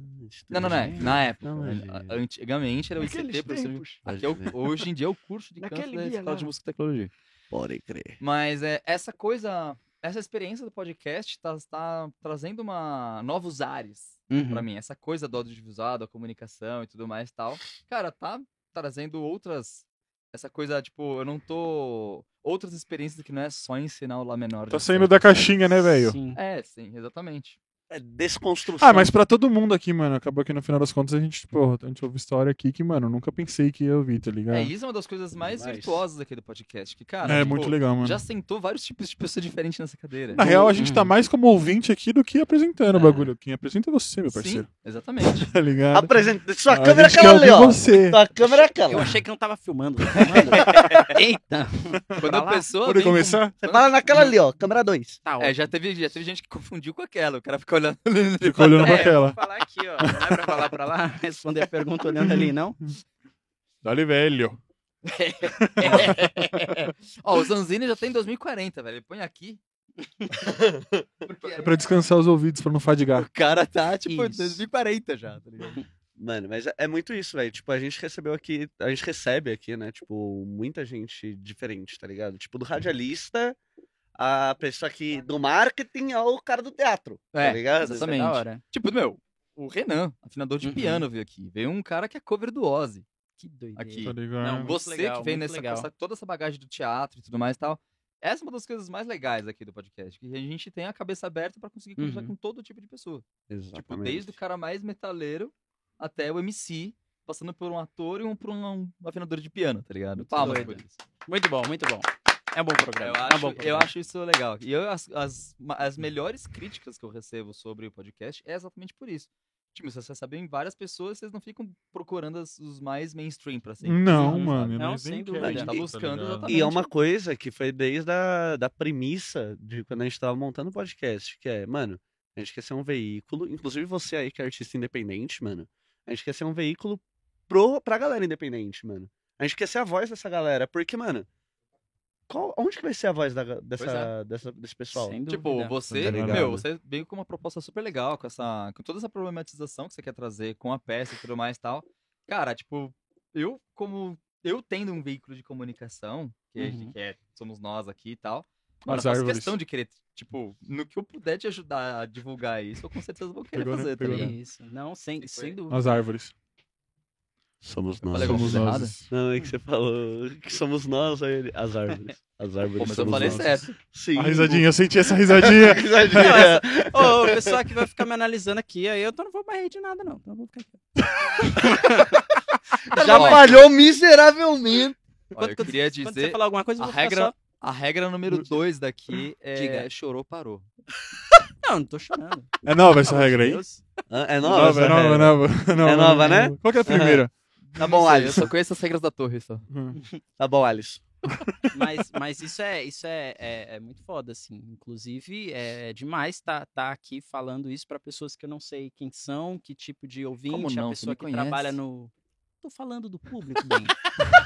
Speaker 2: Não, não, não. é.
Speaker 1: entendi.
Speaker 2: Na época.
Speaker 1: Não,
Speaker 2: né?
Speaker 1: imagina.
Speaker 2: A- Antigamente era o ICT, professor de... Aqui é o-
Speaker 1: Pode crer.
Speaker 2: hoje em dia é o curso de canto
Speaker 5: Naquele
Speaker 2: da
Speaker 5: dia
Speaker 2: Escola
Speaker 5: lá.
Speaker 2: de Música e Tecnologia.
Speaker 1: Pode crer.
Speaker 2: Mas é, essa coisa, essa experiência do podcast tá, tá trazendo uma, novos ares
Speaker 5: Uhum.
Speaker 2: pra mim. Essa coisa do audiovisual, da comunicação e tudo mais e tal. Cara, tá trazendo outras... Essa coisa, tipo, eu não tô... Outras experiências que não é só ensinar o Lá menor.
Speaker 3: Tá
Speaker 2: de
Speaker 3: saindo
Speaker 2: sempre.
Speaker 3: da caixinha, né, velho?
Speaker 5: Sim.
Speaker 2: É, sim, exatamente.
Speaker 1: É desconstrução.
Speaker 3: Ah, mas pra todo mundo aqui, mano, acabou que no final das contas a gente, porra, a gente ouve história aqui que, mano, eu nunca pensei que ia ouvir, tá ligado?
Speaker 2: É,
Speaker 3: É,
Speaker 2: isso é uma das coisas mais
Speaker 1: Demais.
Speaker 2: virtuosas aqui do podcast. Que, cara, tipo,
Speaker 3: muito legal, mano.
Speaker 2: Já sentou vários tipos de pessoa diferente nessa cadeira.
Speaker 3: Na real, a gente tá mais como ouvinte aqui do que apresentando o
Speaker 2: É.
Speaker 3: bagulho. Quem apresenta é você, meu
Speaker 2: Sim,
Speaker 3: parceiro.
Speaker 2: exatamente.
Speaker 3: Tá ligado?
Speaker 1: Apresenta. Sua
Speaker 3: A
Speaker 1: câmera é
Speaker 3: gente quer
Speaker 1: aquela ali,
Speaker 3: ouvir
Speaker 1: ó.
Speaker 3: você.
Speaker 1: Sua câmera é aquela.
Speaker 5: Eu achei que eu não tava filmando. Tô filmando. Eita!
Speaker 2: Quando
Speaker 5: Tá
Speaker 2: a
Speaker 5: lá?
Speaker 2: pessoa.
Speaker 3: Pode
Speaker 2: vem com-
Speaker 3: começar?
Speaker 1: Você fala naquela ali, ó. Câmera 2.
Speaker 5: Tá ótimo.
Speaker 2: É, já teve, já teve gente que confundiu com aquela. O cara fica olhando.
Speaker 3: Fica olhando pra
Speaker 5: É, eu vou
Speaker 3: aquela.
Speaker 5: falar aqui, ó. Não é pra falar pra lá, responder a pergunta olhando ali, não?
Speaker 3: Dali, velho.
Speaker 2: Ó, o Zanzini já tá tem 2040, velho. Ele põe aqui. Porque
Speaker 3: É pra descansar os ouvidos, pra não fadigar.
Speaker 2: O cara tá, tipo,
Speaker 5: Isso.
Speaker 2: 2040 já, tá ligado?
Speaker 1: Mano, mas é- é muito isso, velho. Tipo, a gente recebeu aqui, a gente recebe aqui, né? Tipo, muita gente diferente, tá ligado? Tipo, do radialista, a pessoa que do marketing ao cara do teatro,
Speaker 2: É,
Speaker 1: tá ligado?
Speaker 2: exatamente.
Speaker 5: Da hora.
Speaker 2: Tipo, meu, o Renan, afinador de
Speaker 5: Uhum.
Speaker 2: piano, veio aqui. Veio um cara que é cover do Ozzy.
Speaker 5: Que doideira.
Speaker 2: Aqui.
Speaker 3: Tá
Speaker 2: Não,
Speaker 3: ligado?
Speaker 5: Ah, muito
Speaker 2: você
Speaker 5: legal,
Speaker 2: que vem
Speaker 5: muito
Speaker 2: nessa
Speaker 5: legal.
Speaker 2: essa- toda essa bagagem do teatro e tudo mais e tal. Essa é uma das coisas mais legais aqui do podcast, que a gente tem a cabeça aberta pra conseguir conversar
Speaker 5: Uhum.
Speaker 2: com todo tipo de pessoa. Tipo,
Speaker 1: Exatamente.
Speaker 2: desde o cara mais metaleiro até o MC, passando por um ator e um por um, um afinador de piano, tá ligado?
Speaker 5: Muito
Speaker 2: Palmas
Speaker 5: doido.
Speaker 2: por isso. Tá
Speaker 5: Muito bom, muito bom. É um bom programa.
Speaker 2: Eu
Speaker 5: é um
Speaker 2: acho,
Speaker 5: bom
Speaker 2: eu
Speaker 5: programa.
Speaker 2: acho isso legal. E eu, as, as, ma- as melhores críticas que eu recebo sobre o podcast é exatamente por isso. Tipo, vocês recebem várias pessoas, vocês não ficam procurando as- os mais mainstream pra sempre.
Speaker 3: Não,
Speaker 5: Sim,
Speaker 3: mano.
Speaker 5: não,
Speaker 3: nem
Speaker 5: sem
Speaker 3: quero,
Speaker 5: dúvida.
Speaker 3: tá
Speaker 1: Tá
Speaker 3: ligado?
Speaker 2: buscando, exatamente.
Speaker 1: E é uma coisa que foi desde a da premissa de quando a gente tava montando o podcast, que é, mano, a gente quer ser um veículo, inclusive você aí que é artista independente, mano, a gente quer ser um veículo pro, pra galera independente, mano. A gente quer ser a voz dessa galera, porque, mano, qual, onde que vai ser a voz da, dessa,
Speaker 2: Pois é.
Speaker 1: dessa- desse pessoal?
Speaker 5: Sem
Speaker 2: Tipo,
Speaker 5: dúvida.
Speaker 2: você,
Speaker 1: Tá ligado?
Speaker 2: meu, você veio com uma proposta super legal, com essa. Com toda essa problematização que você quer trazer com a peça e tudo mais e tal. Cara, tipo, eu, como. Eu tendo um veículo de comunicação, que, a gente
Speaker 5: Uhum.
Speaker 2: que é, somos nós aqui e tal. Mano,
Speaker 3: As
Speaker 2: eu faço
Speaker 3: árvores.
Speaker 2: questão de querer, tipo, no que eu puder te ajudar a divulgar isso, eu com certeza vou querer
Speaker 3: Pegou, né?
Speaker 2: fazer, tá
Speaker 3: Pegou, né?
Speaker 2: ligado?
Speaker 5: Isso. Não, sem, sem dúvida.
Speaker 3: As árvores.
Speaker 1: Somos
Speaker 2: Eu
Speaker 1: nós.
Speaker 2: falei alguma
Speaker 3: Somos
Speaker 2: coisa
Speaker 3: nós.
Speaker 2: errada?
Speaker 1: Não, é que você falou que somos nós, aí ele, as árvores. As árvores.
Speaker 2: Pô, mas eu
Speaker 1: somos
Speaker 2: falei
Speaker 1: nós.
Speaker 2: certo.
Speaker 1: Sim.
Speaker 3: A risadinha, eu senti essa risadinha.
Speaker 1: Risadinha.
Speaker 5: Não, essa- Ô, o pessoal aqui vai ficar me analisando aqui, aí eu tô- não vou mais rir de nada, não. Então eu vou ficar aqui.
Speaker 2: tá
Speaker 1: Já falhou miseravelmente.
Speaker 2: Olha, eu
Speaker 5: tu-
Speaker 2: queria
Speaker 5: Quando você
Speaker 2: dizer,
Speaker 5: falar alguma coisa, eu
Speaker 2: a
Speaker 5: vou ficar
Speaker 2: regra,
Speaker 5: só-
Speaker 2: a regra número 2 daqui é
Speaker 5: Diga.
Speaker 2: chorou, parou.
Speaker 5: Não, não tô chorando.
Speaker 3: É nova essa
Speaker 5: Pelo amor
Speaker 3: regra
Speaker 5: de
Speaker 3: aí?
Speaker 5: Deus.
Speaker 1: É
Speaker 3: Nova,
Speaker 1: nova.
Speaker 3: é nova, é nova. É
Speaker 1: nova, né?
Speaker 3: Qual que é a primeira?
Speaker 1: Tá bom,
Speaker 2: Não sei, Eu
Speaker 1: Alisson.
Speaker 2: só conheço as regras da torre, só.
Speaker 1: Tá bom, Alice.
Speaker 5: Mas, mas isso, é, isso é, é, é muito foda, assim. Inclusive, é demais tá, tá aqui falando isso pra pessoas que eu não sei quem são, que tipo de ouvinte,
Speaker 2: Como não?
Speaker 5: a
Speaker 2: Você
Speaker 5: pessoa
Speaker 2: me
Speaker 5: que
Speaker 2: conhece?
Speaker 5: trabalha no. Tô falando do público, bem.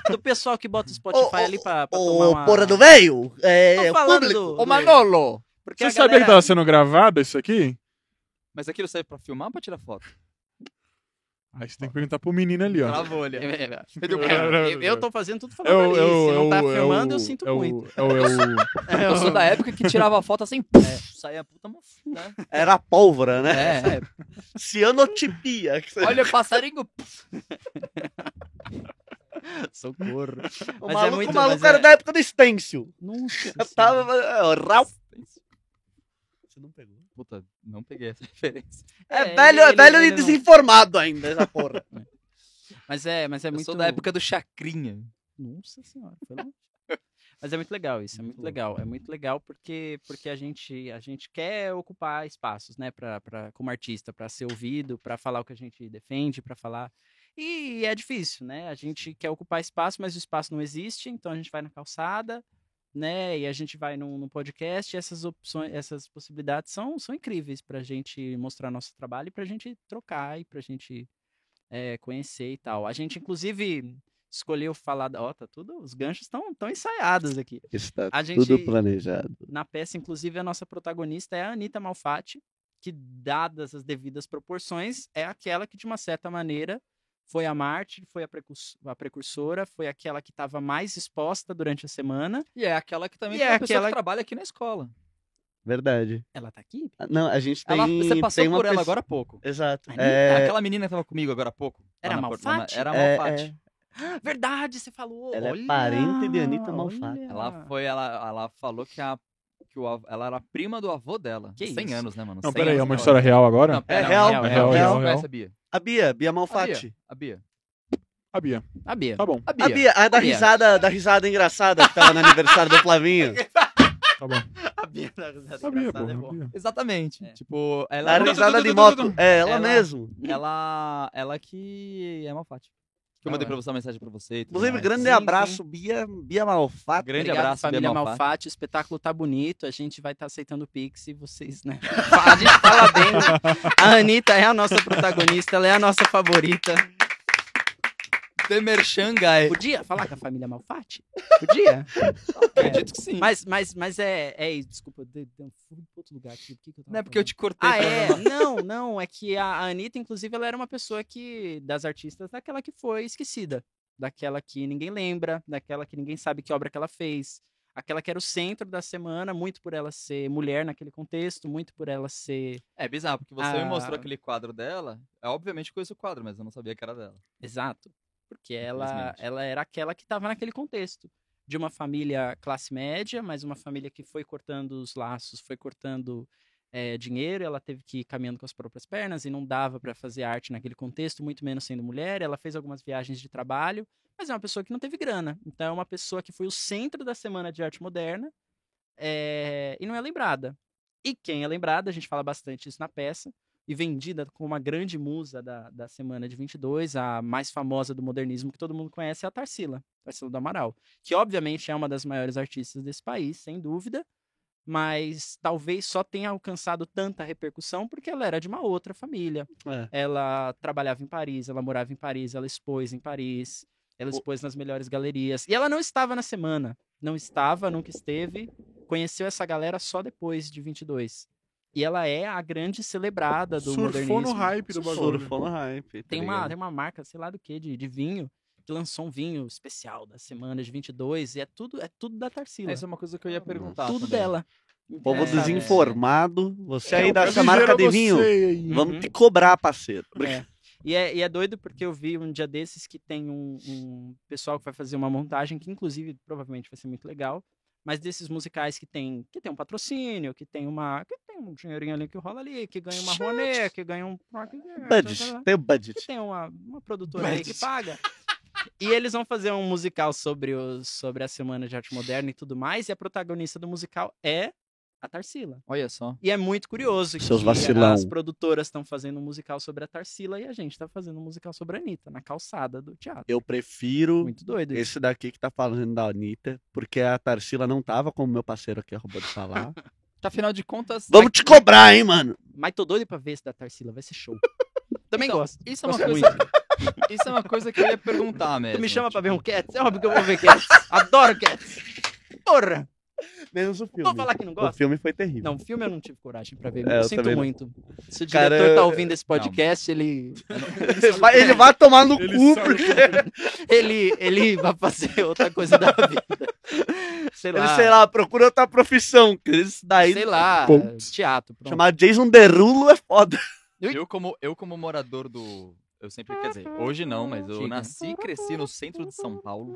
Speaker 5: do pessoal que bota o Spotify
Speaker 1: Ô, ô,
Speaker 5: ali pra, pra tomar
Speaker 1: Ô,
Speaker 5: uma...
Speaker 1: porra do velho! É,
Speaker 5: Tô
Speaker 1: o
Speaker 5: falando
Speaker 1: público.
Speaker 5: do-
Speaker 2: Ô, Manolo!
Speaker 5: Porque
Speaker 3: Você
Speaker 5: a
Speaker 3: sabia que
Speaker 5: galera-
Speaker 3: tava sendo gravado isso aqui?
Speaker 2: Mas aquilo serve pra filmar ou pra tirar foto?
Speaker 3: Aí você tem que perguntar pro menino ali, ó.
Speaker 2: Travou ali.
Speaker 5: É, é, é.
Speaker 2: Entendeu?
Speaker 5: É, eu- eu tô fazendo tudo falando ali. Se não tá filmando, eu sinto
Speaker 3: é o-
Speaker 5: muito.
Speaker 3: É o, é o-
Speaker 2: Eu sou da época que tirava foto assim,
Speaker 5: É.
Speaker 2: saia a puta mof- né?
Speaker 1: Era a pólvora, né?
Speaker 2: É,
Speaker 1: Cianotipia. que você-
Speaker 2: olha passarinho.
Speaker 5: Socorro.
Speaker 1: o
Speaker 5: mas é
Speaker 1: maluco,
Speaker 5: muito-
Speaker 1: o maluco
Speaker 5: mas
Speaker 1: era
Speaker 5: é-
Speaker 1: da época do Stencil.
Speaker 5: Nossa.
Speaker 1: Eu tava. é, ó, Ralph. Você não pegou?
Speaker 2: Puta, não peguei essa referência.
Speaker 1: É, velho, é velho e
Speaker 5: desenho.
Speaker 1: desinformado ainda, essa porra.
Speaker 5: Mas é, mas é
Speaker 2: Eu
Speaker 5: muito.
Speaker 2: sou da época do chacrinha.
Speaker 5: Nossa senhora, foi longe. Mas é muito legal isso, é muito legal. É muito legal porque, porque a, gente, a gente quer ocupar espaços, né, pra, pra, como artista, para ser ouvido, para falar o que a gente defende, para falar. E é difícil, né? A gente quer ocupar espaço, mas o espaço não existe, então a gente vai na calçada, né? E a gente vai num, num podcast. E essas opções, essas possibilidades são, são incríveis pra gente mostrar nosso trabalho e pra gente trocar e pra gente é, conhecer e tal. A gente, inclusive, escolheu falar. da- Ó, tá tudo. Os ganchos estão tão ensaiados aqui.
Speaker 1: Está
Speaker 5: A gente- tudo
Speaker 1: planejado.
Speaker 5: Na peça, inclusive, a nossa protagonista é a Anitta Malfatti, que, dadas as devidas proporções, é aquela que, de uma certa maneira, foi a Marte, foi a, precurs- a precursora, foi aquela que estava mais exposta durante a semana.
Speaker 2: E é aquela que também
Speaker 5: E
Speaker 2: tem
Speaker 5: é
Speaker 2: uma pessoa
Speaker 5: aquela-
Speaker 2: que trabalha aqui na escola.
Speaker 1: Verdade.
Speaker 5: Ela tá aqui?
Speaker 1: Ah, Não, a gente tem.
Speaker 2: Ela, você passou
Speaker 1: tem uma
Speaker 2: por ela
Speaker 1: pessoa-
Speaker 2: agora há pouco.
Speaker 1: Exato.
Speaker 5: Anitta?
Speaker 2: É
Speaker 1: É,
Speaker 2: Aquela menina que tava comigo agora há pouco. lá
Speaker 5: Era
Speaker 2: na
Speaker 5: Malfatti?
Speaker 2: porta, Era
Speaker 1: É,
Speaker 2: Malfatti.
Speaker 1: é.
Speaker 5: Ah, Verdade, você falou.
Speaker 1: Ela é
Speaker 5: olha,
Speaker 1: parente de Anitta Malfatti.
Speaker 5: olha.
Speaker 2: Ela foi, ela, ela falou que, a, que o, av- ela era prima do avô dela.
Speaker 5: Que
Speaker 2: 100
Speaker 5: isso?
Speaker 2: anos, né, mano?
Speaker 3: Não,
Speaker 2: 100
Speaker 3: peraí, é
Speaker 2: anos
Speaker 3: uma
Speaker 2: que
Speaker 3: história
Speaker 2: ela-
Speaker 3: real agora?
Speaker 2: Não, pera,
Speaker 1: É
Speaker 2: não,
Speaker 1: real,
Speaker 3: é real,
Speaker 2: Você
Speaker 3: real,
Speaker 2: conhece
Speaker 3: real.
Speaker 2: a Bia?
Speaker 1: A Bia, Bia
Speaker 2: A
Speaker 1: Malfatti.
Speaker 2: Bia, a Bia.
Speaker 3: A Bia.
Speaker 5: A Bia.
Speaker 3: Tá bom,
Speaker 2: A
Speaker 1: A
Speaker 2: Bia.
Speaker 1: Bia, a da Ah,
Speaker 5: Bia.
Speaker 1: risada, da risada engraçada que tava no aniversário do Flavinho.
Speaker 3: tá bom.
Speaker 5: A Bia da risada
Speaker 3: A Bia, pô.
Speaker 5: engraçada é
Speaker 3: a
Speaker 5: bom.
Speaker 3: Bia.
Speaker 2: Exatamente.
Speaker 5: É.
Speaker 2: Tipo, ela
Speaker 1: A risada de moto. É, ela,
Speaker 2: Ela-
Speaker 1: mesmo.
Speaker 2: Ela, ela que é Malfatti. Que eu
Speaker 5: Ah,
Speaker 2: mandei
Speaker 5: é.
Speaker 2: pra você uma mensagem pra você. e tudo
Speaker 1: Inclusive,
Speaker 2: mais.
Speaker 1: grande é tá
Speaker 5: Sim,
Speaker 1: abraço,
Speaker 5: sim.
Speaker 1: Bia, Bia Malfatti.
Speaker 2: Grande
Speaker 5: Obrigado,
Speaker 2: abraço,
Speaker 5: família
Speaker 2: Bia
Speaker 5: Malfatti.
Speaker 2: Malfatti.
Speaker 5: O espetáculo tá bonito. A gente vai estar aceitando Pix e vocês, né? A gente fala bem. né? A Anitta é a nossa protagonista, ela é a nossa favorita.
Speaker 2: Temer Xangai.
Speaker 5: Podia falar com a família é Malfatti? Podia?
Speaker 2: Acredito que sim.
Speaker 5: Mas, mas, mas é, é isso. Desculpa, eu dei- dei um- fui pra outro lugar aqui. Por que que eu tava
Speaker 2: Não é porque eu te cortei.
Speaker 5: Ah,
Speaker 2: pra-
Speaker 5: é? Não, não. É que a a Anitta, inclusive, ela era uma pessoa que, das artistas, daquela que foi esquecida. Daquela que ninguém lembra, daquela que ninguém sabe que obra que ela fez. Aquela que era o centro da semana, muito por ela ser mulher naquele contexto, muito por ela ser.
Speaker 2: É bizarro, porque você
Speaker 5: Ah.
Speaker 2: me mostrou aquele quadro dela. Eu, obviamente conheço o quadro, mas eu não sabia que era dela.
Speaker 5: Exato. Porque ela,
Speaker 2: Infelizmente.
Speaker 5: ela era aquela que estava naquele contexto. De uma família classe média, mas uma família que foi cortando os laços, foi cortando eh, dinheiro, ela teve que ir caminhando com as próprias pernas e não dava para fazer arte naquele contexto, muito menos sendo mulher. Ela fez algumas viagens de trabalho, mas é uma pessoa que não teve grana. Então é uma pessoa que foi o centro da Semana de Arte Moderna é, e não é lembrada. E quem é lembrada, a gente fala bastante isso na peça, e vendida como uma grande musa da, da Semana de 22, a mais famosa do modernismo que todo mundo conhece é a Tarsila, Tarsila do Amaral, que obviamente é uma das maiores artistas desse país, sem dúvida, mas talvez só tenha alcançado tanta repercussão porque ela era de uma outra família,
Speaker 1: É.
Speaker 5: ela trabalhava em Paris, ela morava em Paris, ela expôs em Paris, ela
Speaker 1: O-
Speaker 5: expôs nas melhores galerias. E ela não estava na semana. Não estava, nunca esteve. Conheceu essa galera só depois de 22. E ela é a grande celebrada do
Speaker 3: Surfou no
Speaker 5: modernismo.
Speaker 3: hype do bagulho.
Speaker 1: Surfou no hype. tá
Speaker 5: Tem uma,
Speaker 1: ligado?
Speaker 5: tem uma marca, sei lá do que, de, de vinho, que lançou um vinho especial da semana de 22. E é tudo, é tudo da Tarsila.
Speaker 2: Essa é uma coisa que eu ia perguntar.
Speaker 5: tudo
Speaker 2: também.
Speaker 5: dela.
Speaker 1: Povo
Speaker 5: É,
Speaker 1: desinformado. Você
Speaker 3: Eu
Speaker 1: aí da
Speaker 3: quero
Speaker 1: essa
Speaker 3: ligeira
Speaker 1: marca de
Speaker 3: você
Speaker 1: vinho,
Speaker 3: aí.
Speaker 5: Uhum.
Speaker 1: vamos te cobrar, parceiro.
Speaker 5: É. E, é, e é doido porque eu vi um dia desses que tem um, um pessoal que vai fazer uma montagem, que inclusive provavelmente vai ser muito legal, mas desses musicais que tem, que tem um patrocínio, que tem uma. que tem um dinheirinho ali que rola ali, que ganha uma Rouanet, que ganha um.
Speaker 1: Budget, tem o budget.
Speaker 5: tá, Que tem uma, uma produtora aí que paga. E eles vão fazer um musical sobre, o, sobre a Semana de Arte Moderna e tudo mais, e a protagonista do musical é a Tarsila.
Speaker 2: Olha só.
Speaker 5: E é muito curioso
Speaker 1: Seus
Speaker 5: que
Speaker 1: vacilão.
Speaker 5: as produtoras estão fazendo um musical sobre a Tarsila e a gente tá fazendo um musical sobre a Anitta, na calçada do teatro.
Speaker 1: Eu prefiro
Speaker 5: Muito doido. isso.
Speaker 1: esse daqui que tá falando da Anitta, porque a Tarsila não tava como meu parceiro aqui acabou de falar.
Speaker 2: Tá, afinal de contas.
Speaker 1: Vamos te cobrar, hein, mano?
Speaker 5: Mas tô doido pra ver esse da Tarsila, vai ser show. Também
Speaker 2: Então,
Speaker 5: gosto.
Speaker 2: Isso é, uma
Speaker 5: Gosto
Speaker 2: coisa,
Speaker 5: muito.
Speaker 2: isso é uma coisa que eu ia perguntar mesmo. tipo,
Speaker 5: Tu me chama pra ver um Cats? É óbvio que eu vou ver Cats. Adoro Cats. Porra!
Speaker 1: Menos o filme.
Speaker 5: Vou falar que não
Speaker 1: o
Speaker 5: gosta?
Speaker 1: filme foi terrível.
Speaker 5: Não, filme eu não tive coragem pra ver.
Speaker 1: É, eu
Speaker 5: eu sinto
Speaker 1: também não.
Speaker 5: muito. Se o
Speaker 1: Cara,
Speaker 5: diretor
Speaker 1: eu-
Speaker 5: tá ouvindo esse podcast, ele,
Speaker 1: Ele vai- ele vai tomar no
Speaker 3: Ele
Speaker 1: cu,
Speaker 3: sabe o que
Speaker 1: porque
Speaker 5: ele, ele vai fazer outra coisa da vida. Sei
Speaker 1: ele,
Speaker 5: lá.
Speaker 1: sei lá, procura outra profissão. que Isso daí,
Speaker 5: sei lá.
Speaker 3: Pontos.
Speaker 5: Teatro. Pronto.
Speaker 1: chamar Jason Derulo é foda.
Speaker 2: Eu como, eu como morador do... Eu sempre, quer dizer, hoje não, mas eu
Speaker 5: Diga.
Speaker 2: nasci e cresci no centro de São Paulo.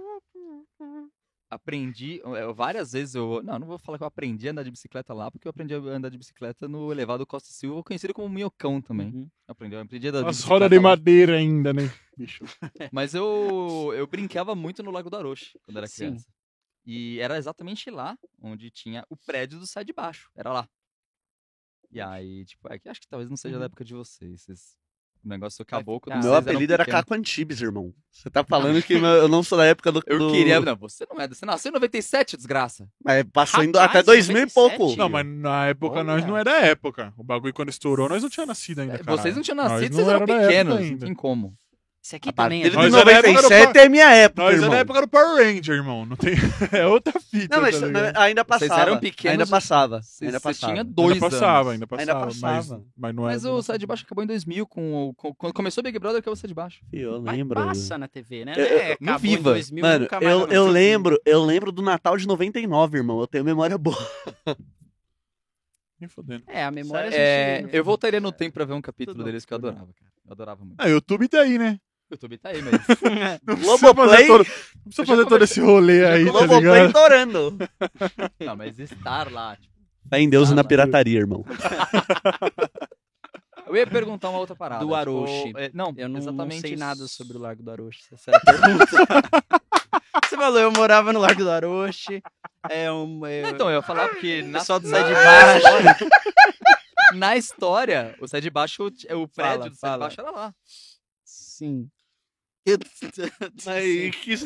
Speaker 2: Aprendi, é, eu- várias vezes eu... Não, não vou falar que eu aprendi a andar de bicicleta lá, porque eu aprendi a andar de bicicleta no elevado Costa e Silva, conhecido como Minhocão também.
Speaker 5: Uhum.
Speaker 2: Aprendi, eu aprendi a andar de
Speaker 3: As
Speaker 2: bicicleta
Speaker 3: rodas de
Speaker 2: lá.
Speaker 3: madeira ainda, né? Bicho.
Speaker 2: Mas eu, eu brincava muito no Lago do Aroche, quando era
Speaker 5: Sim.
Speaker 2: criança. E era exatamente lá onde tinha o prédio do Sai de Baixo. Era lá. E aí, tipo, é que acho que talvez não seja
Speaker 3: Uhum.
Speaker 2: da época de vocês. vocês- O
Speaker 3: É,
Speaker 2: negócio acabou quando
Speaker 5: Ah,
Speaker 1: meu
Speaker 2: vocês eram
Speaker 1: apelido era
Speaker 2: pequenos.
Speaker 1: Caco Antibes, irmão. Você tá falando que meu- eu não sou da época do.
Speaker 2: Eu
Speaker 1: do-
Speaker 2: queria. Não, você não é. Você nasceu em 97, desgraça.
Speaker 1: Mas passou indo
Speaker 5: Rapaz,
Speaker 1: até 2000 e
Speaker 5: 97?
Speaker 1: pouco.
Speaker 3: Não, mas na época
Speaker 2: Olha.
Speaker 3: nós não era época. O bagulho quando estourou, nós não tinha nascido ainda.
Speaker 2: É,
Speaker 3: Caralho.
Speaker 2: Vocês não tinham
Speaker 3: Nós
Speaker 2: nascido,
Speaker 3: não
Speaker 2: vocês eram
Speaker 3: era da época
Speaker 2: pequenos. Não
Speaker 3: ainda.
Speaker 2: tem como.
Speaker 5: Isso aqui
Speaker 1: A
Speaker 5: também é
Speaker 1: partir de
Speaker 3: Nós
Speaker 5: doido.
Speaker 3: era da época do
Speaker 1: 97 é minha época,
Speaker 3: Nós é
Speaker 1: irmão.
Speaker 3: da época do Power Ranger, irmão. Não tem... é outra fita.
Speaker 1: Não, mas
Speaker 3: tá ligado?
Speaker 1: mas ainda
Speaker 2: Vocês
Speaker 1: passava.
Speaker 2: eram pequenos,
Speaker 1: Ainda passava.
Speaker 2: Você
Speaker 1: Ainda
Speaker 2: você
Speaker 1: passava.
Speaker 2: tinha dois
Speaker 3: ainda passava,
Speaker 2: anos.
Speaker 3: ainda
Speaker 1: Ainda
Speaker 3: passava,
Speaker 1: passava.
Speaker 3: Mas, mas não
Speaker 2: Mas
Speaker 3: é, era.
Speaker 2: o Sai de Baixo acabou em 2000, com, o- com- quando começou o Big Brother, que é o Sai de Baixo.
Speaker 1: Eu
Speaker 5: Mas
Speaker 1: lembro.
Speaker 5: passa um na TV, né?
Speaker 1: Eu- eu-
Speaker 5: é,
Speaker 2: no
Speaker 5: acabou em
Speaker 2: Viva.
Speaker 5: 2000,
Speaker 1: Mano,
Speaker 5: nunca mais
Speaker 1: eu,
Speaker 5: aconteceu.
Speaker 1: eu lembro, eu lembro do Natal de 99, irmão. Eu tenho memória boa.
Speaker 3: Nem fodendo.
Speaker 5: É, a memória... a
Speaker 2: É,
Speaker 5: gente-
Speaker 2: eu voltaria no tempo pra ver um capítulo
Speaker 5: Tudo
Speaker 2: deles que eu
Speaker 5: loucura.
Speaker 2: adorava, cara. Eu adorava muito.
Speaker 3: Ah, YouTube tá aí, né?
Speaker 2: O YouTube tá aí, mas.
Speaker 3: Não precisa fazer
Speaker 1: Globoplay,
Speaker 3: todo, não precisa fazer
Speaker 2: Eu já
Speaker 3: todo
Speaker 2: conversei-
Speaker 3: esse rolê aí, tá
Speaker 1: Globoplay
Speaker 3: ligado?
Speaker 1: torando.
Speaker 2: Não, mas estar lá. Tipo...
Speaker 1: Tá em Deus e na
Speaker 2: Caralho.
Speaker 1: pirataria, irmão.
Speaker 2: Eu ia perguntar uma outra parada.
Speaker 5: Do
Speaker 2: tipo,
Speaker 5: Aroche.
Speaker 2: é, não,
Speaker 5: Eu não,
Speaker 2: exatamente.
Speaker 5: não sei
Speaker 2: isso.
Speaker 5: nada sobre o Largo do Aroche.
Speaker 2: Essa era a pergunta.
Speaker 5: Você falou, eu morava no Largo do Aroche. É um... é-
Speaker 2: então, eu ia falar porque
Speaker 5: o
Speaker 2: na,
Speaker 5: pessoal do
Speaker 2: na,
Speaker 5: Zé de Baixo.
Speaker 2: na história, o Sai de Baixo, é o- o prédio do Sai de
Speaker 5: fala.
Speaker 2: Baixo era lá.
Speaker 5: Sim. Eu-
Speaker 1: Mas que isso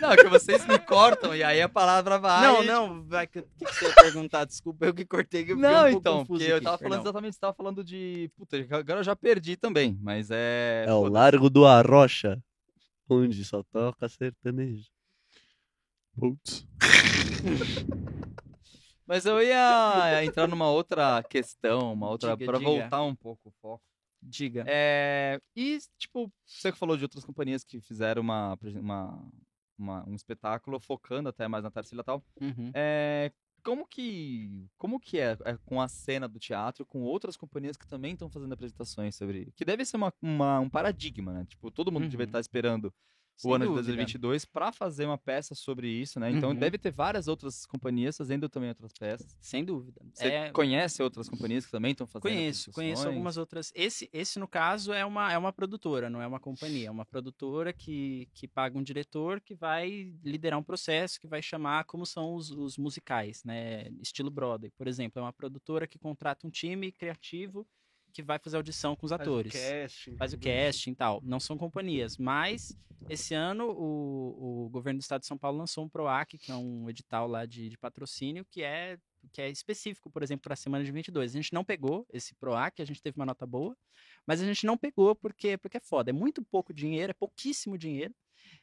Speaker 2: Não, é que vocês me cortam e aí a palavra vai.
Speaker 5: Não, não, vai que o que que você ia perguntar? Desculpa, eu que cortei. que Eu fiquei
Speaker 2: Não,
Speaker 5: um pouco
Speaker 2: então,
Speaker 5: confuso
Speaker 2: porque eu
Speaker 5: aqui,
Speaker 2: tava falando
Speaker 5: perdão.
Speaker 2: exatamente, você tava falando de. Puta, agora eu já perdi também, mas é.
Speaker 1: É o
Speaker 2: foda-se.
Speaker 1: Largo do Arrocha, onde só toca sertanejo.
Speaker 3: Putz.
Speaker 2: Mas eu ia entrar numa outra questão, uma outra.
Speaker 5: Diga,
Speaker 2: pra
Speaker 5: diga.
Speaker 2: voltar um pouco o foco.
Speaker 5: Diga.
Speaker 2: É, e, tipo, você que falou de outras companhias que fizeram uma, uma- uma- um espetáculo focando até mais na Tarsila e tal.
Speaker 5: Uhum.
Speaker 2: É, como que como que é, é com a cena do teatro, com outras companhias que também estão fazendo apresentações sobre... Que deve ser uma, uma- um paradigma, né? Tipo, todo mundo
Speaker 5: Uhum.
Speaker 2: deve estar esperando o ano
Speaker 5: dúvida.
Speaker 2: de 2022 para fazer uma peça sobre isso, né? Então
Speaker 5: Uhum.
Speaker 2: deve ter várias outras companhias fazendo também outras peças.
Speaker 5: Sem dúvida.
Speaker 2: Você
Speaker 5: É,
Speaker 2: conhece outras companhias que também estão fazendo?
Speaker 5: Conheço, conheço
Speaker 2: produções?
Speaker 5: algumas outras. Esse, esse no caso, é uma, é uma produtora, não é uma companhia. É uma produtora que, que paga um diretor que vai liderar um processo, que vai chamar como são os, os musicais, né? Estilo Broadway, por exemplo. É uma produtora que contrata um time criativo que vai fazer audição com os atores.
Speaker 1: Faz o casting.
Speaker 5: Faz o
Speaker 1: tudo isso.
Speaker 5: casting e tal. Não são companhias, mas esse ano o, o governo do estado de São Paulo lançou um PROAC, que é um edital lá de, de patrocínio, que é, que é específico, por exemplo, para a semana de 22. A gente não pegou esse PROAC, a gente teve uma nota boa, mas a gente não pegou porque, porque é foda. É muito pouco dinheiro, é pouquíssimo dinheiro.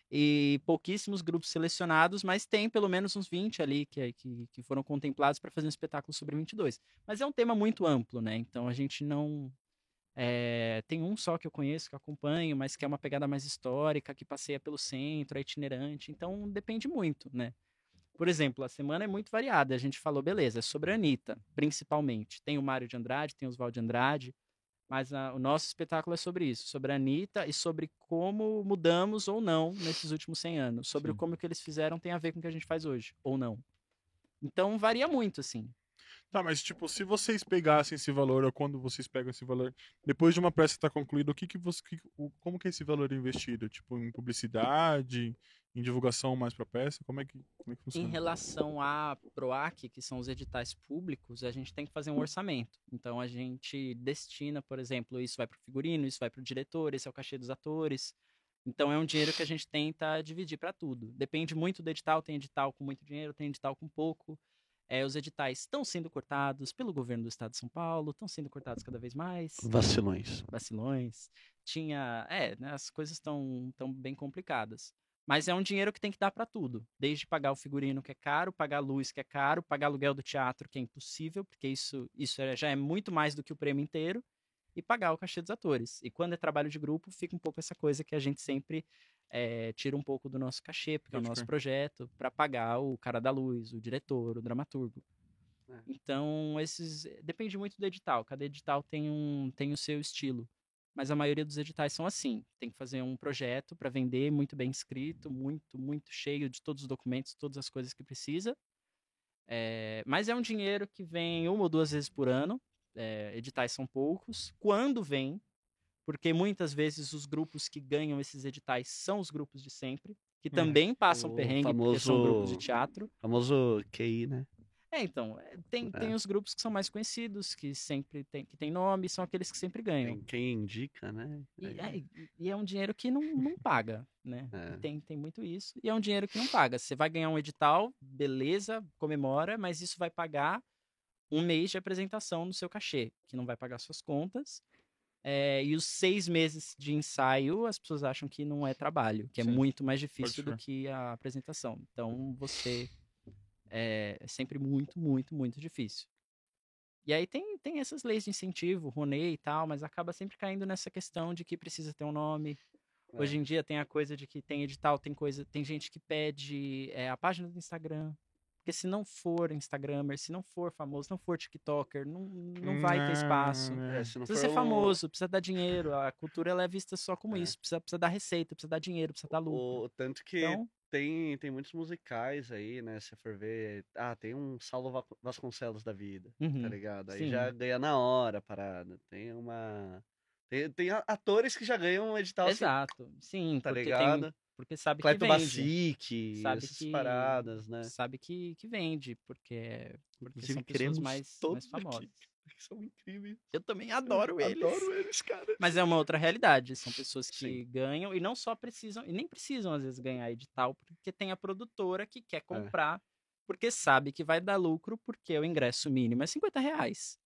Speaker 5: E pouquíssimos grupos selecionados, mas tem pelo menos uns 20 ali que, que, que foram contemplados para fazer um espetáculo sobre 22. Mas é um tema muito amplo, né? Então a gente não, é, tem um só que eu conheço, que eu acompanho, mas que é uma pegada mais histórica, que passeia pelo centro, é itinerante. Então, depende muito, né? Por exemplo, a semana é muito variada. A gente falou, beleza, é sobre a Anitta, principalmente. Tem o Mário de Andrade, tem o Oswaldo de Andrade, mas a- o nosso espetáculo é sobre isso, sobre a Anitta e sobre como mudamos ou não nesses últimos 100 anos. Sobre
Speaker 2: Sim.
Speaker 5: como o que eles fizeram tem a ver com o que a gente faz hoje, ou não. Então, varia muito, assim.
Speaker 3: Tá, mas tipo, se vocês pegassem esse valor, ou quando vocês pegam esse valor, depois de uma peça estar concluída, o que que você, que- o- como que é esse valor investido? Tipo, em publicidade, em divulgação mais pra peça? Como é que, como é que
Speaker 5: Em
Speaker 3: funciona?
Speaker 5: relação à PROAC, que são os editais públicos, a gente tem que fazer um orçamento. Então a gente destina, por exemplo, isso vai para o figurino, isso vai para o diretor, esse é o cachê dos atores. Então é um dinheiro que a gente tenta dividir para tudo. Depende muito do edital, tem edital com muito dinheiro, tem edital com pouco. É, os editais estão sendo cortados pelo governo do estado de São Paulo, estão sendo cortados cada vez mais
Speaker 1: Hum. Vacilões.
Speaker 5: vacilões. Tinha, é, né, as coisas estão tão bem complicadas. Mas é um dinheiro que tem que dar para tudo, desde pagar o figurino que é caro, pagar a luz que é caro, pagar aluguel do teatro que é impossível, porque isso isso é- já é muito mais do que o prêmio inteiro, e pagar o cachê dos atores. E quando é trabalho de grupo, fica um pouco essa coisa que a gente sempre é, tira um pouco do nosso cachê, porque é o
Speaker 3: Pode
Speaker 5: nosso
Speaker 3: crer.
Speaker 5: projeto, para pagar o cara da luz, o diretor, o dramaturgo.
Speaker 1: É.
Speaker 5: Então, esses. Depende muito do edital. Cada edital tem, um, tem o seu estilo. Mas a maioria dos editais são assim. Tem que fazer um projeto para vender, muito bem escrito, muito, muito cheio de todos os documentos, todas as coisas que precisa. É, mas é um dinheiro que vem uma ou duas vezes por ano. é, editais são poucos. Quando vem, porque muitas vezes os grupos que ganham esses editais são os grupos de sempre, que
Speaker 3: Hum.
Speaker 5: também passam
Speaker 1: É, O
Speaker 5: perrengue, porque são grupos de
Speaker 1: famoso-
Speaker 5: teatro.
Speaker 1: Famoso QI, né?
Speaker 5: É, então, é, tem,
Speaker 1: É.
Speaker 5: tem os grupos que são mais conhecidos, que sempre tem, que tem nome, são aqueles que sempre ganham.
Speaker 1: Tem Quem indica, né?
Speaker 5: E
Speaker 1: Aí-
Speaker 5: é, e- e é um dinheiro que não, não paga, né?
Speaker 1: É.
Speaker 5: Tem, tem muito isso. E é um dinheiro que não paga. Você vai ganhar um edital, beleza, comemora, mas isso vai pagar um mês de apresentação no seu cachê, que não vai pagar suas contas. É, e os seis meses de ensaio, as pessoas acham que não é trabalho, que é
Speaker 2: Sim.
Speaker 5: muito mais difícil do
Speaker 3: crer.
Speaker 5: que a apresentação. Então, você. É, é sempre muito, muito, muito difícil. E aí tem, tem essas leis de incentivo, Ronei e tal, mas acaba sempre caindo nessa questão de que precisa ter um nome.
Speaker 1: É.
Speaker 5: Hoje em dia tem a coisa de que tem edital, tem coisa, tem gente que pede é, a página do Instagram. Porque se não for Instagrammer, se não for famoso, não for TikToker, não, não vai ter espaço.
Speaker 3: né?
Speaker 1: É, se não
Speaker 5: Precisa ser
Speaker 1: for o-
Speaker 5: famoso, precisa dar dinheiro. A cultura ela é vista só como
Speaker 1: É.
Speaker 5: isso. Precisa, precisa dar receita, precisa dar dinheiro, precisa dar lucro.
Speaker 1: O, tanto que
Speaker 5: Então,
Speaker 1: tem, tem muitos musicais aí, né? Se for ver. Ah, tem um Saulo Va- Vasconcelos da vida, tá
Speaker 5: uhum.
Speaker 1: ligado? Aí
Speaker 5: sim.
Speaker 1: já ganha na hora a parada. Tem uma. Tem, tem a- atores que já ganham um edital assim,
Speaker 5: exato. Sim,
Speaker 1: tá
Speaker 5: porque, tem-
Speaker 1: ligado?
Speaker 5: porque sabe que
Speaker 1: Clayton
Speaker 5: vende.
Speaker 1: Bacic,
Speaker 5: Sabe
Speaker 1: essas
Speaker 5: que-
Speaker 1: paradas, né?
Speaker 5: sabe que, que vende, porque, é- porque
Speaker 1: Inclusive,
Speaker 5: são pessoas
Speaker 1: queremos
Speaker 5: mais,
Speaker 1: todos
Speaker 5: mais
Speaker 1: aqui.
Speaker 5: famosas.
Speaker 1: Que são incríveis.
Speaker 5: Eu também
Speaker 1: Adoro eles, cara.
Speaker 5: Mas é uma outra realidade. São pessoas que
Speaker 1: Sim.
Speaker 5: ganham e não só precisam, e nem precisam às vezes ganhar edital, porque tem a produtora que quer comprar, porque sabe que vai dar lucro, porque o ingresso mínimo é 50 reais.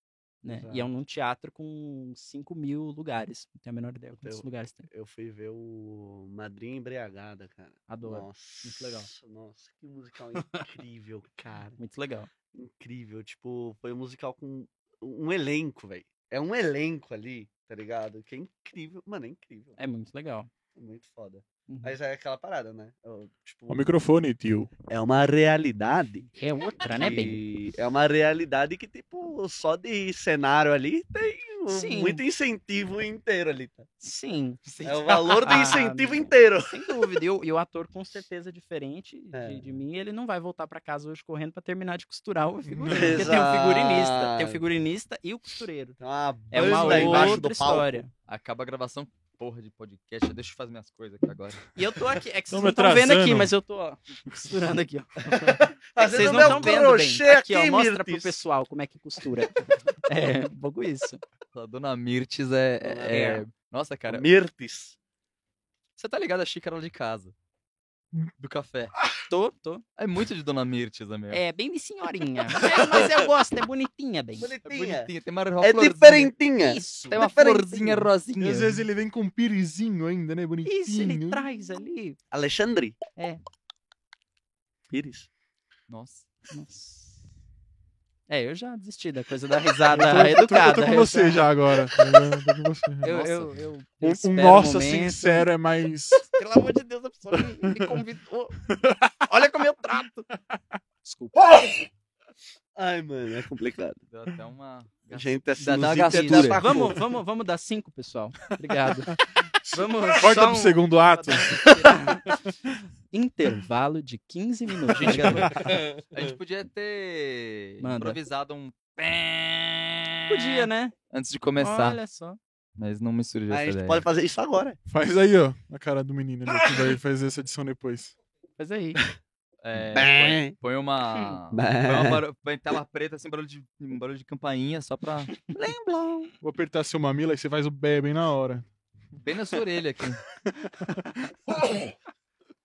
Speaker 5: Né? E é um teatro com 5 mil lugares. Não tenho a menor ideia quantos
Speaker 1: Eu-
Speaker 5: lugares tem.
Speaker 1: Eu fui ver o Madrinha Embriagada, cara.
Speaker 5: Adoro.
Speaker 1: Nossa,
Speaker 5: muito legal.
Speaker 1: Nossa, que musical incrível, cara.
Speaker 5: Muito legal.
Speaker 1: incrível. Tipo, foi um musical com um elenco, velho. É um elenco ali, tá ligado? Que é incrível. Mano, é incrível.
Speaker 5: É muito legal.
Speaker 1: É muito foda.
Speaker 5: Uhum.
Speaker 1: Mas é aquela parada, né? É o-
Speaker 3: O
Speaker 1: Tipo,
Speaker 3: microfone, tio.
Speaker 1: é uma realidade.
Speaker 5: É outra, né, Ben?
Speaker 1: que- É uma realidade que, tipo, só de cenário ali tem um-
Speaker 5: Sim.
Speaker 1: muito incentivo inteiro ali. Tá?
Speaker 5: Sim.
Speaker 1: É o valor do
Speaker 5: Ah,
Speaker 1: incentivo
Speaker 5: meu.
Speaker 1: inteiro.
Speaker 5: Sem dúvida. E o, e o ator, com certeza, diferente
Speaker 1: É.
Speaker 5: de, de mim, ele não vai voltar pra casa hoje correndo pra terminar de costurar o figurino.
Speaker 1: Exato.
Speaker 5: Porque tem o figurinista. Tem o figurinista e o costureiro.
Speaker 1: Tem uma
Speaker 5: É uma
Speaker 1: banda embaixo
Speaker 5: outra
Speaker 1: do palco.
Speaker 5: história.
Speaker 2: Acaba a gravação, porra de podcast. Deixa eu fazer minhas coisas aqui agora.
Speaker 5: E eu tô aqui, é que
Speaker 3: Tão
Speaker 5: vocês
Speaker 3: me
Speaker 5: não estão vendo aqui,
Speaker 3: atrasando.
Speaker 5: mas eu tô, ó, costurando aqui, ó. É que
Speaker 1: Às vezes
Speaker 5: Vocês
Speaker 1: eu
Speaker 5: não
Speaker 1: dou
Speaker 5: estão
Speaker 1: um
Speaker 5: vendo
Speaker 1: crochê
Speaker 5: bem. Aqui, ó,
Speaker 1: aqui,
Speaker 5: mostra pro
Speaker 1: Mirtes.
Speaker 5: pessoal como é que costura. É, um pouco isso.
Speaker 2: A dona Mirtes é.
Speaker 1: Dona
Speaker 2: é- Nossa, cara.
Speaker 1: Mirtes.
Speaker 2: Você tá ligado à xícara de casa? Do café.
Speaker 5: Tô, tô.
Speaker 2: É muito de dona Mirtes, a minha.
Speaker 5: É, bem de senhorinha. É, mas eu gosto, é bonitinha, bem.
Speaker 1: Bonitinha.
Speaker 2: bonitinha. Tem uma ro-
Speaker 1: É
Speaker 2: florzinha.
Speaker 1: diferentinha.
Speaker 5: Isso.
Speaker 2: Tem uma
Speaker 1: diferentinha.
Speaker 2: florzinha rosinha.
Speaker 3: Às vezes ele vem com um pirizinho ainda, né? Bonitinho.
Speaker 5: Isso, ele tá traz ali.
Speaker 1: Alexandre.
Speaker 5: É.
Speaker 1: Pires.
Speaker 2: Nossa.
Speaker 5: Nossa. É, eu já desisti da coisa da risada
Speaker 3: Eu tô- eu tô-
Speaker 5: educada.
Speaker 3: Eu tô com
Speaker 5: eu
Speaker 3: você
Speaker 5: já-
Speaker 3: já agora. Eu tô com você.
Speaker 5: Eu,
Speaker 2: Nossa.
Speaker 5: eu, eu, eu
Speaker 3: Um- Um,
Speaker 5: espero
Speaker 3: nossa
Speaker 2: assim,
Speaker 5: momento.
Speaker 3: sincero é mais.
Speaker 5: Pelo amor de Deus, a pessoa me, me convidou. Olha como eu trato. Desculpa.
Speaker 1: Ai, mano, é complicado.
Speaker 2: Deu até uma.
Speaker 1: Gente, é
Speaker 2: Dá- dá uma
Speaker 1: sinusite, até
Speaker 2: gastura.
Speaker 1: atacou.
Speaker 5: Vamos, vamos, vamos dar cinco, pessoal. Obrigado. Vamos
Speaker 3: Corta
Speaker 5: só
Speaker 3: pro
Speaker 5: um-
Speaker 3: segundo ato.
Speaker 5: Intervalo de 15 minutos.
Speaker 2: A gente, a gente podia ter
Speaker 5: Manda.
Speaker 2: improvisado um.
Speaker 5: podia, né?
Speaker 2: Antes de começar.
Speaker 5: Olha só.
Speaker 2: Mas não me surgiu
Speaker 1: A
Speaker 2: essa
Speaker 1: gente
Speaker 2: ideia.
Speaker 1: pode fazer isso agora.
Speaker 3: Faz aí, ó. A cara do menino né, que vai fazer essa edição depois.
Speaker 5: Faz aí.
Speaker 2: É, põe-
Speaker 1: Bem.
Speaker 2: põe uma.
Speaker 1: Bem.
Speaker 2: Põe uma barulho, põe tela preta, assim, barulho de, um barulho de campainha, só pra.
Speaker 3: Vou apertar seu mamilo e você faz o bebê bem na hora.
Speaker 2: Bem na sua orelha aqui.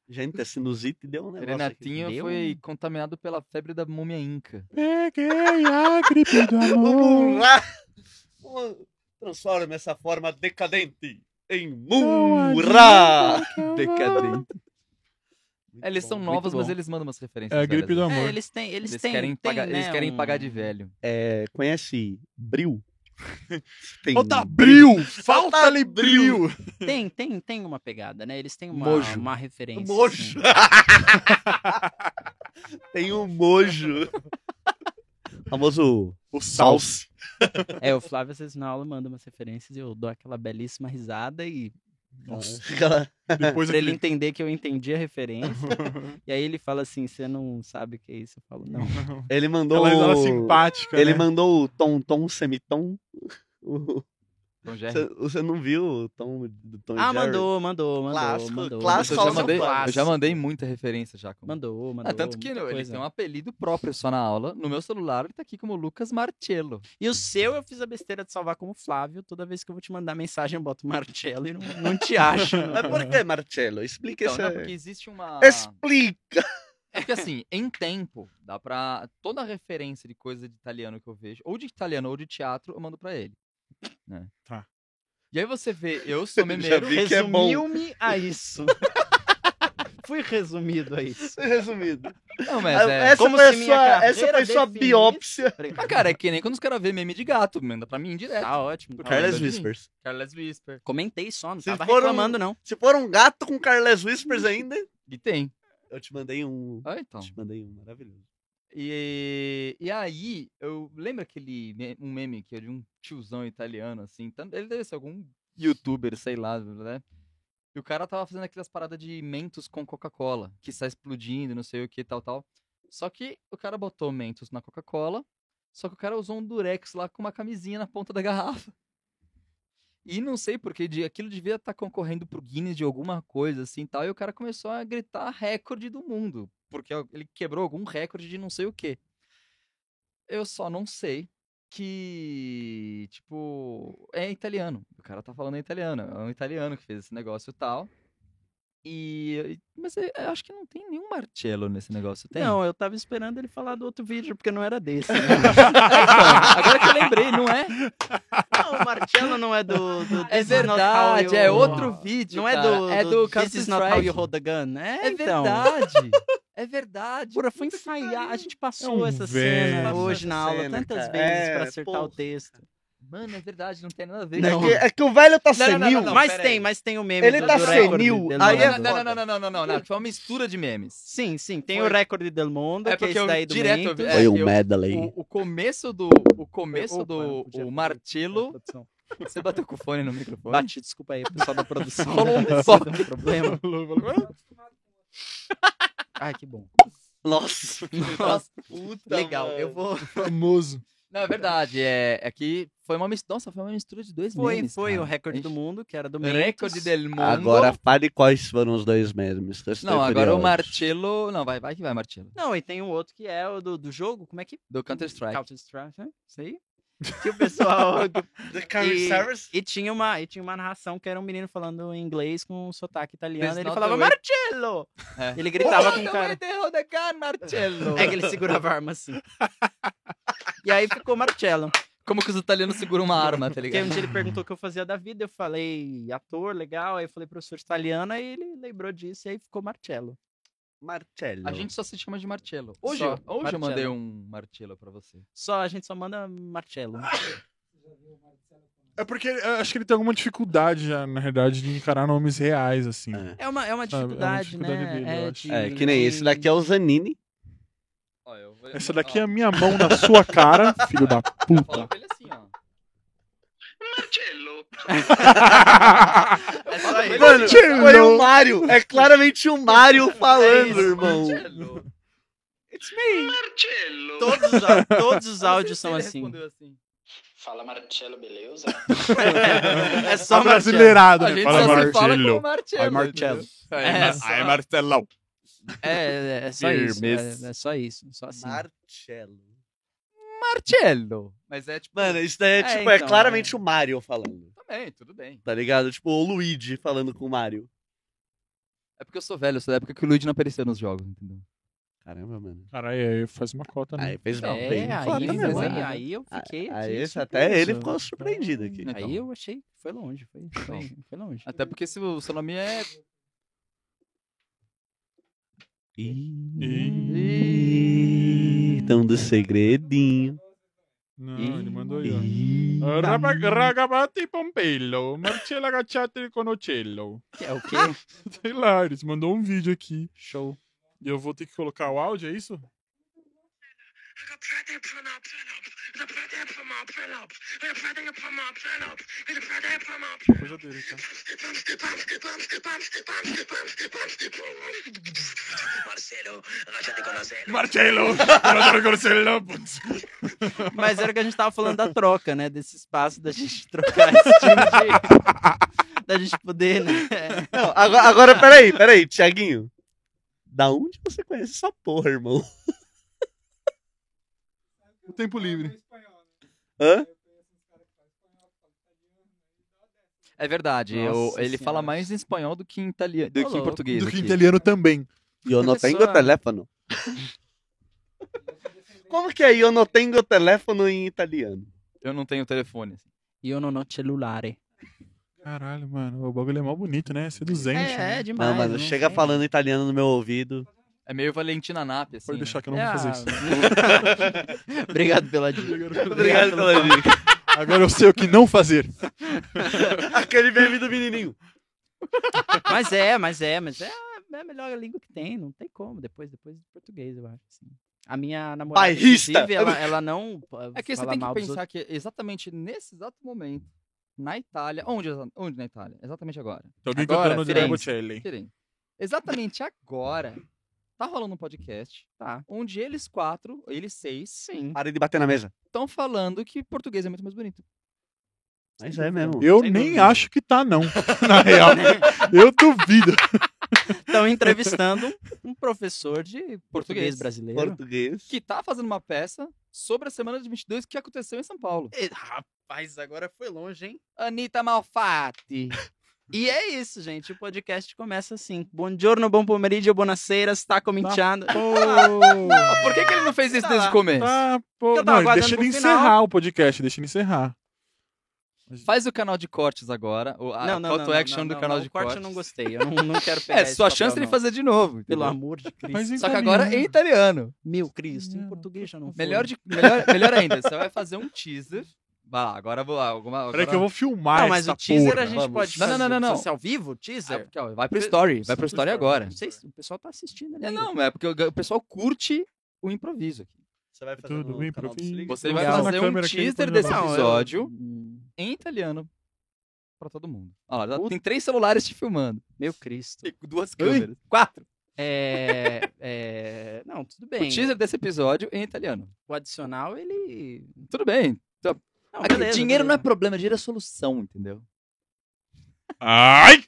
Speaker 1: Gente, é sinusite deu um negócio. aqui.
Speaker 2: Renatinho
Speaker 5: deu
Speaker 2: foi contaminado pela febre da múmia inca.
Speaker 3: Peguei a gripe do
Speaker 1: Vamos
Speaker 3: amor.
Speaker 1: lá. Vamos- Transforma essa forma decadente em murra.
Speaker 2: Decadente. É, eles
Speaker 1: Muito
Speaker 2: são
Speaker 1: bom,
Speaker 2: novas,
Speaker 1: muito
Speaker 2: mas
Speaker 1: bom.
Speaker 2: eles mandam umas referências.
Speaker 3: É a gripe do
Speaker 2: velhas, né?
Speaker 3: amor.
Speaker 5: É, eles têm, eles,
Speaker 2: Eles,
Speaker 5: têm,
Speaker 2: querem,
Speaker 5: têm,
Speaker 2: pagar-
Speaker 5: né,
Speaker 2: eles querem
Speaker 5: um-
Speaker 2: pagar de velho.
Speaker 1: É, conhece Bril? Tem-
Speaker 3: Falta bril! Falta-lhe
Speaker 1: bril.
Speaker 3: bril!
Speaker 5: Tem, tem, tem uma pegada, né? Eles têm uma,
Speaker 2: Mojo.
Speaker 5: uma referência.
Speaker 1: Mojo. Tem um mojo. Famoso
Speaker 3: O salse.
Speaker 5: assim. É, o Flávio às vezes na aula manda umas referências e eu dou aquela belíssima risada e
Speaker 3: Nossa.
Speaker 1: Aquela-
Speaker 3: Depois
Speaker 5: pra
Speaker 3: aquele...
Speaker 5: ele entender que eu entendi a referência. e aí ele fala assim: você não sabe o que é isso? Eu falo, não.
Speaker 1: Hum. Ele mandou.
Speaker 3: Ela, ela
Speaker 1: o-
Speaker 3: simpática,
Speaker 1: Ele
Speaker 3: né?
Speaker 1: mandou o tom, tom, semitom. O-
Speaker 2: Então já é-
Speaker 1: Você você não viu o tom do Tom e
Speaker 5: Ah,
Speaker 1: Jerry?
Speaker 5: mandou, mandou, mandou.
Speaker 1: Clássico,
Speaker 5: mandou,
Speaker 1: clássico,
Speaker 2: eu,
Speaker 1: só
Speaker 2: já
Speaker 1: o seu
Speaker 2: mandei,
Speaker 1: clássico.
Speaker 2: eu já mandei muita referência já. Como...
Speaker 5: Mandou, mandou.
Speaker 2: Ah, tanto que
Speaker 5: muita
Speaker 2: ele
Speaker 5: coisa.
Speaker 2: tem um apelido próprio só na aula. No meu celular ele tá aqui como Lucas Marcello.
Speaker 5: E o seu eu fiz a besteira de salvar como Flávio. Toda vez que eu vou te mandar mensagem, eu boto Marcello e não, não te acho. não.
Speaker 1: Mas por que, Marcelo? Explica
Speaker 2: Então,
Speaker 1: essa.
Speaker 2: né, porque existe uma...
Speaker 1: Explica!
Speaker 2: É porque assim, em tempo, dá pra. Toda referência de coisa de italiano que eu vejo, ou de italiano ou de teatro, eu mando pra ele. né?
Speaker 3: Tá.
Speaker 2: E aí você vê, eu sou
Speaker 1: Já
Speaker 2: memeiro.
Speaker 1: vi que é bom.
Speaker 5: Resumiu-me a isso. Fui resumido a isso.
Speaker 1: Resumido.
Speaker 2: Não, mas é.
Speaker 1: Ah, essa,
Speaker 5: Como
Speaker 1: foi
Speaker 5: se minha
Speaker 1: sua,
Speaker 5: carreira
Speaker 1: essa foi sua
Speaker 5: definisse-
Speaker 1: biópsia. É.
Speaker 2: Mas, cara, é que nem quando os caras vêem meme de gato, manda pra mim
Speaker 1: Ah,
Speaker 2: direto.
Speaker 5: Tá ótimo. tá
Speaker 2: Careless
Speaker 5: ótimo.
Speaker 2: Whispers. Carlos Whisper.
Speaker 5: Comentei só, não
Speaker 1: Se
Speaker 5: tava
Speaker 1: for um-
Speaker 5: reclamando, não.
Speaker 1: Se for um gato com Carles Whispers ainda.
Speaker 2: E tem.
Speaker 1: Eu te mandei um.
Speaker 2: Ah, então.
Speaker 1: Te mandei um maravilhoso.
Speaker 2: E, e aí, eu lembro aquele me- um meme que é de um tiozão italiano, assim, tam- ele deve ser algum youtuber, sei lá, né? E o cara tava fazendo aquelas paradas de mentos com Coca-Cola, que sai explodindo, não sei o que, tal, tal. Só que o cara botou mentos na Coca-Cola, só que o cara usou um durex lá com uma camisinha na ponta da garrafa. E não sei porque de- aquilo devia estar concorrendo pro Guinness de alguma coisa assim tal. E o cara começou a gritar recorde do mundo. Porque al- ele quebrou algum recorde de não sei o quê. Eu só não sei que, tipo, é italiano. O cara tá falando em italiano. É um italiano que fez esse negócio e tal. E. Mas é, eu eu acho que não tem nenhum Marcello nesse negócio. Tem?
Speaker 5: Não, eu tava esperando ele falar do outro vídeo, porque não era desse. né?
Speaker 2: Então, Agora que eu lembrei, não é?
Speaker 5: não, o Marcello não é do. do
Speaker 2: É
Speaker 5: This is not how you-
Speaker 2: verdade, é outro vídeo.
Speaker 5: Não é
Speaker 2: cara.
Speaker 5: do.
Speaker 2: É do
Speaker 5: This is not how
Speaker 2: Counter-Strike.
Speaker 5: you hold a gun. É,
Speaker 2: É
Speaker 5: então.
Speaker 2: verdade. É verdade.
Speaker 5: Pura, foi ensaiar. A gente passou
Speaker 3: É um
Speaker 5: essa
Speaker 3: velho.
Speaker 5: cena
Speaker 1: Passou
Speaker 5: hoje
Speaker 1: essa
Speaker 5: na aula
Speaker 1: cena,
Speaker 5: tantas
Speaker 1: cara.
Speaker 5: vezes
Speaker 1: É,
Speaker 5: pra acertar
Speaker 1: pô.
Speaker 5: o texto.
Speaker 2: Mano, é verdade, não tem nada a ver.
Speaker 1: É
Speaker 2: com-
Speaker 1: que, é que o velho tá
Speaker 2: Não, não,
Speaker 1: senil.
Speaker 2: não, não,
Speaker 5: mas
Speaker 2: pera
Speaker 5: tem,
Speaker 2: aí.
Speaker 5: mas tem o meme.
Speaker 1: Ele
Speaker 5: do-
Speaker 1: tá
Speaker 5: do recorde
Speaker 1: senil,
Speaker 5: Del
Speaker 1: aí
Speaker 5: Mundo.
Speaker 1: é
Speaker 2: não, não, não, não, não, não, não, não, que Foi uma mistura de memes.
Speaker 5: Sim, sim. Tem
Speaker 2: Foi.
Speaker 5: o recorde del mundo,
Speaker 2: É
Speaker 5: que é
Speaker 2: porque eu
Speaker 5: esse daí do
Speaker 2: direto
Speaker 5: Mentos.
Speaker 2: eu vi- é,
Speaker 1: Foi o
Speaker 2: eu-
Speaker 1: medley.
Speaker 2: O, o começo do. O começo
Speaker 5: Opa, não
Speaker 2: do.
Speaker 5: podia
Speaker 2: O
Speaker 5: fazer.
Speaker 2: Martilo.
Speaker 5: Produção.
Speaker 2: Você bateu com o fone no microfone?
Speaker 5: Bati, desculpa aí, pessoal da produção.
Speaker 2: Falou um
Speaker 5: Deve ter
Speaker 2: só.
Speaker 5: sido um problema.
Speaker 3: "Ah,
Speaker 5: Ai, que bom.
Speaker 1: Nossa,
Speaker 2: Nossa,
Speaker 1: puta.
Speaker 2: legal.
Speaker 1: mano.
Speaker 2: Eu vou.
Speaker 3: Famoso.
Speaker 2: Não, é verdade. É, é que foi uma mistura. Nossa, foi uma mistura de dois
Speaker 5: Foi,
Speaker 2: memes.
Speaker 5: foi
Speaker 2: cara.
Speaker 5: o recorde do
Speaker 2: Ixi.
Speaker 5: mundo, que era do Mentos.
Speaker 2: Recorde del mundo.
Speaker 1: Agora fale quais foram os dois memes. que eu estou
Speaker 2: Não, agora o
Speaker 1: curioso.
Speaker 2: Martelo. Não, vai, vai que vai, Martelo.
Speaker 5: Não, e tem um outro que é o do, do jogo, como é que...
Speaker 2: Do Counter-Strike.
Speaker 5: Counter-Strike, né? Isso aí. Que o pessoal...
Speaker 1: The Curry
Speaker 5: E-
Speaker 1: Service?
Speaker 5: e, tinha uma, e tinha uma narração que era um menino falando em inglês com um sotaque italiano.
Speaker 2: It's
Speaker 5: Ele
Speaker 2: not
Speaker 5: falava,
Speaker 2: the way-
Speaker 5: Marcello!
Speaker 2: É.
Speaker 5: Ele gritava
Speaker 2: Oh,
Speaker 5: com o
Speaker 2: the
Speaker 5: cara.
Speaker 2: way they hold the gun, Marcello.
Speaker 5: É que ele segurava a arma assim. E aí ficou Marcello.
Speaker 2: Como que os italianos seguram uma arma, tá
Speaker 5: Porque um
Speaker 2: ligado?
Speaker 5: dia ele perguntou o que eu fazia da vida, eu falei ator, legal, aí eu falei professor italiano, aí ele lembrou disso e aí ficou Marcello.
Speaker 1: Marcello.
Speaker 2: A gente só se chama de Marcello. Hoje,
Speaker 5: Só,
Speaker 2: hoje eu
Speaker 5: Marcello.
Speaker 2: mandei um Marcello pra você.
Speaker 5: Só, a gente só manda Marcello.
Speaker 3: É porque ele- eu acho que ele tem alguma dificuldade já, na realidade, de encarar nomes reais, assim.
Speaker 1: É.
Speaker 5: É uma,
Speaker 3: Sabe, é
Speaker 5: é uma
Speaker 3: uma
Speaker 5: dificuldade, né?
Speaker 3: dificuldade dele, eu
Speaker 5: é,
Speaker 3: acho.
Speaker 5: de-
Speaker 1: É, que nem esse daqui é o Zanini.
Speaker 2: Ó, eu vou-
Speaker 3: Essa daqui
Speaker 2: ó,
Speaker 3: é a minha mão na sua cara, filho da
Speaker 2: eu falo
Speaker 3: puta.
Speaker 2: com ele assim, ó.
Speaker 1: Marcello.
Speaker 2: É só ele
Speaker 1: Mano,
Speaker 2: assim,
Speaker 3: Marcello.
Speaker 1: foi o Mario. É claramente o Mario falando,
Speaker 2: é isso,
Speaker 1: irmão.
Speaker 2: Marcello.
Speaker 5: It's me!
Speaker 4: Marcello.
Speaker 5: Todos os, á- todos os
Speaker 2: Eu não sei
Speaker 5: áudios
Speaker 2: se
Speaker 5: são
Speaker 2: ele
Speaker 5: assim.
Speaker 2: respondeu assim.
Speaker 4: Fala Marcello, beleza?
Speaker 5: é só Marcello.
Speaker 3: brasileirado,
Speaker 2: A
Speaker 3: né?
Speaker 2: gente
Speaker 3: Fala
Speaker 2: só se fala com
Speaker 3: Marcelo.
Speaker 2: o Marcello.
Speaker 5: Ai, Marcello.
Speaker 2: entendeu? É, só-
Speaker 3: Ai, Marcelão.
Speaker 5: É, é, é só isso.
Speaker 3: Firmes.
Speaker 5: É, é só isso. Só assim.
Speaker 1: Marcello.
Speaker 2: Marcello. Mas é tipo,
Speaker 1: Mano, isso daí é,
Speaker 5: É,
Speaker 1: tipo, é
Speaker 5: então,
Speaker 1: claramente
Speaker 5: é.
Speaker 1: o Mario falando.
Speaker 2: também, tudo bem.
Speaker 1: Tá ligado? Tipo, o Luigi falando com o Mario.
Speaker 2: É porque eu sou velho, eu sou da época que o Luigi não apareceu nos jogos, entendeu?
Speaker 1: Caramba, mano.
Speaker 3: Cara, aí faz uma cota, né?
Speaker 1: Aí fez mal.
Speaker 5: É,
Speaker 1: fez mal.
Speaker 5: aí,
Speaker 2: Pô, tá mesmo,
Speaker 5: foi,
Speaker 2: né?
Speaker 5: aí eu fiquei.
Speaker 1: Aí
Speaker 5: aqui,
Speaker 1: esse até ele
Speaker 5: surpreso.
Speaker 1: ficou assim, surpreendido aqui.
Speaker 2: Então.
Speaker 5: Aí eu achei que foi longe, foi, foi, foi longe.
Speaker 2: Até porque se o seu nome é.
Speaker 1: Ih, Então do segredinho.
Speaker 3: Não,
Speaker 1: Ih.
Speaker 3: ele mandou aí, ó.
Speaker 1: Ih. Tá.
Speaker 3: Raga- Ragabate Pompello, Marcella Gacciate Conocello.
Speaker 5: É o quê?
Speaker 3: Sei lá, eles mandou um vídeo aqui.
Speaker 5: Show.
Speaker 3: E eu vou ter que colocar o áudio, é isso? Coisa dele, tá?
Speaker 4: Marcelo, agachate con la celo.
Speaker 3: Marcelo! Marcelo Conocello! putz.
Speaker 5: Mas era o que a gente tava falando da troca, né? Desse espaço da gente trocar esse time de. da gente poder, né?
Speaker 1: Não, agora, agora, peraí, peraí, Tiaguinho. Da onde você conhece essa porra, irmão?
Speaker 3: O tempo livre.
Speaker 1: Hã?
Speaker 2: É verdade,
Speaker 5: Nossa
Speaker 2: eu- ele
Speaker 5: senhora.
Speaker 2: fala mais em espanhol do que em, italiano, do
Speaker 5: Ô,
Speaker 2: que em
Speaker 5: louco.
Speaker 2: português.
Speaker 3: Do que
Speaker 2: aqui.
Speaker 3: italiano também.
Speaker 1: Eu não
Speaker 5: Professor.
Speaker 1: tenho telefone. Como que é eu não tenho telefone em italiano?
Speaker 2: Eu não tenho telefone. assim.
Speaker 5: E eu não no celulare.
Speaker 3: Caralho, mano, o bagulho é mó bonito, né? Seduzente. né?
Speaker 5: É, é demais.
Speaker 1: Não, mano, chega
Speaker 5: sei.
Speaker 1: falando italiano no meu ouvido.
Speaker 2: É meio Valentina Nap, assim.
Speaker 3: Pode
Speaker 2: né?
Speaker 3: deixar que eu não vou fazer isso.
Speaker 5: Ah, Obrigado pela dica.
Speaker 1: Obrigado pela dica.
Speaker 3: Agora eu sei o que não fazer.
Speaker 1: Aquele meme do menininho.
Speaker 5: Mas é, mas é, mas é a é a melhor língua que tem, não tem como. Depois, depois do português, eu acho. assim. A minha namorada,
Speaker 1: Bairrista!
Speaker 5: inclusive, ela, ela não
Speaker 2: É que você
Speaker 5: fala
Speaker 2: tem que
Speaker 5: mal dos outros.
Speaker 2: pensar que exatamente nesse exato momento, na Itália. Onde, exa- onde na Itália? Exatamente agora.
Speaker 3: Tem alguém
Speaker 2: Agora,
Speaker 3: cantando de
Speaker 2: Firenze.
Speaker 3: Rabocelli.
Speaker 2: Tirem. Exatamente agora, tá rolando um podcast
Speaker 5: Tá.
Speaker 2: onde eles quatro, eles seis,
Speaker 5: Sim.
Speaker 1: Para de bater na mesa.
Speaker 2: estão falando que português é muito mais bonito.
Speaker 1: Mas é mesmo.
Speaker 3: Eu
Speaker 5: Sem
Speaker 3: nem
Speaker 5: dúvida.
Speaker 3: acho que tá, não. Na real. Eu duvido.
Speaker 5: Estão entrevistando um professor de português,
Speaker 2: Português.
Speaker 5: brasileiro.
Speaker 1: Português.
Speaker 2: Que tá fazendo uma peça sobre a semana de 22 que aconteceu em São Paulo.
Speaker 5: E, rapaz, agora foi longe, hein?
Speaker 2: Anitta Malfatti.
Speaker 5: E é isso, gente. O podcast começa assim. Buongiorno, bom pomeriggio, buonasera, está cominciando.
Speaker 3: Pô.
Speaker 2: Por que, que ele não fez isso
Speaker 5: Tá
Speaker 2: desde
Speaker 5: lá.
Speaker 2: o começo?
Speaker 3: Ah, pô.
Speaker 5: Eu tava
Speaker 3: Não, ele deixa
Speaker 5: aguardando
Speaker 3: ele
Speaker 5: pro final.
Speaker 3: encerrar o podcast, deixa ele encerrar.
Speaker 2: Faz o canal de cortes agora. Ah, O, a
Speaker 5: Não, não,
Speaker 2: call
Speaker 5: não,
Speaker 2: to
Speaker 5: não,
Speaker 2: action
Speaker 5: não,
Speaker 2: do
Speaker 5: não,
Speaker 2: canal
Speaker 5: não,
Speaker 2: de
Speaker 5: o corte
Speaker 2: cortes.
Speaker 5: eu não gostei. Eu não, não quero pegar
Speaker 2: É,
Speaker 5: esse
Speaker 2: sua
Speaker 5: papel,
Speaker 2: chance de
Speaker 5: não.
Speaker 2: fazer de novo.
Speaker 5: Pelo
Speaker 2: entendeu?
Speaker 5: amor de Cristo.
Speaker 3: Mas em
Speaker 2: Só que agora em italiano.
Speaker 5: Meu Cristo, em português já não foi.
Speaker 2: Melhor, de- melhor, melhor ainda, você vai fazer um teaser Vai lá, agora eu vou lá. Alguma, agora...
Speaker 3: Peraí que eu vou filmar
Speaker 5: não, mas
Speaker 3: essa
Speaker 5: o teaser
Speaker 3: porra.
Speaker 5: a gente
Speaker 1: vamos.
Speaker 5: pode
Speaker 2: Não, não,
Speaker 5: fazer.
Speaker 2: não, não, não.
Speaker 5: Precisa ser ao vivo, o
Speaker 2: Ah,
Speaker 5: teaser?
Speaker 2: porque, ó, vai pro
Speaker 5: Pre-
Speaker 2: story, vai pro
Speaker 3: pro story.
Speaker 2: story agora.
Speaker 5: Não sei se o pessoal tá assistindo ali.
Speaker 2: É, não, é porque o o pessoal curte o improviso aqui.
Speaker 1: Você vai fazer
Speaker 3: Tudo
Speaker 1: no
Speaker 3: bem,
Speaker 1: canal do
Speaker 3: provinho?
Speaker 1: Slick?
Speaker 2: Você
Speaker 5: Legal.
Speaker 2: vai
Speaker 5: Na
Speaker 2: fazer um
Speaker 3: câmera aqui,
Speaker 2: teaser
Speaker 3: depois
Speaker 2: desse
Speaker 3: nós
Speaker 5: vamos-
Speaker 2: episódio
Speaker 5: Hum,
Speaker 2: em italiano pra todo mundo. Olha lá, já tem três celulares te filmando.
Speaker 5: Meu Cristo.
Speaker 2: E duas
Speaker 5: Ai,
Speaker 2: câmeras. Quatro.
Speaker 5: É, é, Eh, Não, tudo
Speaker 2: O
Speaker 5: bem.
Speaker 2: teaser desse episódio em italiano.
Speaker 5: O adicional, ele.
Speaker 2: Tudo bem.
Speaker 5: Não,
Speaker 2: Aqui,
Speaker 5: Ah, beleza,
Speaker 2: dinheiro não é
Speaker 5: beleza.
Speaker 2: problema, dinheiro é solução, entendeu?
Speaker 3: Ai!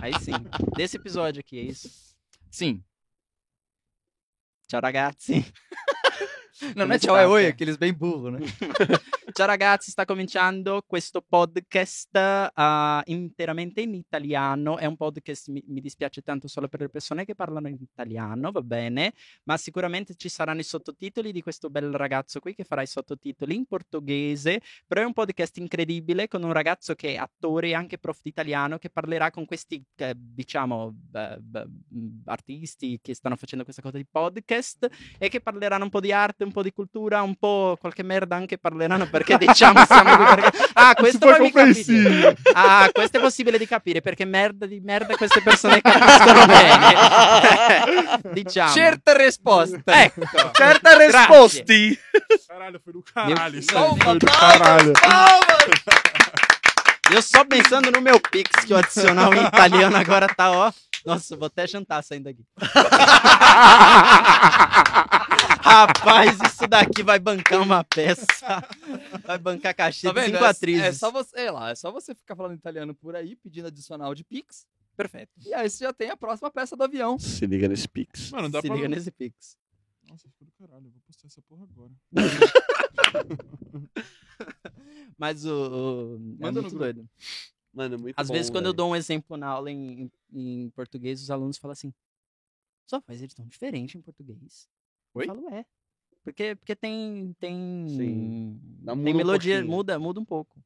Speaker 5: Aí sim. Desse episódio aqui, é isso.
Speaker 2: Sim.
Speaker 5: Tchau, ragazzi.
Speaker 2: Não, não
Speaker 5: Como
Speaker 2: é tchau,
Speaker 5: está,
Speaker 2: é oi,
Speaker 5: cara?
Speaker 2: aqueles bem burro, né?
Speaker 5: Ciao ragazzi, sta cominciando questo podcast eh, interamente in italiano. È un podcast, mi, mi dispiace tanto solo per le persone che parlano in italiano, va bene, ma sicuramente ci saranno i sottotitoli di questo bel ragazzo qui che farà i sottotitoli in portoghese, però è un podcast incredibile con un ragazzo che è attore e anche prof di italiano che parlerà con questi, eh, diciamo, eh, beh, mh, artisti che stanno facendo questa cosa di podcast e che parleranno un po' di arte, un po' di cultura, un po' qualche merda anche parleranno perché diciamo siamo qui perché... Ah, questo
Speaker 3: foi
Speaker 5: poi mi capite.
Speaker 3: compreensível.
Speaker 5: Ah, questo è possibile di capire perché merda di merda queste persone capiscono bene. diciamo.
Speaker 2: Certa resposta.
Speaker 5: Ecco.
Speaker 1: Então, Certa
Speaker 5: é
Speaker 1: resposta!
Speaker 3: Caralho, foi do caralho.
Speaker 5: Meu
Speaker 3: isso é
Speaker 5: filho.
Speaker 3: aí foi do caralho.
Speaker 5: Ah, Eu só pensando no meu Pix, que o adicional em italiano agora tá, ó. Nossa, vou até jantar saindo daqui. Rapaz, isso daqui vai bancar uma peça. Vai bancar cachê
Speaker 2: Tá
Speaker 5: de
Speaker 2: vendo?
Speaker 5: Tipo cinco
Speaker 2: É-
Speaker 5: atrizes.
Speaker 2: É, só você, sei lá, é só você ficar falando italiano por aí, pedindo adicional de Pix. Perfeito. E aí você já tem a próxima peça do avião.
Speaker 1: Se liga nesse Pix.
Speaker 3: Mano, dá
Speaker 5: Se
Speaker 3: pra...
Speaker 5: liga nesse Pix.
Speaker 3: Nossa, foi do caralho. Eu vou postar essa porra agora.
Speaker 5: Mas o. o-
Speaker 2: Manda
Speaker 5: é
Speaker 2: no
Speaker 5: muito
Speaker 2: grupo.
Speaker 5: doido.
Speaker 1: Mano, é muito
Speaker 5: Às
Speaker 1: bom,
Speaker 5: vezes, quando eu
Speaker 1: velho.
Speaker 5: dou um exemplo na aula em, em- em português, os alunos falam assim: só faz eles tão diferente em português.
Speaker 2: Oi?
Speaker 5: Eu falo, é. Porque, porque tem. Tem,
Speaker 1: Sim. Dá- muda
Speaker 5: tem
Speaker 1: um
Speaker 5: melodia,
Speaker 1: pouquinho.
Speaker 5: muda, muda um pouco.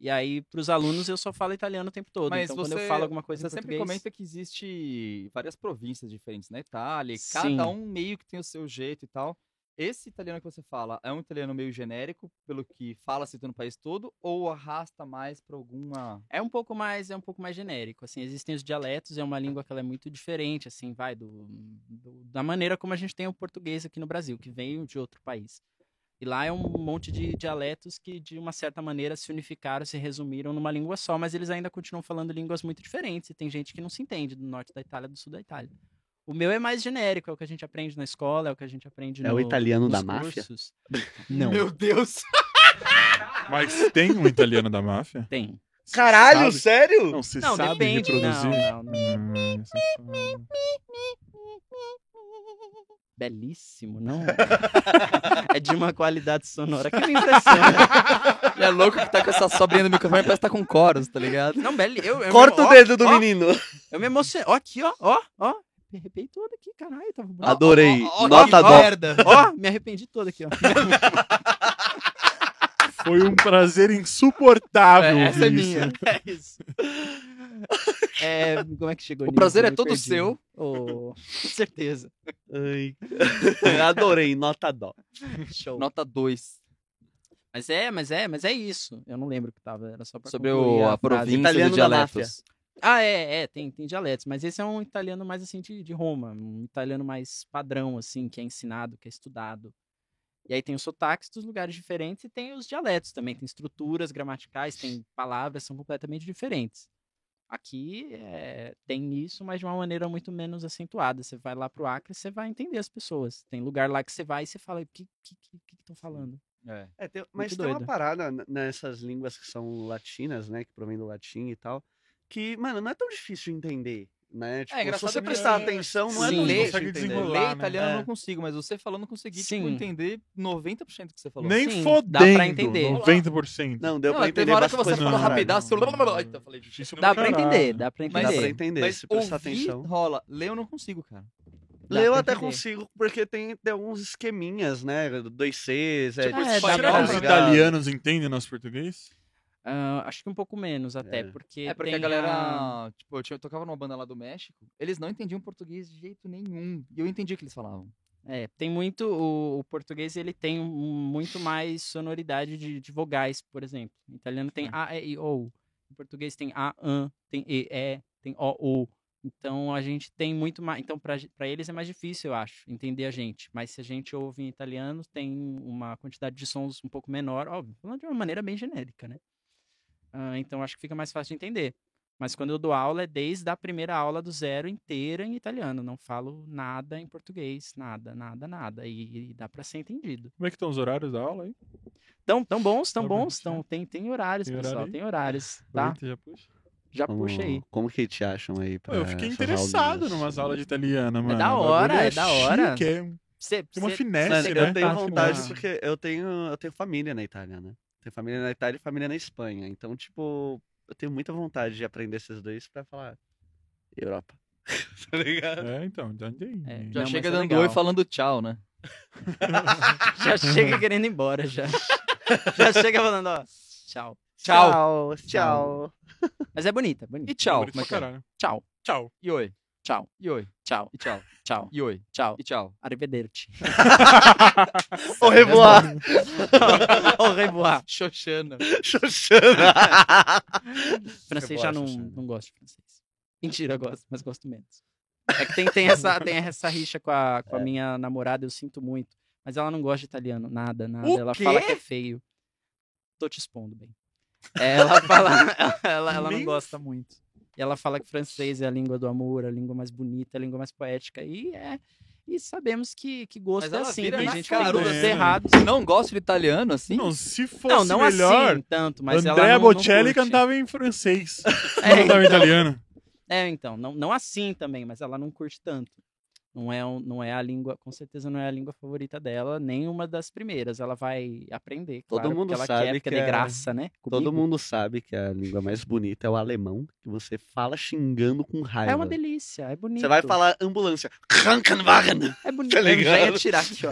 Speaker 5: E aí, pros alunos, eu só falo italiano o tempo todo.
Speaker 2: Mas
Speaker 5: então,
Speaker 2: você,
Speaker 5: quando eu falo alguma coisa
Speaker 2: você
Speaker 5: em
Speaker 2: sempre
Speaker 5: português.
Speaker 2: comenta que existe várias províncias diferentes na Itália, e
Speaker 5: Sim.
Speaker 2: cada um meio que tem o seu jeito e tal. Esse italiano que você fala é um italiano meio genérico, pelo que fala-se é no país todo, ou arrasta mais pra alguma.
Speaker 5: É um pouco mais, é um pouco mais genérico, assim, existem os dialetos, é uma língua que ela é muito diferente, assim, vai do, do- da maneira como a gente tem o português aqui no Brasil, que veio de outro país. E lá é um monte de dialetos que de uma certa maneira se unificaram, se resumiram numa língua só, mas eles ainda continuam falando línguas muito diferentes e tem gente que não se entende do norte da Itália, do sul da Itália. O meu é mais genérico, é o que a gente aprende na escola, é o que a gente aprende
Speaker 1: É
Speaker 5: no
Speaker 1: o italiano
Speaker 5: nos
Speaker 1: da máfia?
Speaker 5: cursos. Não.
Speaker 2: Meu Deus!
Speaker 3: Mas tem um italiano da máfia?
Speaker 5: Tem.
Speaker 3: Cê
Speaker 1: Caralho,
Speaker 3: sabe?
Speaker 1: sério?
Speaker 3: Não, você
Speaker 5: Não,
Speaker 3: sabe
Speaker 5: depende.
Speaker 3: reproduzir?
Speaker 5: Não, não, não.
Speaker 3: Ah, isso é foda.
Speaker 5: belíssimo, não? é de uma qualidade sonora que me impressiona.
Speaker 2: Ele é louco que tá com essa sobrinha do microfone, parece que tá com coros, tá ligado?
Speaker 5: Não, beli... eu, eu
Speaker 1: Corta
Speaker 5: me...
Speaker 1: o
Speaker 5: ó,
Speaker 1: dedo do
Speaker 5: ó,
Speaker 1: menino.
Speaker 5: Eu me emocionei. Ó, aqui, ó, ó, ó. Me arrependi todo aqui, caralho. Tava bonito.
Speaker 1: Adorei.
Speaker 2: Ó, ó, ó,
Speaker 1: Nota
Speaker 2: que
Speaker 1: dó.
Speaker 2: merda.
Speaker 5: Ó, me arrependi todo aqui, ó.
Speaker 3: Foi um prazer insuportável.
Speaker 2: É, essa é
Speaker 3: ouvir isso.
Speaker 2: minha.
Speaker 5: É isso. É, como é que chegou
Speaker 2: O
Speaker 5: nisso?
Speaker 2: prazer
Speaker 5: Eu
Speaker 2: é
Speaker 5: me
Speaker 2: todo
Speaker 5: perdi.
Speaker 2: seu.
Speaker 5: Ô, com certeza.
Speaker 1: Ai. Adorei, nota dó.
Speaker 5: Show.
Speaker 2: Nota 2.
Speaker 5: Mas é, mas é, mas é isso. Eu não lembro o que tava, era só pra
Speaker 2: Sobre
Speaker 5: concluir
Speaker 2: o, a,
Speaker 5: frase.
Speaker 2: província
Speaker 1: Italiano
Speaker 2: dos
Speaker 1: da
Speaker 2: dialetos.
Speaker 5: Ah, é, é, tem, tem dialetos, mas esse é um italiano mais assim de, de Roma, um italiano mais padrão, assim, que é ensinado, que é estudado. E aí tem os sotaques dos lugares diferentes e tem os dialetos também, tem estruturas gramaticais, tem palavras, são completamente diferentes. Aqui é, tem isso, mas de uma maneira muito menos acentuada. Você vai lá pro Acre, você vai entender as pessoas. Tem lugar lá que você vai e você fala, o que que estão que, que tão falando?
Speaker 2: É.
Speaker 1: É, tem- mas
Speaker 5: Muito
Speaker 1: tem uma
Speaker 5: doido.
Speaker 1: parada n- nessas línguas que são latinas, né? Que provém do latim e tal. Que, mano, não é tão difícil de entender, né? Tipo, se
Speaker 2: É engraçado
Speaker 1: você
Speaker 2: que-
Speaker 1: prestar atenção, não é
Speaker 5: Sim.
Speaker 1: tão
Speaker 5: Ler,
Speaker 1: difícil de
Speaker 3: consegue
Speaker 1: entender.
Speaker 3: desenrolar.
Speaker 2: Ler
Speaker 3: né?
Speaker 2: italiano eu
Speaker 1: É.
Speaker 2: não consigo, mas você falando eu consegui tipo,
Speaker 5: Sim.
Speaker 2: entender 90% do que você falou.
Speaker 3: Nem
Speaker 5: Sim,
Speaker 3: fodendo.
Speaker 5: dá pra entender.
Speaker 3: 90%.
Speaker 1: Não, deu
Speaker 2: Não,
Speaker 1: pra
Speaker 2: é, teve
Speaker 1: entender
Speaker 2: uma hora que
Speaker 1: bastante
Speaker 2: você
Speaker 1: coisa
Speaker 2: falou
Speaker 1: pra caralho.
Speaker 2: rapidaço. blá, blá, blá, Então eu falei,
Speaker 3: Isso é
Speaker 5: Dá
Speaker 3: Dá
Speaker 5: pra
Speaker 3: pra
Speaker 5: entender, dá pra
Speaker 2: Mas-
Speaker 5: entender.
Speaker 1: Dá pra entender,
Speaker 2: Mas
Speaker 1: se prestar
Speaker 2: ouvir
Speaker 1: atenção.
Speaker 2: rola. Ler eu não consigo, cara.
Speaker 5: Dá
Speaker 1: Leu
Speaker 5: pra
Speaker 1: até
Speaker 5: entender.
Speaker 1: consigo, porque tem, tem alguns esqueminhas, né? Dois Cs, é,
Speaker 5: Tipo,
Speaker 1: de
Speaker 5: é, dá
Speaker 1: espanhol,
Speaker 5: pra-
Speaker 3: Será que os
Speaker 1: ligado?
Speaker 3: italianos entendem nosso português?
Speaker 5: Ah, acho que um pouco menos até,
Speaker 1: É.
Speaker 5: porque
Speaker 2: É porque
Speaker 5: tem
Speaker 2: a galera. Tipo, eu, tinha- eu tocava numa banda lá do México, eles não entendiam português de jeito nenhum. E eu entendi o que eles falavam.
Speaker 5: É, tem muito. O, o português ele tem um- muito mais sonoridade de, de vogais, por exemplo. O italiano tem A, E, I, O. Em português tem A, AN, tem E, E, tem O, O. Então a gente tem muito mais. Então, pra, ge- pra eles é mais difícil, eu acho, entender a gente. Mas se a gente ouve em italiano, tem uma quantidade de sons um pouco menor, óbvio, falando de uma maneira bem genérica, né? Ah, então acho que fica mais fácil de entender. Mas quando eu dou aula, é desde a primeira aula do zero inteira em italiano. Não falo nada em português, nada, nada, nada. E, e dá pra ser entendido.
Speaker 3: Como é que estão os horários da aula aí?
Speaker 5: Tão, tão bons, tão
Speaker 3: Tá
Speaker 5: bons,
Speaker 3: bom,
Speaker 5: tão, tem, tem horários,
Speaker 3: Tem
Speaker 5: pessoal,
Speaker 3: horário aí? É.
Speaker 5: tem horários, tá?
Speaker 3: Aproveita e já puxa.
Speaker 5: Já
Speaker 2: Hum.
Speaker 1: Como,
Speaker 5: puxa aí.
Speaker 1: como que te acham aí? Pra
Speaker 3: eu fiquei
Speaker 1: essas
Speaker 3: interessado
Speaker 1: aulinhas?
Speaker 3: numas aulas de italiano, mano.
Speaker 5: da
Speaker 3: O bagulho
Speaker 5: hora, é da hora.
Speaker 3: chique, é-
Speaker 5: Cê,
Speaker 3: Tem uma
Speaker 5: cê-
Speaker 1: Mano,
Speaker 3: finesse, né?
Speaker 1: eu tenho
Speaker 3: Tá,
Speaker 1: vontade
Speaker 3: finesse.
Speaker 1: porque eu tenho, eu tenho família na Itália, né? Tenho família na Itália e família na Espanha. Então, tipo, eu tenho muita vontade de aprender esses dois pra falar Europa. tá ligado?
Speaker 3: É, então, já entendi.
Speaker 5: É,
Speaker 2: Já
Speaker 5: Não,
Speaker 2: chega
Speaker 5: mas é
Speaker 2: dando
Speaker 5: legal.
Speaker 2: oi falando tchau, né?
Speaker 5: já chega querendo ir embora, já. já chega falando, ó, tchau.
Speaker 1: Tchau,
Speaker 5: tchau.
Speaker 1: tchau.
Speaker 5: Mas é bonita, bonita.
Speaker 2: E tchau.
Speaker 3: Bonito
Speaker 2: Como é
Speaker 3: pra
Speaker 2: que é?
Speaker 3: caralho.
Speaker 5: Tchau,
Speaker 3: Tchau.
Speaker 2: E oi.
Speaker 5: tchau,
Speaker 2: E oi.
Speaker 5: tchau,
Speaker 2: E tchau.
Speaker 5: tchau,
Speaker 2: E oi.
Speaker 5: tchau.
Speaker 2: E tchau.
Speaker 5: Arrivederci.
Speaker 1: Ô, revoar.
Speaker 5: Au revoir.
Speaker 2: Xoxana.
Speaker 1: Xoxana.
Speaker 5: Francês já não,
Speaker 1: Revoir, Xuxa.
Speaker 5: não gosto de francês. Mentira, eu gosto, mas gosto menos. É que tem, tem essa, tem essa rixa com a, com a minha namorada, eu sinto muito. Mas ela não gosta de italiano, nada, nada.
Speaker 1: O
Speaker 5: ela
Speaker 1: quê?
Speaker 5: fala que é feio. Tô te expondo bem. É, Ela fala, ela, ela não
Speaker 1: Nem
Speaker 5: gosta muito. E ela fala que francês é a língua do amor, a língua mais bonita, a língua mais poética. E é. E sabemos que, que gosto
Speaker 2: Mas
Speaker 5: é
Speaker 2: ela
Speaker 5: assim.
Speaker 2: vira
Speaker 5: Tem
Speaker 2: na
Speaker 5: gente que
Speaker 2: cara,
Speaker 5: tem gostos
Speaker 3: né?
Speaker 5: errados.
Speaker 2: Você não gosta de italiano assim?
Speaker 3: Não, se fosse
Speaker 5: Não, não
Speaker 3: melhor,
Speaker 5: assim tanto, mas ela
Speaker 3: Andrea
Speaker 5: não- não
Speaker 3: Bocelli
Speaker 5: curte.
Speaker 3: cantava em francês.
Speaker 5: É,
Speaker 3: Não cantava em italiano.
Speaker 5: É, então, não, não assim também, mas ela não curte tanto. Não é, um- não é a língua, com certeza não é a língua favorita dela, nem uma das primeiras. Ela vai aprender,
Speaker 1: Todo
Speaker 5: claro, porque
Speaker 1: mundo
Speaker 5: ela quer,
Speaker 1: sabe
Speaker 5: porque
Speaker 1: que
Speaker 5: é de
Speaker 1: é-
Speaker 5: graça, né?
Speaker 1: Todo
Speaker 5: Comigo.
Speaker 1: mundo sabe que a língua mais bonita é o alemão, que você fala xingando com raiva.
Speaker 5: É uma delícia, é bonito.
Speaker 1: Você vai falar ambulância. Krankenwagen.
Speaker 5: É bonito.
Speaker 1: tá
Speaker 5: eu já ia
Speaker 1: ligado?
Speaker 5: tirar aqui, ó.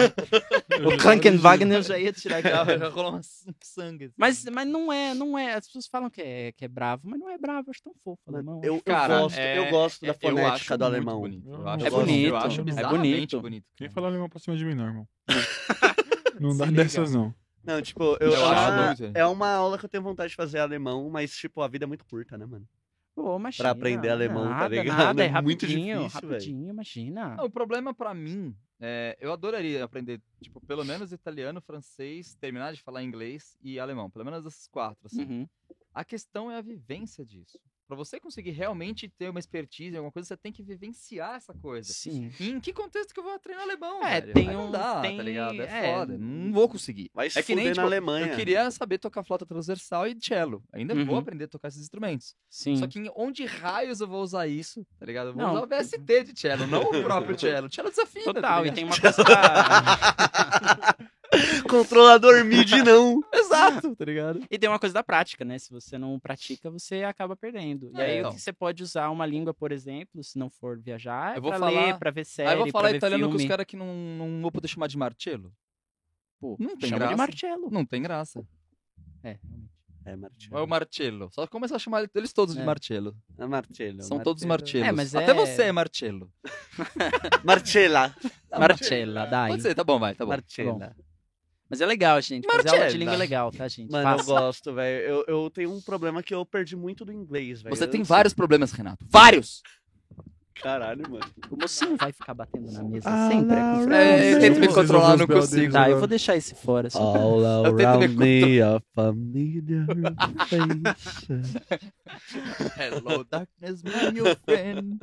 Speaker 5: o Krankenwagen eu já ia tirar aqui.
Speaker 2: Já,
Speaker 5: ó.
Speaker 2: já rolou um sangue. assim.
Speaker 5: Mas, mas não é, não é. As pessoas falam que é, que é bravo, mas não é bravo, eu acho tão fofo. Alemão,
Speaker 1: Eu, eu
Speaker 2: Cara,
Speaker 1: gosto,
Speaker 2: é-
Speaker 1: eu gosto
Speaker 2: É,
Speaker 1: da
Speaker 2: eu acho
Speaker 1: fonética do
Speaker 2: muito
Speaker 1: alemão.
Speaker 2: bonito.
Speaker 3: Eu
Speaker 2: Eu
Speaker 3: não
Speaker 2: acho, Eu
Speaker 5: gosto. É
Speaker 2: acho
Speaker 5: bonito.
Speaker 2: bizarramente
Speaker 5: É
Speaker 2: bonito.
Speaker 3: Quem
Speaker 2: cara.
Speaker 3: fala alemão pra cima de mim, não, irmão. Não
Speaker 2: Se
Speaker 3: dá
Speaker 2: liga.
Speaker 3: dessas, não.
Speaker 1: Não, tipo, eu,
Speaker 2: Eu
Speaker 1: é,
Speaker 2: acho
Speaker 1: uma,
Speaker 2: doido, velho.
Speaker 1: é uma aula que eu tenho vontade de fazer alemão, mas, tipo, a vida é muito curta, né, mano?
Speaker 5: Pô, imagina,
Speaker 1: aprender alemão, tá
Speaker 5: nada,
Speaker 1: ligado?
Speaker 5: Nada, é
Speaker 1: É muito
Speaker 5: rapidinho,
Speaker 1: difícil, velho.
Speaker 5: rapidinho, imagina.
Speaker 2: Não, Ah, o problema pra mim é, eu adoraria aprender, tipo, pelo menos italiano, francês, terminar de falar inglês e alemão, pelo menos esses quatro, assim.
Speaker 5: Uhum.
Speaker 2: A questão é a vivência disso. Pra você conseguir realmente ter uma expertise em alguma coisa, você tem que vivenciar essa coisa.
Speaker 5: Sim.
Speaker 2: E em que contexto que eu vou treinar alemão,
Speaker 5: É,
Speaker 2: velho?
Speaker 5: tem
Speaker 2: Aí
Speaker 5: um-
Speaker 2: Não dá,
Speaker 5: tem-
Speaker 2: tá ligado? É,
Speaker 5: é.
Speaker 2: foda. Não vou conseguir.
Speaker 1: Vai se
Speaker 2: É que nem,
Speaker 1: fuder
Speaker 2: tipo,
Speaker 1: na Alemanha.
Speaker 2: Eu queria saber tocar flauta transversal e cello. Ainda vou
Speaker 5: Uhum.
Speaker 2: aprender a tocar esses instrumentos.
Speaker 5: Sim.
Speaker 2: Só que em- onde raios eu vou usar isso, tá ligado? Eu vou
Speaker 5: Não.
Speaker 2: usar o VST de cello, não o próprio cello. Cello desafina, tá
Speaker 5: Total, e
Speaker 2: ligado?
Speaker 5: tem uma coisa da...
Speaker 1: Controlador MIDI, não.
Speaker 2: Exato, tá ligado?
Speaker 5: E tem uma coisa da prática, né? Se você não pratica, você acaba perdendo. E
Speaker 2: É,
Speaker 5: aí o
Speaker 2: então.
Speaker 5: que você pode usar uma língua, por exemplo, se não for viajar, é
Speaker 2: Eu vou
Speaker 5: pra
Speaker 2: falar-
Speaker 5: ler, pra ver série,
Speaker 2: Aí eu vou falar
Speaker 5: pra ver
Speaker 2: italiano
Speaker 5: filme.
Speaker 2: com os caras que não, não vou poder chamar de Marcello.
Speaker 5: Pô,
Speaker 2: Não tem
Speaker 5: chama
Speaker 2: graça.
Speaker 5: de Marcello.
Speaker 2: Não tem graça.
Speaker 5: É, realmente.
Speaker 1: É,
Speaker 2: É o
Speaker 1: Marcello.
Speaker 2: Marcello. Só começar a chamar eles todos de
Speaker 5: É.
Speaker 2: Marcello.
Speaker 1: É Marcello.
Speaker 2: São todos
Speaker 1: Marcello.
Speaker 2: Marcellos.
Speaker 5: É, mas
Speaker 2: Até
Speaker 5: é-
Speaker 2: você é Marcello.
Speaker 1: Marcella.
Speaker 5: Marcella, dai.
Speaker 2: Pode ser, tá bom, vai, tá bom.
Speaker 1: Marcella.
Speaker 5: Mas é legal, gente. Fazer aula de
Speaker 2: Marcella.
Speaker 5: língua é legal, tá, gente?
Speaker 1: Mano, eu
Speaker 5: Faça.
Speaker 1: gosto, velho. Eu, eu tenho um problema que eu perdi muito do inglês, velho.
Speaker 2: Você
Speaker 1: Eu
Speaker 2: tem
Speaker 1: não sei-
Speaker 2: vários problemas, Renato. Vários!
Speaker 1: Caralho, mano.
Speaker 5: O mocinho vai ficar batendo na mesa
Speaker 3: Ah,
Speaker 5: sempre. É,
Speaker 3: Laura,
Speaker 5: com-
Speaker 2: É, eu
Speaker 3: Vocês
Speaker 2: tento me
Speaker 3: vão
Speaker 2: controlar, não
Speaker 3: ver os
Speaker 2: consigo.
Speaker 5: Tá, eu vou deixar esse fora. Só...
Speaker 1: All
Speaker 2: Eu tento me around me,
Speaker 1: a família
Speaker 2: Hello, darkness, my new friend.